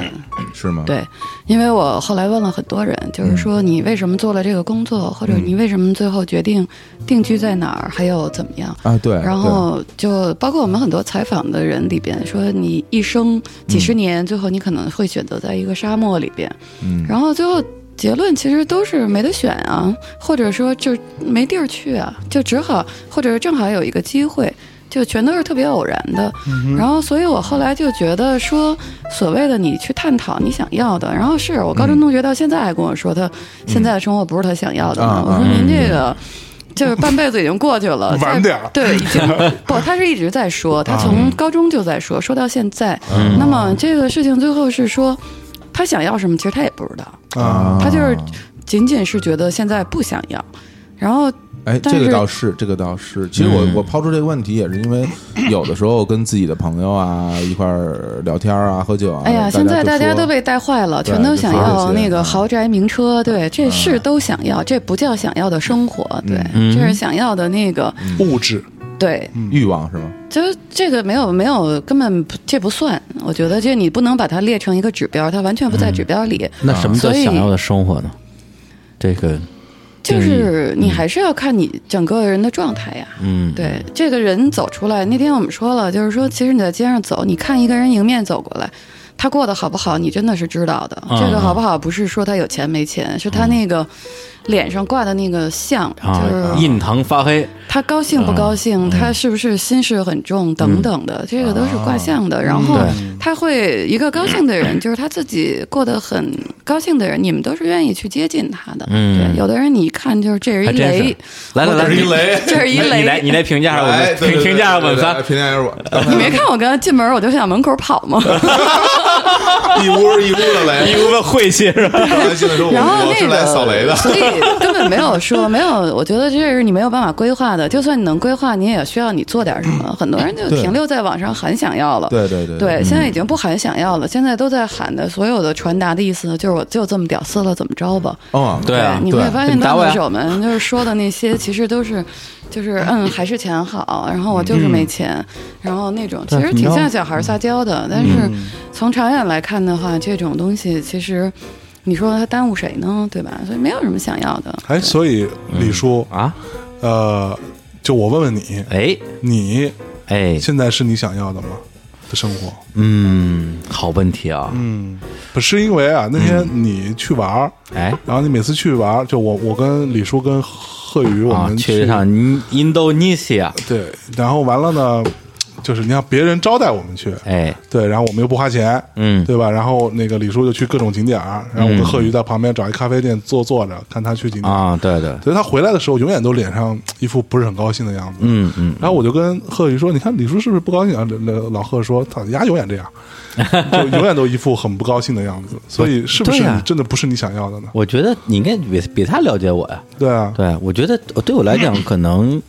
Speaker 2: 是吗？，
Speaker 6: 对，因为我后来问了很多人，
Speaker 3: 嗯
Speaker 6: 就是说你为什么做了这个工作，或者你为什么最后决定定居在哪儿，还有怎么样？
Speaker 2: 啊对，
Speaker 6: 然后就包括我们很多采访的人里边说，你一生几十年，最后你可能会选择在一个沙漠里边，
Speaker 2: 嗯
Speaker 6: 然后最后结论其实都是没得选啊，或者说就没地儿去啊，就只好或者是正好有一个机会。就全都是特别偶然的，
Speaker 2: 嗯
Speaker 6: 然后，所以我后来就觉得说，所谓的你去探讨你想要的，然后是我高中同学到现在还跟我说，他现在的生活不是他想要的嘛。
Speaker 2: 啊
Speaker 6: 我说您这个就是半辈子已经过去
Speaker 2: 嗯
Speaker 6: 了，
Speaker 5: 晚
Speaker 6: 再
Speaker 5: 点儿
Speaker 6: 呃对，已
Speaker 2: *laughs*
Speaker 6: 经不，他是一直在说，他
Speaker 2: 啊
Speaker 6: 从高中就在说，说到现在。
Speaker 2: 嗯
Speaker 6: 那么这个事情最后是说，他想要什么，其实他也不知道，
Speaker 5: 啊，
Speaker 6: 他就是仅仅是觉得现在不想要，然后
Speaker 2: 哎，
Speaker 6: 但
Speaker 2: 这个
Speaker 6: 是
Speaker 2: 倒是，这个倒是。其实我、我抛出这个问题，也是因为有的时候跟自己的朋友啊一块儿聊天啊、喝酒啊。
Speaker 6: 哎呀，现在大家
Speaker 2: 就说
Speaker 6: 都被带坏了，
Speaker 2: 对
Speaker 6: 全
Speaker 2: 就
Speaker 6: 都想
Speaker 2: 说这
Speaker 6: 要
Speaker 2: 些啊
Speaker 6: 那个
Speaker 2: 嗯
Speaker 6: 豪宅、名车，对，这是都想要，这不叫想要的生活，对，
Speaker 2: 嗯
Speaker 6: 这是想要的那个，
Speaker 5: 物质
Speaker 6: 对，
Speaker 2: 欲望是吗？
Speaker 6: 就是这个没有没有，根本不这不算，我觉得这你不能把它列成一个指标，它完全不
Speaker 2: 嗯
Speaker 6: 在指标里。
Speaker 3: 那什么叫
Speaker 6: 所以
Speaker 3: 想要的生活呢？这个，
Speaker 6: 就是你还是要看你整个人的状态呀。
Speaker 3: 嗯，
Speaker 6: 对，这个人走出来，那天我们说了，就是说，其实你在街上走，你看一个人迎面走过来，他过得好不好，你真的是知道的。
Speaker 3: 啊
Speaker 6: 这个好不好，不是说他有钱没钱，是他那个脸上挂的那个相，
Speaker 3: 啊
Speaker 6: 就，是
Speaker 3: 印堂发黑，
Speaker 6: 他高兴不高兴，他是不是心事很重等等的，这个都是卦象的。然后他会一个高兴的人，就是他自己过得很高兴的人，你们都是愿意去接近他的。
Speaker 3: 嗯
Speaker 6: 对，有的人你一看就是这人一
Speaker 3: 还真
Speaker 6: 雷
Speaker 3: 是。。来来来，
Speaker 2: 这是一
Speaker 3: 你
Speaker 2: 雷
Speaker 6: *laughs* 这是一
Speaker 3: 你
Speaker 6: 雷
Speaker 3: 你来你来评价一下我
Speaker 2: 哎
Speaker 3: 们，
Speaker 2: 对
Speaker 3: 评
Speaker 2: 对
Speaker 3: 评价一下
Speaker 2: 对
Speaker 3: 我们
Speaker 2: 对
Speaker 3: 仨
Speaker 2: 对。评价一下
Speaker 6: *laughs*
Speaker 2: 我，
Speaker 6: 你没看我刚才进门，我就想门口跑吗？
Speaker 2: 一屋一屋的雷。
Speaker 3: 一
Speaker 6: *laughs*
Speaker 3: 屋子晦气是吧？
Speaker 2: 刚才进来说我
Speaker 6: 然后
Speaker 2: 我是
Speaker 6: 那
Speaker 2: 来
Speaker 6: 个，。
Speaker 2: 扫雷的
Speaker 6: 所以根本没有说没有。我觉得这是你没有办法规划的。就算你能规划，你也需要你做点什么。很多人就
Speaker 2: 对
Speaker 6: 停留在网上喊想要了，
Speaker 2: 对对对
Speaker 6: 对，现在
Speaker 3: 嗯
Speaker 6: 已经不喊想要了，现在都在喊的所有的传达的意思就是我就这么屌丝了，怎么着吧？
Speaker 2: 哦，
Speaker 3: 对啊
Speaker 6: 你会发现
Speaker 3: 你打
Speaker 6: 段
Speaker 3: 我呀
Speaker 6: 子手们就是说的那些，其实都是，
Speaker 3: *laughs*
Speaker 6: 就是嗯，还是钱好，然后我就是
Speaker 3: 嗯
Speaker 6: 没钱，然后那种其实挺像小孩撒娇
Speaker 3: 嗯
Speaker 6: 的，但是从长远来看的话，这种东西其实你说它耽误谁呢？对吧？所以没有什么想要的。
Speaker 5: 哎，所以李叔，
Speaker 3: 啊，
Speaker 5: 呃，就我问问你，
Speaker 3: *laughs* 哎
Speaker 5: 你
Speaker 3: 哎，
Speaker 5: 现在是你想要的吗？的生活，
Speaker 3: 嗯，好问题啊，
Speaker 2: 嗯
Speaker 5: 不是因为啊，那天你去玩儿，
Speaker 3: 嗯哎
Speaker 5: 然后你每次去玩儿，就我我跟李叔跟贺宇我
Speaker 3: 啊
Speaker 5: 们，
Speaker 3: 去一趟印印度尼西亚，
Speaker 5: 对，然后完了呢，就是你让别人招待我们去，
Speaker 3: 哎，
Speaker 5: 对，然后我们又不花钱，
Speaker 3: 嗯
Speaker 5: 对吧？然后那个李叔就去各种景点儿，然后我跟贺宇在旁边找一咖啡店坐坐着，看他去景点儿。
Speaker 3: 啊，对对，
Speaker 5: 所以他回来的时候，永远都脸上一副不是很高兴的样子。
Speaker 3: 嗯嗯，
Speaker 5: 然后我就跟贺宇说：“你看李叔是不是不高兴啊？”老老贺说：“他丫永远这样，就永远都一副很不高兴的样子。所以是不是
Speaker 3: 对啊
Speaker 5: 你真的不是你想要的呢？
Speaker 3: 我觉得你应该比比他了解我呀。
Speaker 5: 对啊，
Speaker 3: 对，我觉得对我来讲，可能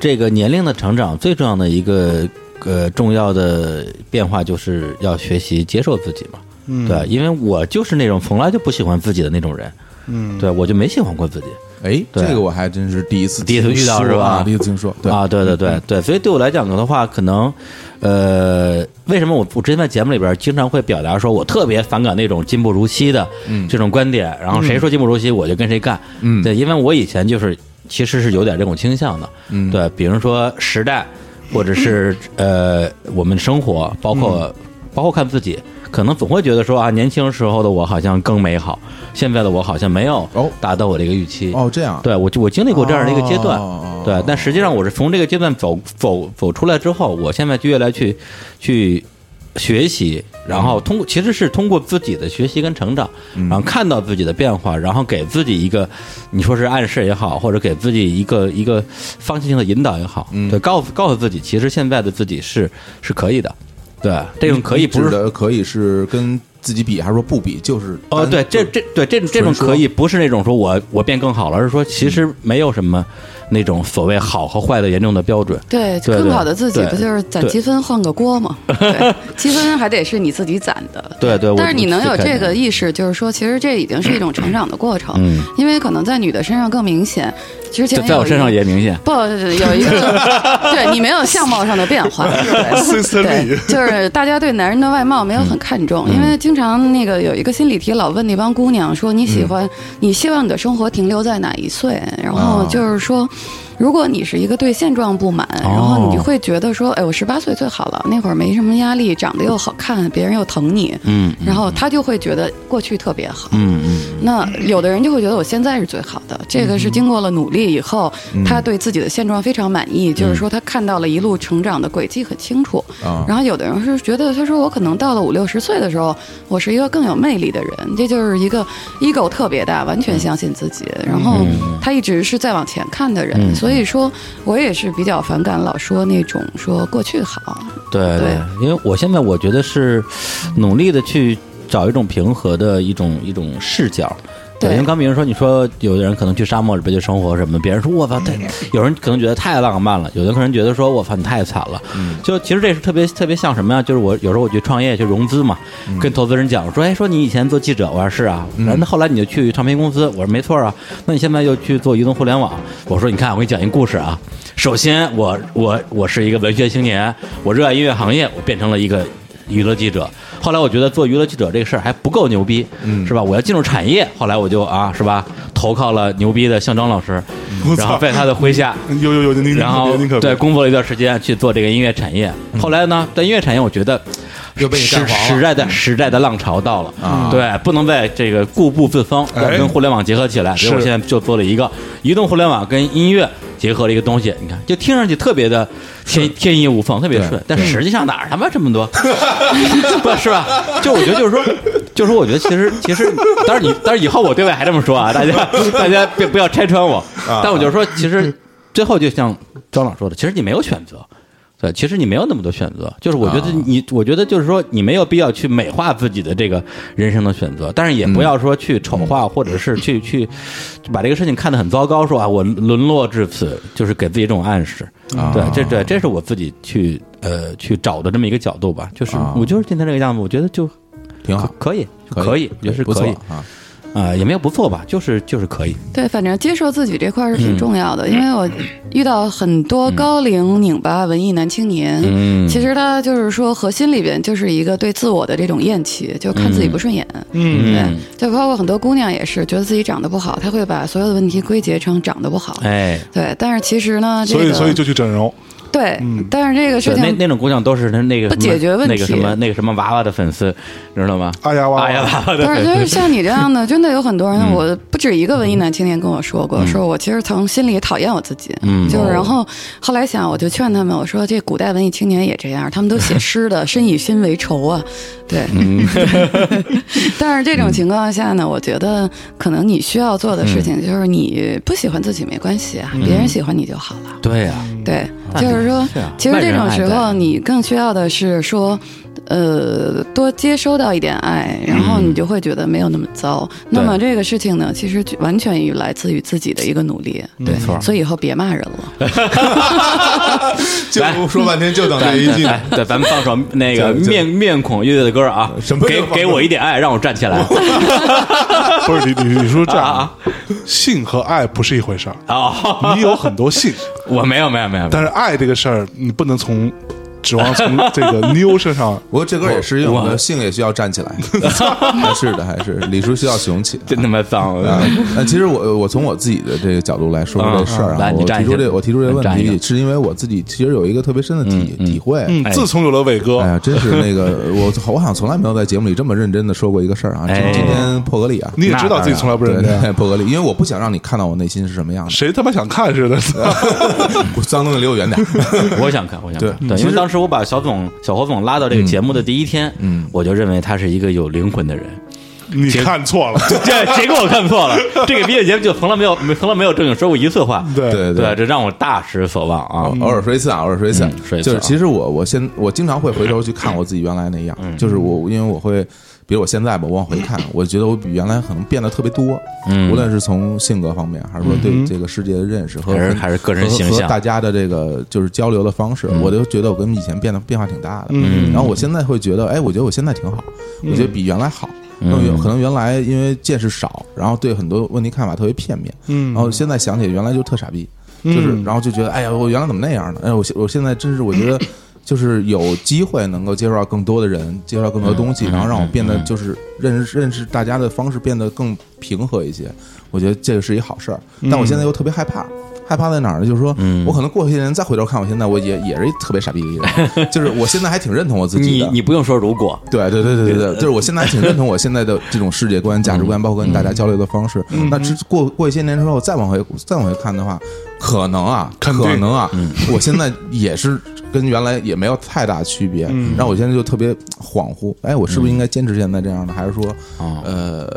Speaker 3: 这个年龄的成长最重要的一个呃重要的变化，就是要学习接受自己嘛。嗯，对，因为我就是那种从来就不喜欢自己的那种人。嗯，对我就没喜欢过自己。
Speaker 2: 哎，
Speaker 3: 对
Speaker 2: 这个我还真是第一次
Speaker 3: 第一次
Speaker 2: 听
Speaker 3: 遇到
Speaker 2: 说
Speaker 3: 是吧
Speaker 2: 啊第一次听说，对嗯
Speaker 3: 啊，对对对对，所以对我来讲的话，可能呃，为什么我我之前在节目里边经常会表达说我特别反感那种进步如昔的
Speaker 2: 嗯
Speaker 3: 这种观点，然后谁说进步如昔我就跟谁干，嗯，对，因为我以前就是其实是有点这种倾向的，嗯，对，比如说时代或者是呃我们生活，包
Speaker 2: 嗯
Speaker 3: 括包括看自己。可能总会觉得说啊，年轻时候的我好像更美好，现在的我好像没有
Speaker 2: 哦
Speaker 3: 达到我这个预期。
Speaker 2: 哦，这样，
Speaker 3: 对我就我经历过这样的一个阶段，
Speaker 2: 哦
Speaker 3: 对，但实际上我是从这个阶段走走走出来之后，我现在就越来去去学习，然
Speaker 2: 嗯
Speaker 3: 后通过其实是通过自己的学习跟成长，然后看到自己的变化，然后给自己一个你说是暗示也好，或者给自己一个一个方向性的引导也好，
Speaker 2: 嗯
Speaker 3: 对，告诉告诉自己，其实现在的自己是是可以的，对，这种可以不
Speaker 2: 指
Speaker 3: 是
Speaker 2: 的可以是跟自己比，还是说不比？就是
Speaker 3: 哦，
Speaker 2: 单
Speaker 3: 对，这这对这这种
Speaker 2: 说
Speaker 3: 可以不是那种说我我变更好了，而是说其实没有什么那种所谓好和坏的严重的标准。
Speaker 6: 对，
Speaker 3: 对
Speaker 6: 更好的自己
Speaker 3: 对
Speaker 6: 不就是攒
Speaker 3: 对
Speaker 6: 积分换个
Speaker 3: *laughs*
Speaker 6: 锅吗？对，积分还得是你自己攒的。
Speaker 3: 对对我
Speaker 6: 但是你能有
Speaker 3: 这
Speaker 6: 这
Speaker 3: 肯
Speaker 6: 个
Speaker 3: 定
Speaker 6: 意识，就是说，其实这已经是一种成长的过程。
Speaker 3: 嗯，
Speaker 6: 因为可能在女的身上更明显。之前
Speaker 3: 就在
Speaker 6: 有
Speaker 3: 我
Speaker 6: 一
Speaker 3: 身上也明显。
Speaker 6: 不有
Speaker 3: *laughs*
Speaker 6: 一个，对你没有相貌上的变化。对，对就是大家对男人的外貌没有很看重，
Speaker 3: 嗯
Speaker 6: 因为经常那个有一个心理题老问那帮姑娘说你
Speaker 3: 嗯
Speaker 6: 喜欢，你希望你的生活停留在哪一岁？然
Speaker 3: 啊
Speaker 6: 后就是说。如果你是一个对现状不满，然后
Speaker 3: 哦
Speaker 6: 你会觉得说，哎，我十八岁最好了，那会儿没什么压力，长得又好看，别人又疼你，
Speaker 3: 嗯
Speaker 6: 然后他就会觉得过去特别好，
Speaker 3: 嗯嗯，
Speaker 6: 那有的人就会觉得我现在是最好的，这个是经过了努力以后，他对自己的现状非常满意，就是说他看到了一路成长的轨迹很清楚。
Speaker 2: 啊
Speaker 6: 然后有的人是觉得，他说我可能到了五六十岁的时候，我是一个更有魅力的人，这就是一个 ego 特别大，完全相信自己，然后他一直是在往前看的人。所以说我也是比较反感老说那种说过去好，
Speaker 3: 对
Speaker 6: 对，
Speaker 3: 因为我现在我觉得是努力的去找一种平和的一种一种视角。
Speaker 6: 对
Speaker 3: 因为刚比如说，你说有的人可能去沙漠里边去生活什么，别人说我操，太有人可能觉得太浪漫了，有的可能觉得说我操你太惨了。就其实这是特别特别像什么呀？就是我有时候我去创业去融资嘛，跟投资人讲说，哎，说你以前做记者，我说是啊，然后后来你就去唱片公司，我说没错啊，那你现在又去做移动互联网，我说你看我给你讲一个故事啊，首先我我我是一个文学青年，我热爱音乐行业，我变成了一个娱乐记者。后来我觉得做娱乐记者这个事儿还不够牛逼，是吧？我要进入产业。后来我就啊，是吧？投靠了牛逼的向张老师，
Speaker 5: 我
Speaker 3: 然后
Speaker 5: 操，
Speaker 3: 在他的麾下，
Speaker 5: 有有有，您您
Speaker 3: 然
Speaker 5: 可
Speaker 3: 后
Speaker 5: 别，您可
Speaker 3: 对
Speaker 5: 别，
Speaker 3: 工作了一段时间去做这个音乐产业。后来呢，在音乐产业，我觉得
Speaker 2: 又被你
Speaker 3: 时
Speaker 2: 干黄了
Speaker 3: 时代的时代的浪潮到了，对，不能再这个固步自封，要
Speaker 5: 啊哎
Speaker 3: 跟互联网结合起来。所以我
Speaker 5: 是
Speaker 3: 现在就做了一个移动互联网跟音乐结合了一个东西，你看，就听上去特别的天天衣无缝，特别顺，但实际上哪儿他妈这
Speaker 5: *laughs*
Speaker 3: 么多，不是吧？就我觉得就是说。就是说，我觉得其实其实，当然你，当然以后我对外还这么说啊，大家
Speaker 5: *laughs*
Speaker 3: 大家别不要拆穿我。
Speaker 5: 啊
Speaker 3: 但我就是说，其实最后就像张老说的，其实你没有选择，对，其实你没有那么多选择，就是我觉得
Speaker 2: 啊
Speaker 3: 你，我觉得就是说，你没有必要去美化自己的这个人生的选择，但是也
Speaker 2: 嗯
Speaker 3: 不要说去丑化，或者是去去把这个事情看得很糟糕，说啊，我沦落至此，就是给自己这种暗示。
Speaker 2: 啊
Speaker 3: 对，这对，这是我自己去呃去找的这么一个角度吧，就是
Speaker 2: 啊
Speaker 3: 我就是今天这个样子，我觉得就
Speaker 2: 挺好，
Speaker 3: 可以，可
Speaker 2: 可
Speaker 3: 以，我觉得是
Speaker 2: 不
Speaker 3: 可
Speaker 2: 错
Speaker 3: 以
Speaker 2: 啊，
Speaker 3: 啊，也没有不错吧，就是就是可以，
Speaker 6: 对，反正接受自己这块儿是
Speaker 5: 嗯
Speaker 6: 挺重要的，因为我遇到很多高龄拧巴文艺男青年，
Speaker 3: 嗯
Speaker 6: 其实他就是说核心里边就是一个对自我的这种厌弃，就看自己不顺眼，
Speaker 5: 嗯，
Speaker 6: 对，就包括很多姑娘也是觉得自己长得不好，她会把所有的问题归结成长得不
Speaker 2: 嗯
Speaker 6: 好，
Speaker 3: 哎，
Speaker 6: 对，但是其实呢，这
Speaker 5: 所
Speaker 6: 个
Speaker 5: 以所以就嗯去整容，
Speaker 6: 对，但是这个事
Speaker 3: 对，那
Speaker 6: 情
Speaker 3: 那种姑娘都是那那个
Speaker 6: 不
Speaker 3: 什么
Speaker 6: 解决问
Speaker 3: 那个什
Speaker 6: 题
Speaker 3: 么那个什么娃娃的粉丝，你知道吗？
Speaker 2: 啊
Speaker 5: 哎呀哇
Speaker 3: 哎呀， *laughs* 娃娃的
Speaker 6: 不是，
Speaker 3: 粉
Speaker 6: 就是
Speaker 3: 丝。
Speaker 6: 像你这样的，真的有很多人，我不止一个文艺男青年跟我说过，说我其实从心里讨厌我自己，
Speaker 3: 嗯
Speaker 6: 就是然后后来想，我就劝他们，我说这古代文艺青年也这样，他们都写诗的，身以心为愁啊，对。 *laughs* 但是这种情况下呢，我觉得可能你需要做的事情就是，你不喜欢自己没关系啊，别人喜欢你就好了。
Speaker 3: 对啊呀、
Speaker 6: 对，
Speaker 3: 那
Speaker 6: 就是说
Speaker 3: 是嗯啊，
Speaker 6: 其实这种时
Speaker 3: 万人爱戴
Speaker 6: 候你更需要的是说，呃，多接收到一点爱，然后
Speaker 3: 嗯
Speaker 6: 你就会觉得没有那么糟。那么这个事情呢，其实就完全于来自于自己的一个努力，对，所以以后别骂人了。
Speaker 4: 就说半天就等这一句，
Speaker 3: 来，哎对，咱们放首那个
Speaker 4: 这这
Speaker 3: 面面孔乐队的歌啊，
Speaker 4: 什么
Speaker 3: 给
Speaker 4: 都放
Speaker 3: 给我一点爱，让我站起来。
Speaker 5: 不是李李李叔这
Speaker 3: 啊
Speaker 5: 样，性和爱不是一回事儿。
Speaker 3: 哦，
Speaker 5: 你有很多性，
Speaker 3: 我没有没有没有，
Speaker 5: 但是爱这个事儿，你不能从指望从这个妞身上嗯
Speaker 2: 不过这歌也是因为我们的性也需要站起来， *laughs* 还是的，还是李叔需要雄起。
Speaker 3: 真他妈脏！
Speaker 2: 啊，那其实我我从我自己的这个角度来说这事儿
Speaker 3: 嗯
Speaker 2: 啊
Speaker 3: 来，你
Speaker 2: 我
Speaker 3: 站
Speaker 2: 提
Speaker 3: 一
Speaker 2: 出
Speaker 3: 下
Speaker 2: 这我提出这个问
Speaker 3: 站一
Speaker 2: 题，
Speaker 3: 下
Speaker 2: 是因为我自己其实有一个特别深的体体会。
Speaker 5: 嗯，自从有了伟哥，
Speaker 2: 哎呀，真是那个，我我好像从来没有在节目里这么认真的说过一个事儿啊！今
Speaker 3: 哎
Speaker 2: 今天破格里啊，
Speaker 5: 你也知道自己从来不认真啊，
Speaker 2: 对，破格里，因为我不想让你看到我内心是什么
Speaker 4: *laughs*
Speaker 2: 样的。
Speaker 5: 谁他妈想
Speaker 3: *laughs*
Speaker 5: 看似的？
Speaker 2: 脏东西离我远点。
Speaker 3: 我想看，我想看。
Speaker 2: 对
Speaker 3: 对，因为当时我把小总、小侯总拉到这个节目的第一天，嗯，我就认为他是一个有灵魂的人。
Speaker 5: 你看错了，
Speaker 3: 这结果我看错了，这个毕业节目就从来没有没从来没有正经说过一次话。
Speaker 5: 对
Speaker 2: 对
Speaker 3: 对，这让我大失所望啊！
Speaker 2: 偶尔说一次啊，偶尔说一次
Speaker 3: 嗯。说一次
Speaker 2: 就
Speaker 3: 啊嗯
Speaker 2: 是其实我我现我经常会回头去看我自己原来那样，就是我因为我会，比如我现在吧，我往回
Speaker 3: *laughs*
Speaker 2: 看，我觉得我比原来可能变得特别多，
Speaker 3: 嗯
Speaker 2: 无论是从性格方面，还是说对这个世界的认识和
Speaker 3: 还是
Speaker 2: 和
Speaker 3: 还是个人形
Speaker 2: 和
Speaker 3: 象
Speaker 2: 和大家的这个就是交流的方式，我就觉得我跟以前变得变化挺大的。
Speaker 3: 嗯
Speaker 2: 然后我现在会觉得，哎，我觉得我现在挺好，我觉得比原来好。那
Speaker 3: 嗯
Speaker 2: 么有可能原来因为见识少，然后对很多问题看法特别片面，
Speaker 5: 嗯
Speaker 2: 然后现在想起原来就特傻逼，就是然后就觉得哎呀，我原来怎么那样呢？哎呀，我现我现在真是我觉得就是有机会能够接触到更多的人，接触到更多东西，然后让我变得就是认识认识大家的方式变得更平和一些。我觉得这个是一好事儿，但我现在又特别害怕。害怕在哪儿呢？就是说，我可能过些年再回头看我现在，我也也是一特别傻逼的一个人。就是我现在还挺认同我自己
Speaker 3: 你
Speaker 2: 的。
Speaker 3: 你不用说如果，
Speaker 2: 对对对对对对，
Speaker 3: *laughs*
Speaker 2: 就是我现在挺认同我现在的这种世界观、价值
Speaker 3: 嗯
Speaker 2: 观，包括跟大家交流的方式。那之过过一些年之后，再往回再往回看的话，可能啊，可
Speaker 5: 肯定
Speaker 2: 能啊，
Speaker 3: 嗯
Speaker 2: 我现在也是跟原来也没有太大区别。
Speaker 3: 嗯
Speaker 2: 然后我现在就特别恍惚，哎，我是不是应该坚持现在这样的，还是说，
Speaker 3: 哦
Speaker 2: 呃，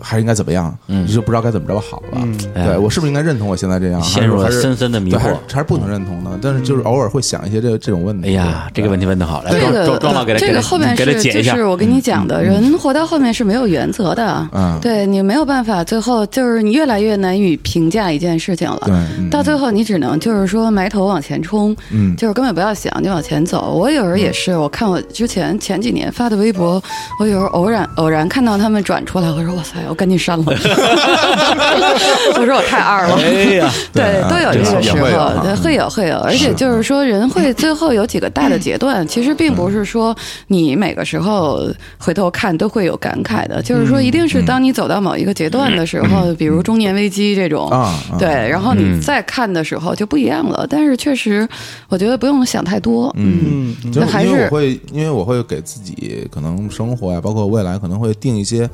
Speaker 2: 还是应该怎么样？
Speaker 3: 嗯
Speaker 2: 就不知道该怎么着好了。对我是不是应该认同我现在这样？还
Speaker 3: 哎陷
Speaker 2: 是
Speaker 3: 入了
Speaker 2: 还是
Speaker 3: 深深的迷
Speaker 2: 对还
Speaker 3: 惑嗯
Speaker 2: 是。还是不能认同呢？但是就是偶尔会想一些这这种问题。
Speaker 3: 哎呀，这个问题问的好，来
Speaker 6: 这
Speaker 3: 庄
Speaker 6: 个
Speaker 3: 庄庄老给他
Speaker 6: 这
Speaker 3: 给
Speaker 6: 个
Speaker 3: 他
Speaker 6: 后面
Speaker 3: 给他
Speaker 6: 是
Speaker 3: 解
Speaker 6: 就
Speaker 3: 一下嗯
Speaker 6: 是。我跟你讲的，人活到后面是没有原则的，
Speaker 2: 嗯
Speaker 6: 对你没有办法，最后就是你越来越难以评价一件事情了，
Speaker 2: 对嗯
Speaker 6: 到最后你只能就是说埋头往前冲，
Speaker 2: 嗯
Speaker 6: 就是根本不要想，你往前走。我有时候也
Speaker 3: 嗯
Speaker 6: 是，我看我之前前几年发的微博，我有时候偶然偶然看到他们转出来，我说哇塞，我赶紧删了， *laughs* 我说我太二了。
Speaker 3: 哎 *laughs* 呀，
Speaker 6: 对，都有这个时
Speaker 2: 也会有嗯啊
Speaker 6: 候，对，会有会有，而且就是说，人会最后有几个大
Speaker 2: 嗯
Speaker 6: 的阶段，其实并不是说你每个时候回头看都会有感慨的，就是
Speaker 2: 嗯
Speaker 6: 说，一定是当你走到某一个阶段的时候，比如中年危机这种
Speaker 2: 啊啊，
Speaker 6: 对，然后你再看的时候就不一样了。但是确实，我觉得不用想太多，嗯，
Speaker 5: 嗯，
Speaker 2: 就
Speaker 6: 那还
Speaker 2: 因为我
Speaker 6: 是
Speaker 2: 会，因为我会给自己可能生活呀、包括未来可能会定一些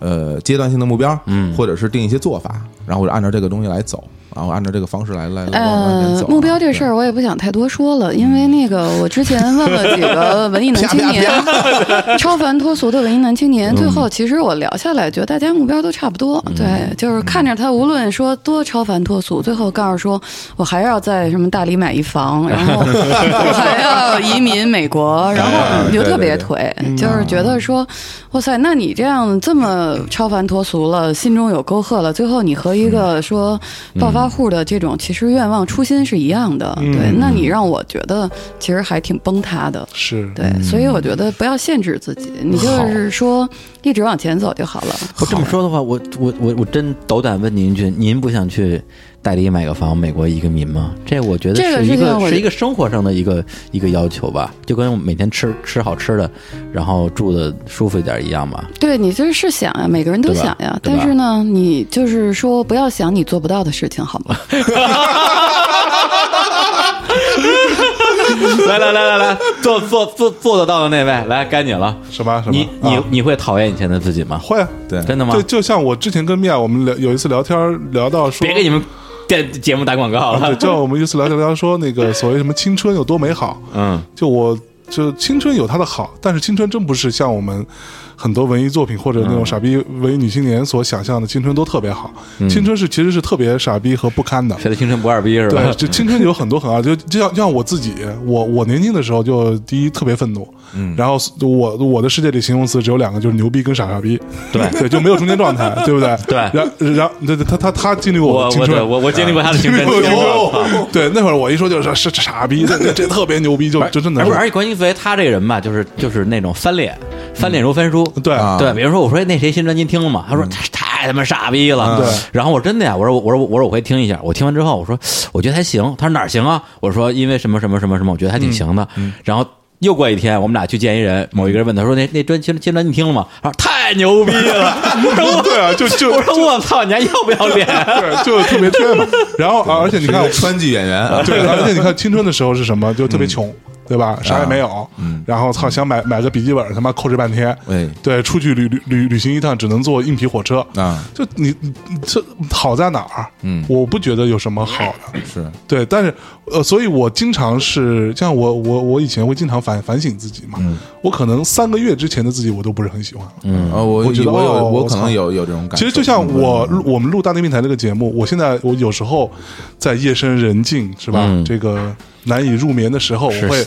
Speaker 2: 呃阶段性的目标，嗯，或者是定一些做法，然后我就按照这个东西来走，然后按照这个方式来来来往往前
Speaker 6: 呃
Speaker 2: 走，啊。
Speaker 6: 目标这事儿我也不想太多说了，因为那个我之前问了
Speaker 2: *laughs*
Speaker 6: 几个文艺男青年，超凡脱俗的文艺男青年，最
Speaker 2: 嗯
Speaker 6: 后其实我聊下来，觉得大家目标都差不多。对，
Speaker 2: 嗯
Speaker 6: 就是看着他无论说多超凡脱俗，最后告诉说我还要在什么大理买一房，然后我还要移民
Speaker 3: *laughs*
Speaker 6: 美国，然
Speaker 3: 哎
Speaker 6: 后你就特别颓，
Speaker 3: 嗯
Speaker 6: 就是觉得说，哇塞，那你这样这么超凡脱俗了，心中有沟壑了，最后你和一
Speaker 3: 嗯
Speaker 6: 个说暴发户的这种其实愿望初心是一样的，
Speaker 3: 嗯
Speaker 6: 对，那你让我觉得其实还挺崩塌的。
Speaker 5: 是
Speaker 6: 对，
Speaker 3: 嗯
Speaker 6: 所以我觉得不要限制自己，你就是说一直往前走就好了。
Speaker 3: 我这么说的话，我我我我真斗胆问您一句：您不想去代理买个房，美国移个民吗？这我觉得
Speaker 6: 这个
Speaker 3: 是一
Speaker 6: 事情
Speaker 3: 个
Speaker 6: 我
Speaker 3: 是一个生活上的一个一个要求吧，就跟我们每天吃吃好吃的，然后住的舒服一点一样嘛。
Speaker 6: 对你这是想呀，每个人都
Speaker 3: 对吧
Speaker 6: 想呀，
Speaker 3: 对吧
Speaker 6: 但是呢，你就是说不要想你做不到的事情，好吗？
Speaker 3: *laughs* 来来来来来，做做做做得到的那位，来该你了。
Speaker 5: 什么什么？
Speaker 3: 你
Speaker 5: 啊
Speaker 3: 你你会讨厌以前的自己吗？
Speaker 5: 会啊？
Speaker 2: 对
Speaker 3: 真的吗
Speaker 5: 就？就像我之前跟米娅，我们聊有一次聊天聊到说， *laughs*
Speaker 3: 别给你们电节目打广告
Speaker 5: 啊，对，
Speaker 3: 了。
Speaker 5: 就像我们一次聊聊聊说那个所谓什么青春有多美好，
Speaker 3: 嗯，
Speaker 5: 就我就青春有它的好，但是青春真不是像我们很多文艺作品或者那种傻逼文艺女青年所想象的青春都特别好，青春是其实是特别傻逼和不堪的。
Speaker 3: 谁的青春不二逼是吧
Speaker 5: 对，？就青春有很多很啊，就就像就像我自己，我我年轻的时候就第一特别愤怒，嗯，然后我我的世界里形容词只有两个，就是牛逼跟傻傻逼，
Speaker 3: 对
Speaker 5: 对，就没有中间状态，对不对？
Speaker 3: 对
Speaker 5: 然然对对，他他他经历过
Speaker 3: 我
Speaker 5: 的青
Speaker 3: 我对
Speaker 5: 春，
Speaker 3: 我我经历过他的青春，啊
Speaker 5: 经历
Speaker 3: 我操
Speaker 5: 过对，那会儿我一说就是是是傻逼，这这这特别牛逼，就就真的
Speaker 3: 而哎不
Speaker 5: 是
Speaker 3: 是，而且关键因为他这个人吧，就是就是那种翻脸，翻脸如翻书。
Speaker 5: 嗯对嗯
Speaker 2: 啊
Speaker 3: 哎对，比如说我说那谁新专辑听了吗？他说他太太他妈傻逼了。
Speaker 5: 对
Speaker 3: 然后我真的呀，我说我说我说我会听一下，我听完之后我说我觉得还行。他说哪儿行啊？我说因为什么什么什么什么，我觉得
Speaker 5: 嗯
Speaker 3: 还挺行的。然后。又过一天，我们俩去见一人，某一个人问他说：“那那专新新专辑你听了吗？”他说：“太牛逼
Speaker 5: *laughs*
Speaker 3: 了！”我说我：“
Speaker 5: 对啊，就就
Speaker 3: 我说我操，你还要不要脸？啊
Speaker 5: *laughs* 对，就特别缺嘛。然后，啊而且你看
Speaker 4: 是一个，川剧演员啊，
Speaker 5: *laughs* 对，而且你看青春的时候是什么？就特别穷，对吧？啥也没有，然后操，想买买个笔记本，他妈扣着半天
Speaker 2: 哎，
Speaker 5: 对，出去旅旅旅旅行一趟只能坐硬皮火车
Speaker 2: 啊！
Speaker 5: 就你你这好在哪儿？嗯，我不觉得有什么好的，
Speaker 2: 是
Speaker 5: 对，但是呃，所以我经常是像我我我以前会经常反反省自己嘛，我可能三个月之前的自己我都不是很喜欢了。
Speaker 6: 嗯
Speaker 2: 啊，我我
Speaker 5: 觉
Speaker 2: 有
Speaker 5: 得哦
Speaker 2: 我
Speaker 5: 我
Speaker 2: 可
Speaker 5: 操
Speaker 2: 能有有这种感觉。
Speaker 5: 其实就像我录我们录《大内密谈》这个节目，我现在我有时候在夜深人静是吧？
Speaker 4: 嗯
Speaker 5: 这个难以入眠的时候，我会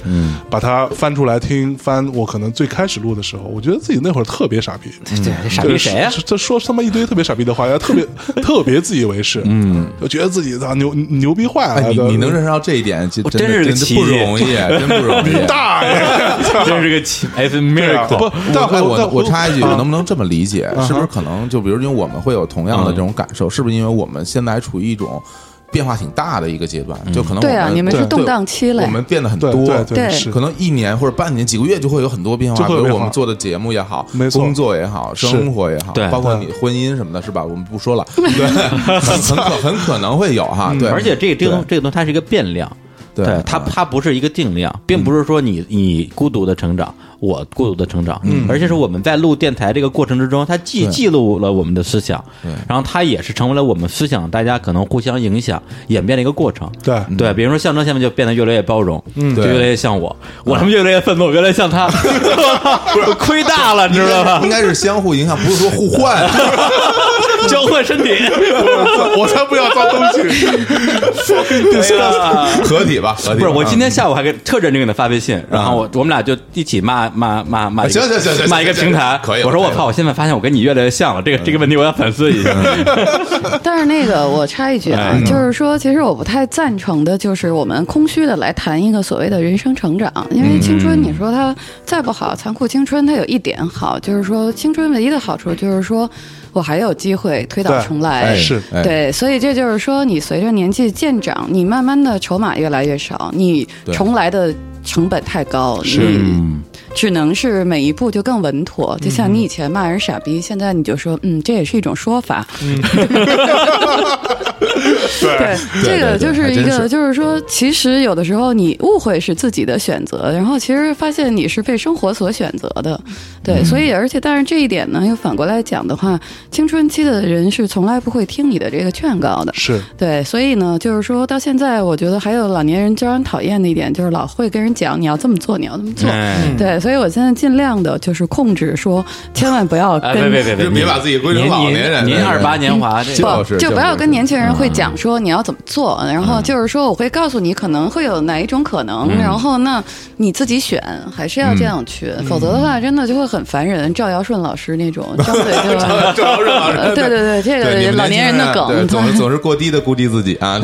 Speaker 5: 把它翻出来听。翻我可能最开始录的时候，我觉得自己那会儿特别傻逼，
Speaker 4: 嗯
Speaker 3: 对，这傻逼谁
Speaker 4: 啊
Speaker 3: 呀、
Speaker 5: 啊这这说他妈一堆特别傻逼的话，然后特
Speaker 4: *laughs*
Speaker 5: 别特别自以为是，嗯，就觉得自己操牛牛逼坏
Speaker 4: 哎
Speaker 5: 了。
Speaker 4: 你
Speaker 5: 对
Speaker 4: 你能认识到这一点，就
Speaker 3: 我
Speaker 4: 真的
Speaker 3: 真是个奇
Speaker 4: 真
Speaker 3: 迹
Speaker 4: 不容易，真不容易。
Speaker 5: *laughs* 大 *laughs* 爷，
Speaker 3: *laughs* 真是个奇，It's a
Speaker 5: 对啊
Speaker 3: miracle。
Speaker 5: 不，但
Speaker 4: 啊我哎我
Speaker 5: 但啊
Speaker 4: 我插一句，能不能这么理解？是不是可能就比如因为我们会有同
Speaker 5: 嗯
Speaker 4: 样的这种感受，是不是因为我们现在还处于一种变化挺大的一个阶段？就可能
Speaker 6: 对啊
Speaker 4: 我
Speaker 6: 你们是
Speaker 4: 对
Speaker 6: 动荡期嘞
Speaker 4: 我们变得很
Speaker 5: 嗯对
Speaker 4: 多，
Speaker 5: 对
Speaker 6: 对
Speaker 5: 是
Speaker 4: 可能一年或者半年、几个月就会有很多变化，
Speaker 5: 就会有
Speaker 4: 比如
Speaker 5: 变
Speaker 4: 我
Speaker 5: 化
Speaker 4: 们做的节目也好，
Speaker 5: 没错
Speaker 4: 工作也好，
Speaker 5: 是
Speaker 4: 生活也好，
Speaker 3: 对
Speaker 4: 包括
Speaker 5: 对
Speaker 4: 你婚姻什么的，是吧？我们不说
Speaker 6: *laughs*
Speaker 4: 了，对，很很可很可能会有
Speaker 5: 嗯
Speaker 4: 哈，对，
Speaker 3: 而且这这个东
Speaker 4: 对
Speaker 3: 这个东西它是一个变量，
Speaker 4: 对
Speaker 3: 它
Speaker 4: 嗯
Speaker 3: 它不是一个定量，并不是说你你孤独的成长，我孤独的成长，
Speaker 4: 嗯
Speaker 3: 而且是我们在录电台这个过程之中，它既记录了我们的思想，然后它也是成为了我们思想大家可能互相影响演变的一个过程。
Speaker 5: 对
Speaker 3: 对，比如说象征现在就变得越来越包容，嗯，就
Speaker 4: 嗯对嗯
Speaker 3: 越来越像我，我他妈越来越愤怒，越来越
Speaker 4: *laughs*
Speaker 3: 像他， *laughs* 我亏大了，你知道吧
Speaker 4: 应？该是相互影响，不是说互换。 *laughs*
Speaker 3: 交换身体，
Speaker 5: 我才不要脏东西。
Speaker 3: 哎呀
Speaker 4: 合体吧，合体吧嗯
Speaker 3: 不是，我今天下午还给特认真给他发微信，然后我我们俩就一起骂骂骂骂一个，
Speaker 4: 行行行行
Speaker 3: 骂一个
Speaker 4: 行
Speaker 3: 平台。
Speaker 4: 可以了
Speaker 3: 我说
Speaker 4: 可以
Speaker 3: 我
Speaker 4: 了
Speaker 3: 靠，我现在发现我跟你越来越像了，这个这个问题我要反思一下。
Speaker 6: *laughs* 但是那个我插一句啊，
Speaker 5: 嗯
Speaker 6: 就是说，其实我不太赞成的，就是我们空虚的来谈一个所谓的人生成长，因为青春，你说它再不好，残酷青春它有一点好，就是说青春唯一的好处就是说我还有机会推倒
Speaker 5: 对
Speaker 6: 重
Speaker 5: 哎
Speaker 6: 来，
Speaker 5: 是
Speaker 4: 哎
Speaker 6: 对，所以这就是说，你随着年纪渐长，你慢慢的筹码越来越少，你重来的成本太高，你只能是每一步就更稳妥。就像你以前骂人傻逼，现在你就说，嗯，这也是一种说法。嗯 *laughs* 对，这个就是一
Speaker 4: 还真
Speaker 6: 个，
Speaker 4: 是
Speaker 6: 就是说，其实有的时候你误会是自己的选择，然后其实发现你是被生活所选择的，对，所以而且但是这一点呢，又反过来讲的话，青春期的人是从来不会听你的这个劝告的，
Speaker 5: 是，
Speaker 6: 对，所以呢，就是说到现在，我觉得还有老年人最让人讨厌的一点，就是老会跟人讲你要这么做，你要这么做。
Speaker 3: 哎
Speaker 6: 对，所以我现在尽量的就是控制说，千万不要跟、
Speaker 3: 哎，别别别别，
Speaker 4: 就别
Speaker 3: 您
Speaker 4: 把自己归成
Speaker 3: 您
Speaker 4: 老年人
Speaker 3: 您
Speaker 4: 对
Speaker 3: 您二八年华，这
Speaker 4: 就
Speaker 3: 个
Speaker 4: 是
Speaker 6: 就
Speaker 4: 就
Speaker 6: 不要
Speaker 4: 是
Speaker 6: 跟年轻人会讲说你要怎么做，然后就是说我会告诉你可能会有哪一种可能，然后那你自己选，还是要这样去，否则的话真的就会很烦人。赵尧顺老师那种张嘴就
Speaker 4: 赵老师老师
Speaker 6: 呃对对对，这
Speaker 4: 对你
Speaker 6: 个
Speaker 4: 们
Speaker 6: 老年人
Speaker 4: 轻
Speaker 6: 的
Speaker 4: 啊对
Speaker 6: 梗，
Speaker 4: 总
Speaker 6: *laughs*
Speaker 4: 是总是过低的估计自己
Speaker 2: *laughs*
Speaker 4: 啊。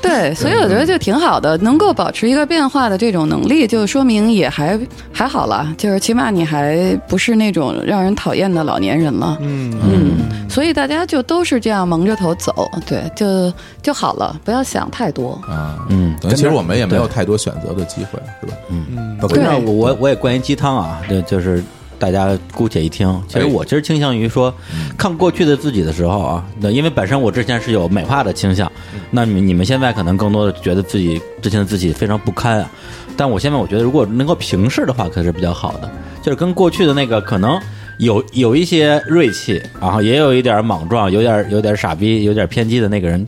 Speaker 6: 对，所以我觉得就挺好的，能够保持一个变化的这种能力，就说明也还还好了，就是起码你还不是那种让人讨厌的老年人了。嗯嗯，所以大家就都是这样蒙着头走，对，就就好了，不要想太多。
Speaker 2: 啊
Speaker 3: 嗯，
Speaker 4: 等于其实我们也没有太多选择的机会，是吧？嗯，
Speaker 3: 不那我我我也灌一鸡汤啊，这就是大家姑且一听。其实我其实倾向于说，看过去的自己的时候啊，那因为本身我之前是有美化的倾向，那你你们现在可能更多的觉得自己之前的自己非常不堪啊。但我现在我觉得，如果能够平视的话，可是比较好的，就是跟过去的那个可能。有有一些锐气，然后也有一点莽撞，有点有点傻逼，有点偏激的那个人，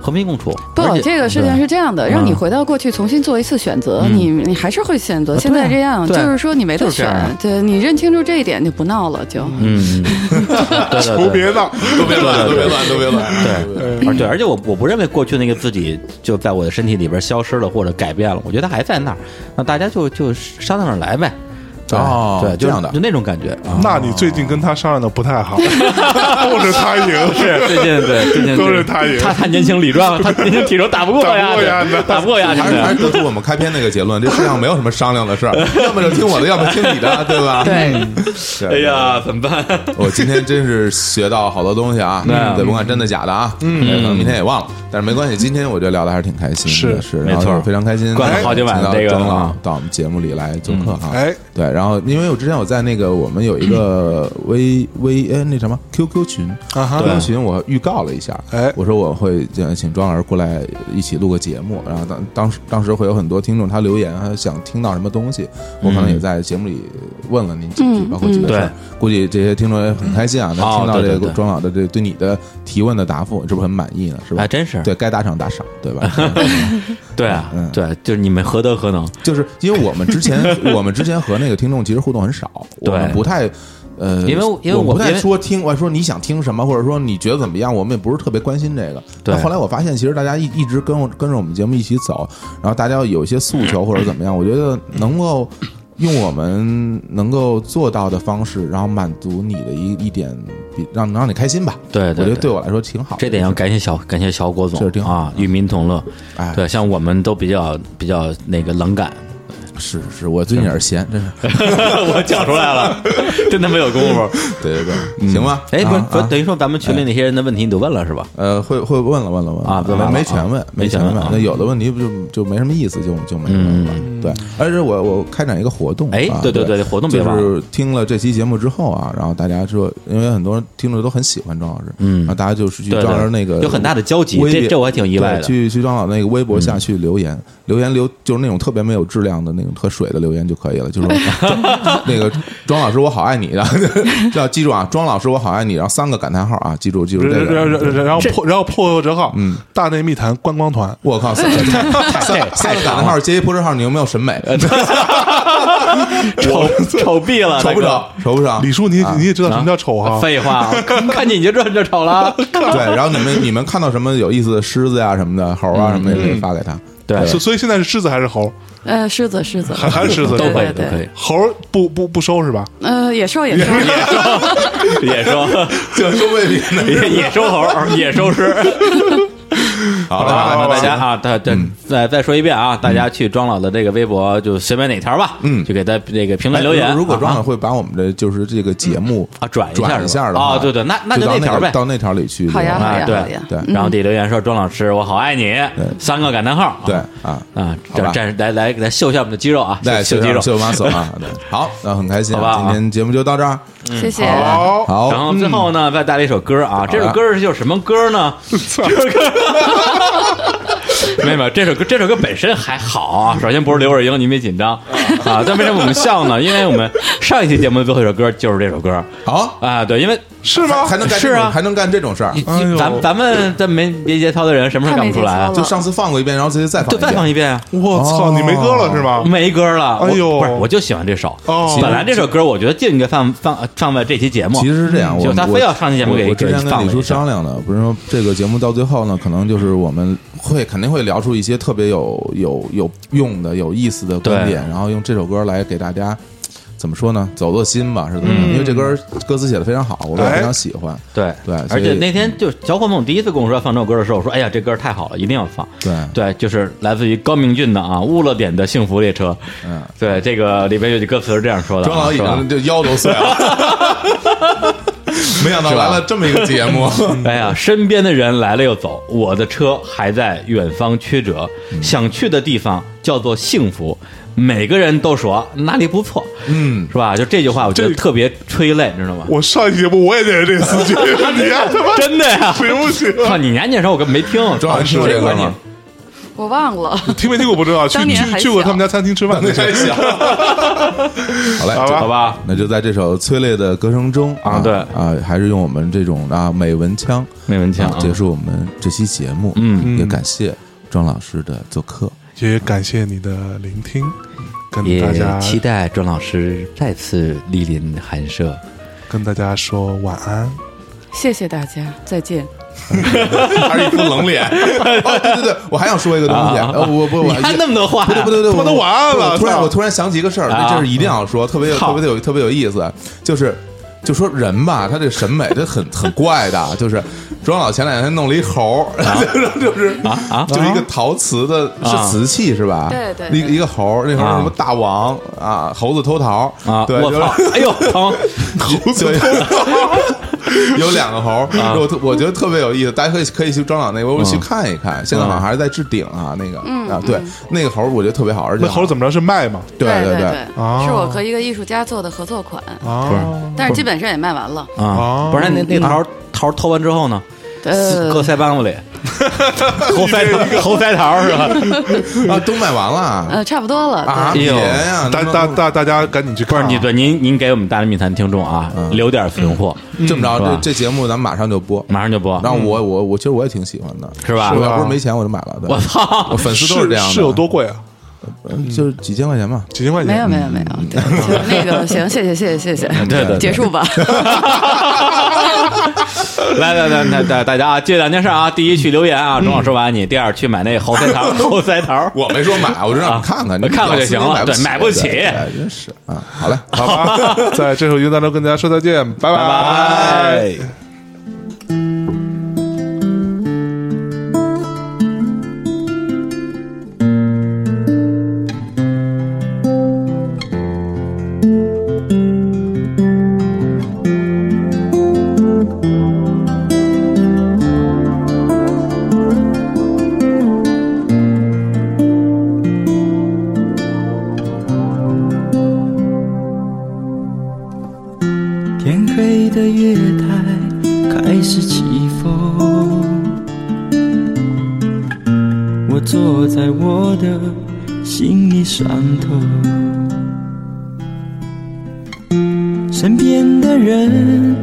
Speaker 3: 和平共处。
Speaker 6: 不
Speaker 3: 而，且
Speaker 6: 这个事情是这样的，让你回到过去重新做一次选择，你你还是会选择现在这样，
Speaker 3: 嗯
Speaker 6: 就
Speaker 3: 啊对
Speaker 6: 是说你没得
Speaker 3: 就是这
Speaker 6: 选
Speaker 3: 样，
Speaker 6: 对你认清楚这一点就不闹了，就
Speaker 3: 嗯，对对对
Speaker 5: 都别闹，
Speaker 4: 都别乱，都别乱，都别乱。啊
Speaker 3: 对，啊而对，而且我我不认为过去那个自己就在我的身体里边消失了或者改变了，我觉得还在那儿。那大家就就商量着来呗。对
Speaker 9: 哦
Speaker 3: 对，就
Speaker 9: 这样的
Speaker 3: 就那种感觉啊。
Speaker 5: 那你最近跟他商量的不 *laughs* 太好，都是他赢，
Speaker 3: 是 *laughs* 最近对最近
Speaker 5: 都是他赢
Speaker 3: 他他年轻力壮，他年轻体壮打不过
Speaker 5: 打
Speaker 3: 呀
Speaker 5: 不过呀，
Speaker 3: 打不过呀，
Speaker 2: 还
Speaker 3: 真
Speaker 2: 是还
Speaker 3: 的
Speaker 2: 是得出我们开篇那个结论，这世上没有什么商量的事儿，要么就听我的，要么听你的，对吧？
Speaker 6: 对，
Speaker 2: 对，
Speaker 3: 哎呀，怎么办？
Speaker 2: 我今天真是学到好多东西啊！
Speaker 3: 啊
Speaker 2: 对，甭管真的假的啊，嗯，可能明天也忘了，但是没关系，今天我觉得聊的还是挺开心的，
Speaker 5: 是
Speaker 2: 是，
Speaker 3: 没
Speaker 2: 然后
Speaker 3: 错
Speaker 2: 就非常开心，哎
Speaker 3: 灌了好几碗
Speaker 2: 请到
Speaker 3: 这个
Speaker 2: 张
Speaker 3: 啊
Speaker 2: 老到我们节目里来做
Speaker 4: 嗯
Speaker 2: 客哈。
Speaker 5: 哎，
Speaker 2: 对，然后因为我之前我在那个我们有一个
Speaker 3: *clears throat*
Speaker 2: 微微哎那什么 QQ 群
Speaker 5: 啊哈
Speaker 2: ，QQ 群我预告了一下，
Speaker 5: 哎
Speaker 2: 我说我会呃请庄老师过来一起录个节目，然后当当时当时会有很多听众他留言，他想听到什么东西，我可能
Speaker 3: 嗯
Speaker 2: 也在节目里问了您几句，包括几个事儿，估计这些听众也很开心啊，能听
Speaker 3: 哦
Speaker 2: 到
Speaker 3: 对
Speaker 2: 这
Speaker 3: 对
Speaker 2: 个
Speaker 3: 对
Speaker 2: 庄老的这对你的提问的答复，是不是很满意呢？是吧？
Speaker 3: 还真是
Speaker 2: 对该打赏打赏，对
Speaker 3: *laughs*
Speaker 2: 吧？
Speaker 3: 对啊
Speaker 2: 嗯，
Speaker 3: 对，就是你们何德何能？
Speaker 2: 就是因为我们之
Speaker 3: *laughs*
Speaker 2: 前我们之前和那个听众其实互动很少，我
Speaker 3: 对
Speaker 2: 们不太。呃，
Speaker 3: 因为我因为
Speaker 2: 我们
Speaker 3: 我
Speaker 2: 不太
Speaker 3: 因为
Speaker 2: 说听，我说你想听什么，或者说你觉得怎么样，我们也不是特别关心这个。
Speaker 3: 对
Speaker 2: 但后来我发现，其实大家一一直跟我跟着我们节目一起走，然后大家有一些诉求或者怎么样，我觉得能够用我们能够做到的方式，然后满足你的一一点，比让能让你开心吧。
Speaker 3: 对
Speaker 2: 我
Speaker 3: 对
Speaker 2: 觉得
Speaker 3: 对
Speaker 2: 对我来说挺好的。
Speaker 3: 这点要感谢小感谢小郭总
Speaker 2: 这是挺好
Speaker 3: 啊，与民同乐。
Speaker 2: 哎
Speaker 3: 对，像我们都比较比较那个冷感， *laughs*
Speaker 2: 是是，我最近也是闲，真是。
Speaker 3: 我讲出来了，真的没有功夫。
Speaker 2: 对对对，行吧。
Speaker 3: 哎，不是
Speaker 2: 啊，
Speaker 3: 不是
Speaker 2: 啊
Speaker 3: 等于说咱们群里那些人的问题你都问了是吧？
Speaker 2: 呃，会会问了问了问了
Speaker 3: 啊问完了
Speaker 2: 没没全问
Speaker 3: 啊，
Speaker 2: 没
Speaker 3: 没全
Speaker 2: 问
Speaker 3: 问啊。嗯
Speaker 2: 那有的问题不就就没什么意思，就就没问了。对，而且我我开展一个活动，
Speaker 3: 哎
Speaker 2: 啊
Speaker 3: 对对
Speaker 2: 对
Speaker 3: 对活动别
Speaker 2: 就
Speaker 3: 忘了
Speaker 2: 是听了这期节目之后啊，然后大家说，因为很多听众都很喜欢庄老师，嗯，然后大家就是去
Speaker 3: 对对
Speaker 2: 庄老师那个
Speaker 3: 有很大的交集
Speaker 2: 微
Speaker 3: 这
Speaker 2: 博
Speaker 3: 这我还挺意外的嗯
Speaker 2: 对去去庄老那个微博下去留言，留言留就是那种特别没有质量的那种特水的留言就可以了，就是说 *laughs* 那个庄老师我好爱你，然后 *laughs* 要记住啊，庄老师我好爱你，然后三个感叹号啊，记住记住这
Speaker 5: 然
Speaker 2: 个，
Speaker 5: 然然然后破然后破后折号，嗯，啊大内密谈观光团，
Speaker 2: 我 *laughs* 靠，三个三个三个感叹号呃接一破折号，你有没有审美？ *laughs*
Speaker 3: 丑丑毙了，
Speaker 2: 丑不
Speaker 3: 大
Speaker 2: 丑？丑不丑？ *laughs*
Speaker 5: 李叔你
Speaker 2: 啊
Speaker 5: 你也知道
Speaker 3: 哥？
Speaker 5: 什么叫丑
Speaker 3: 啊
Speaker 5: 哈，
Speaker 3: 废话，看见你就知道你就丑了。
Speaker 2: 对，然后你们你们看到什么有意思的狮子呀什么的，猴啊什么的，也可以发给 *laughs* 他。
Speaker 3: 对，
Speaker 5: 所所以现在是狮子还是猴？
Speaker 6: 呃，狮子狮子，
Speaker 5: 还还是狮子
Speaker 3: 都可以，
Speaker 6: 对对
Speaker 3: 都可以。
Speaker 5: 猴儿不不不收是吧？
Speaker 6: *laughs* 呃，野兽
Speaker 3: *laughs*
Speaker 6: 野兽，
Speaker 3: 野兽，
Speaker 2: 这都未必呢。
Speaker 3: 野野兽猴，野兽师。
Speaker 2: 好
Speaker 3: 好
Speaker 2: 了，
Speaker 3: 那大家啊，大再再再说一遍啊，大家去庄老的这个微博就随便哪条吧，嗯，就给他那个评论留
Speaker 2: 哎
Speaker 3: 言。
Speaker 2: 如果庄
Speaker 3: 啊
Speaker 2: 长会把我们的就是这个节目
Speaker 3: 啊转一下
Speaker 2: 转一下啊
Speaker 3: 是
Speaker 2: 的
Speaker 3: 吧
Speaker 2: 话
Speaker 3: 哦对对那那就
Speaker 2: 到
Speaker 3: 那条
Speaker 2: 个
Speaker 3: 呗
Speaker 2: 到那条里去。
Speaker 6: 好呀
Speaker 2: 对吧
Speaker 6: 好
Speaker 3: 啊
Speaker 6: 呀好
Speaker 3: 对
Speaker 6: 呀，
Speaker 2: 对
Speaker 3: 然后底留言说庄老师我好爱你，三个感叹号。啊
Speaker 2: 对啊
Speaker 3: 啊，
Speaker 2: 好
Speaker 3: 这
Speaker 2: 吧
Speaker 3: 这来来给他秀一下我们的肌肉啊，
Speaker 2: 对，
Speaker 3: 秀
Speaker 2: 秀
Speaker 3: 肌肉。
Speaker 2: 秀 muscle *laughs* 啊。对好，那很开心
Speaker 3: 好吧
Speaker 2: 啊，
Speaker 3: 啊
Speaker 2: 今天节目就到这儿。
Speaker 6: 谢
Speaker 3: 嗯
Speaker 6: 谢。
Speaker 5: 好，
Speaker 2: 好，
Speaker 3: 然后最后呢，
Speaker 2: 嗯
Speaker 3: 再带了一首歌啊，这首歌是就是什么
Speaker 2: *laughs*
Speaker 3: 歌呢？这首歌，没 *laughs* 有没有，这首歌这首歌本身还好
Speaker 2: *laughs*
Speaker 3: 啊。首先不是刘若英，你别紧张啊。但为什么我们笑呢？因为我们上一期节目的最后一首歌就是这首歌
Speaker 2: 好，
Speaker 3: 啊。对，因为
Speaker 5: 是吗？
Speaker 2: 还能干这
Speaker 3: 是
Speaker 2: 种
Speaker 3: 啊
Speaker 2: 还能干这种事儿
Speaker 3: 你。
Speaker 5: 哎呦
Speaker 3: 咱咱们这没别节操的人，什么时候干不出来啊？
Speaker 2: 就上次放过一遍，然后这次再放
Speaker 3: 就
Speaker 2: 一
Speaker 3: 再
Speaker 2: 遍
Speaker 3: 放一遍啊！
Speaker 5: 我操，你没歌了是
Speaker 2: 哦
Speaker 5: 吗？
Speaker 3: 没歌了，我
Speaker 5: 哎呦
Speaker 3: 不是，我就喜欢这首。
Speaker 5: 哦
Speaker 3: 本来这首歌我觉得就应该放放放在这期节目，
Speaker 2: 其实是这样，
Speaker 3: 就
Speaker 2: 我
Speaker 3: 他
Speaker 2: 我
Speaker 3: 非要上期节目
Speaker 2: 我
Speaker 3: 给
Speaker 2: 我之
Speaker 3: 给
Speaker 2: 前
Speaker 3: 放
Speaker 2: 跟
Speaker 3: 了
Speaker 2: 李
Speaker 3: 一
Speaker 2: 叔
Speaker 3: 下
Speaker 2: 商量的，不是说这个节目到最后呢，可能就是我们会肯定会聊出一些特别有有有用的、有意思的观点，然后用这首歌来给大家。怎么说呢？走走心吧，是怎么样？因为这歌歌词写的非常好，我们也
Speaker 5: 哎
Speaker 2: 非常喜欢。
Speaker 3: 嗯对
Speaker 2: 对所
Speaker 3: 而且
Speaker 2: 以
Speaker 3: 那天就小火猛第一次跟我说要放这首歌的时候，我说：“哎呀，这歌太好了，一定要放。”
Speaker 2: 对
Speaker 3: 对，就是来自于高明俊的啊，《误了点的幸福列车》。
Speaker 2: 嗯，
Speaker 3: 对，这个里边有句歌词是这样说的
Speaker 2: 庄
Speaker 3: 啊，
Speaker 2: 老已
Speaker 3: 是吧
Speaker 2: 经这腰都碎了， *laughs* 没想到来了这么一个节 *laughs* 目。
Speaker 3: 哎呀，身边的人来了又走，我的车还在远方曲折，
Speaker 2: 嗯
Speaker 3: 想去的地方叫做幸福。每个人都说哪里不错，嗯，是吧？就这句话，我觉得
Speaker 5: 这
Speaker 3: 特别催泪，你知道吗？
Speaker 5: 我上一节目我也念这四句， *laughs* 你丫他妈
Speaker 3: 真的呀！
Speaker 5: 行不行？
Speaker 3: 靠，你年纪时候我根本没听，啊
Speaker 2: 庄老师听过这歌吗？
Speaker 6: 我忘了，
Speaker 5: 听没听过不知道，去
Speaker 6: 当年
Speaker 5: 去
Speaker 6: 还
Speaker 5: 去过
Speaker 6: 小
Speaker 5: 他们家餐厅吃饭那 *laughs*
Speaker 2: 太小。好嘞，
Speaker 5: 好吧
Speaker 3: 好吧？
Speaker 2: 那就在这首催泪的歌声中
Speaker 3: 啊对
Speaker 2: 啊，还是用我们这种啊美文腔
Speaker 3: 没文强
Speaker 2: 啊结束我们这期节目。
Speaker 3: 嗯，
Speaker 2: 也感谢庄老师的做客。
Speaker 5: 也感谢你的聆听，跟
Speaker 3: 也
Speaker 5: 大家
Speaker 3: 期待庄老师再次莅临寒舍。
Speaker 5: 跟大家说晚安。
Speaker 6: 谢谢大家，再见。
Speaker 2: 还是一副冷脸。哦，对对对，我还想说一个东西，
Speaker 3: 啊啊啊
Speaker 2: 呃我不
Speaker 3: 你
Speaker 2: 我
Speaker 3: 还那么多话
Speaker 2: 不对不对不对，
Speaker 5: 他妈都
Speaker 2: 我
Speaker 5: 完了
Speaker 2: 我突然
Speaker 5: 操
Speaker 2: 我突然想起一个事儿，那
Speaker 3: 啊
Speaker 2: 这是一定要说，特别有
Speaker 3: 好
Speaker 2: 特别有特别有意思，就是。就说人吧，他这审美他很很怪的，啊就是庄老前两天弄了一猴儿，然后就是啊
Speaker 3: 啊
Speaker 2: 就是一个陶瓷的，是
Speaker 3: 啊
Speaker 2: 瓷器是吧？
Speaker 6: 对对
Speaker 2: 一个一个猴儿，那猴儿
Speaker 3: 啊
Speaker 2: 什么大王啊，猴子偷桃
Speaker 3: 啊！
Speaker 2: 对，
Speaker 3: 我
Speaker 2: 就是
Speaker 3: 操！哎呦，疼！
Speaker 2: *laughs* 猴子头，有两个猴，
Speaker 5: 啊
Speaker 2: 我特我觉得特别有意思，大家可以可以去庄长那屋去看一
Speaker 5: 啊
Speaker 2: 看，现在好像还是在置顶啊，那个
Speaker 6: 嗯
Speaker 2: 啊，对，那个猴我觉得特别好，而且
Speaker 5: 那猴怎么着是卖嘛？
Speaker 2: 对
Speaker 6: 对
Speaker 2: 对，
Speaker 5: 啊
Speaker 6: 是我和一个艺术家做的合作款，
Speaker 5: 啊，
Speaker 6: 但是基本上也卖完了。
Speaker 3: 啊
Speaker 5: 哦，
Speaker 3: 不是那那桃儿桃儿偷完之后呢？
Speaker 6: 呃
Speaker 3: 搁，腮帮 *laughs* 子里，猴腮猴腮桃儿是 *laughs* 吧？
Speaker 2: 啊，都卖完了
Speaker 6: 呃，差不多了。
Speaker 2: 啊，
Speaker 6: 对
Speaker 2: 别呀，
Speaker 5: 哎大大大大家赶紧去
Speaker 3: 不
Speaker 5: 看
Speaker 3: 是
Speaker 5: 啊，
Speaker 3: 你对您您给我们大内密谈听众啊留点存货，
Speaker 5: 嗯
Speaker 2: 这么着，这这节目咱们马上就播，
Speaker 3: 马上就播，
Speaker 2: 然后我我我其实我也挺喜欢的，
Speaker 3: 是吧？
Speaker 2: 我要不是没钱我就买了，
Speaker 3: 我操！ *laughs*
Speaker 2: 我粉丝
Speaker 5: 啊是
Speaker 2: 都这样的，嗯
Speaker 5: 是有多嗯贵啊？
Speaker 2: 就是几千块钱吧。
Speaker 5: 几千块钱？
Speaker 6: 没有没有没有，对就那个行，谢谢谢谢谢谢，
Speaker 3: 对对对
Speaker 6: 结束 *laughs* 吧。
Speaker 3: 来来来来，大大家啊，这两件事啊，第一去留言啊，钟老师我爱你；第二去买那猴腮 *laughs* 桃儿，猴腮桃儿。
Speaker 2: 我没说买，我就
Speaker 5: 啊
Speaker 2: 让你看看，真是啊，好嘞，
Speaker 5: 好吧，在这首音乐当中跟大家说再见，拜
Speaker 3: 拜拜。
Speaker 10: 天黑的月台开始起风，我坐在我的行李上头，身边的人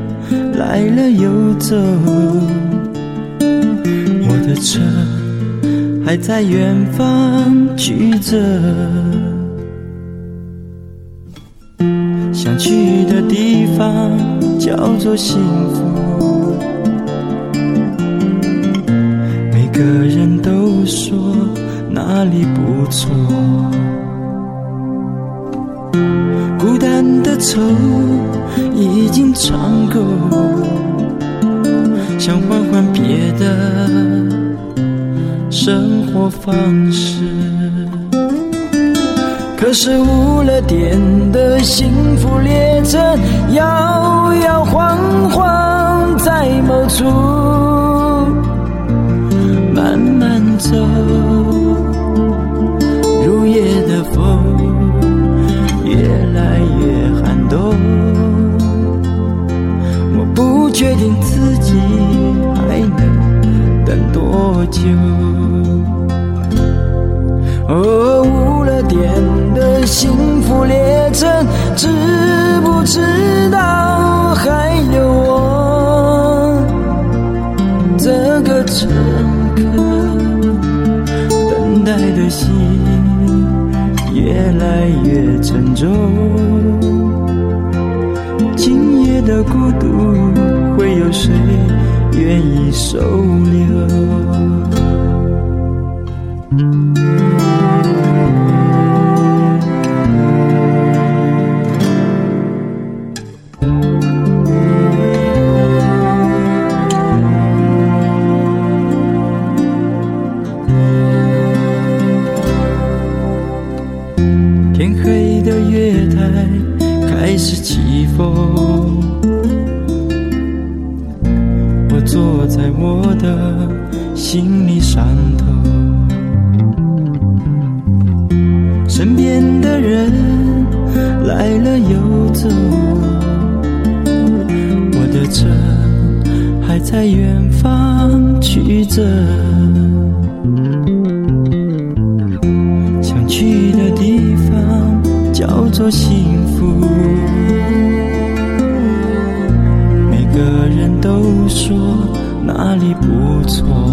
Speaker 10: 来了又走，我的车还在远方曲折。想去的地方叫做幸福。每个人都说哪里不错，孤单的愁已经尝够，想换换别的生活方式。可是无了点的幸福列车，摇摇晃晃在某处慢慢走，入夜的风越来越寒冬，我不确定自己还能等多久。哦，无了点的幸福列车，知不知道还有我这个乘客？等待的心越来越沉重，今夜的孤独会有谁愿意收留？天黑的月台开始起风，我坐在我的行李上头，身边的人来了又走，我的车还在远方曲折。想去的地方叫做幸福。每个人都说哪里不错，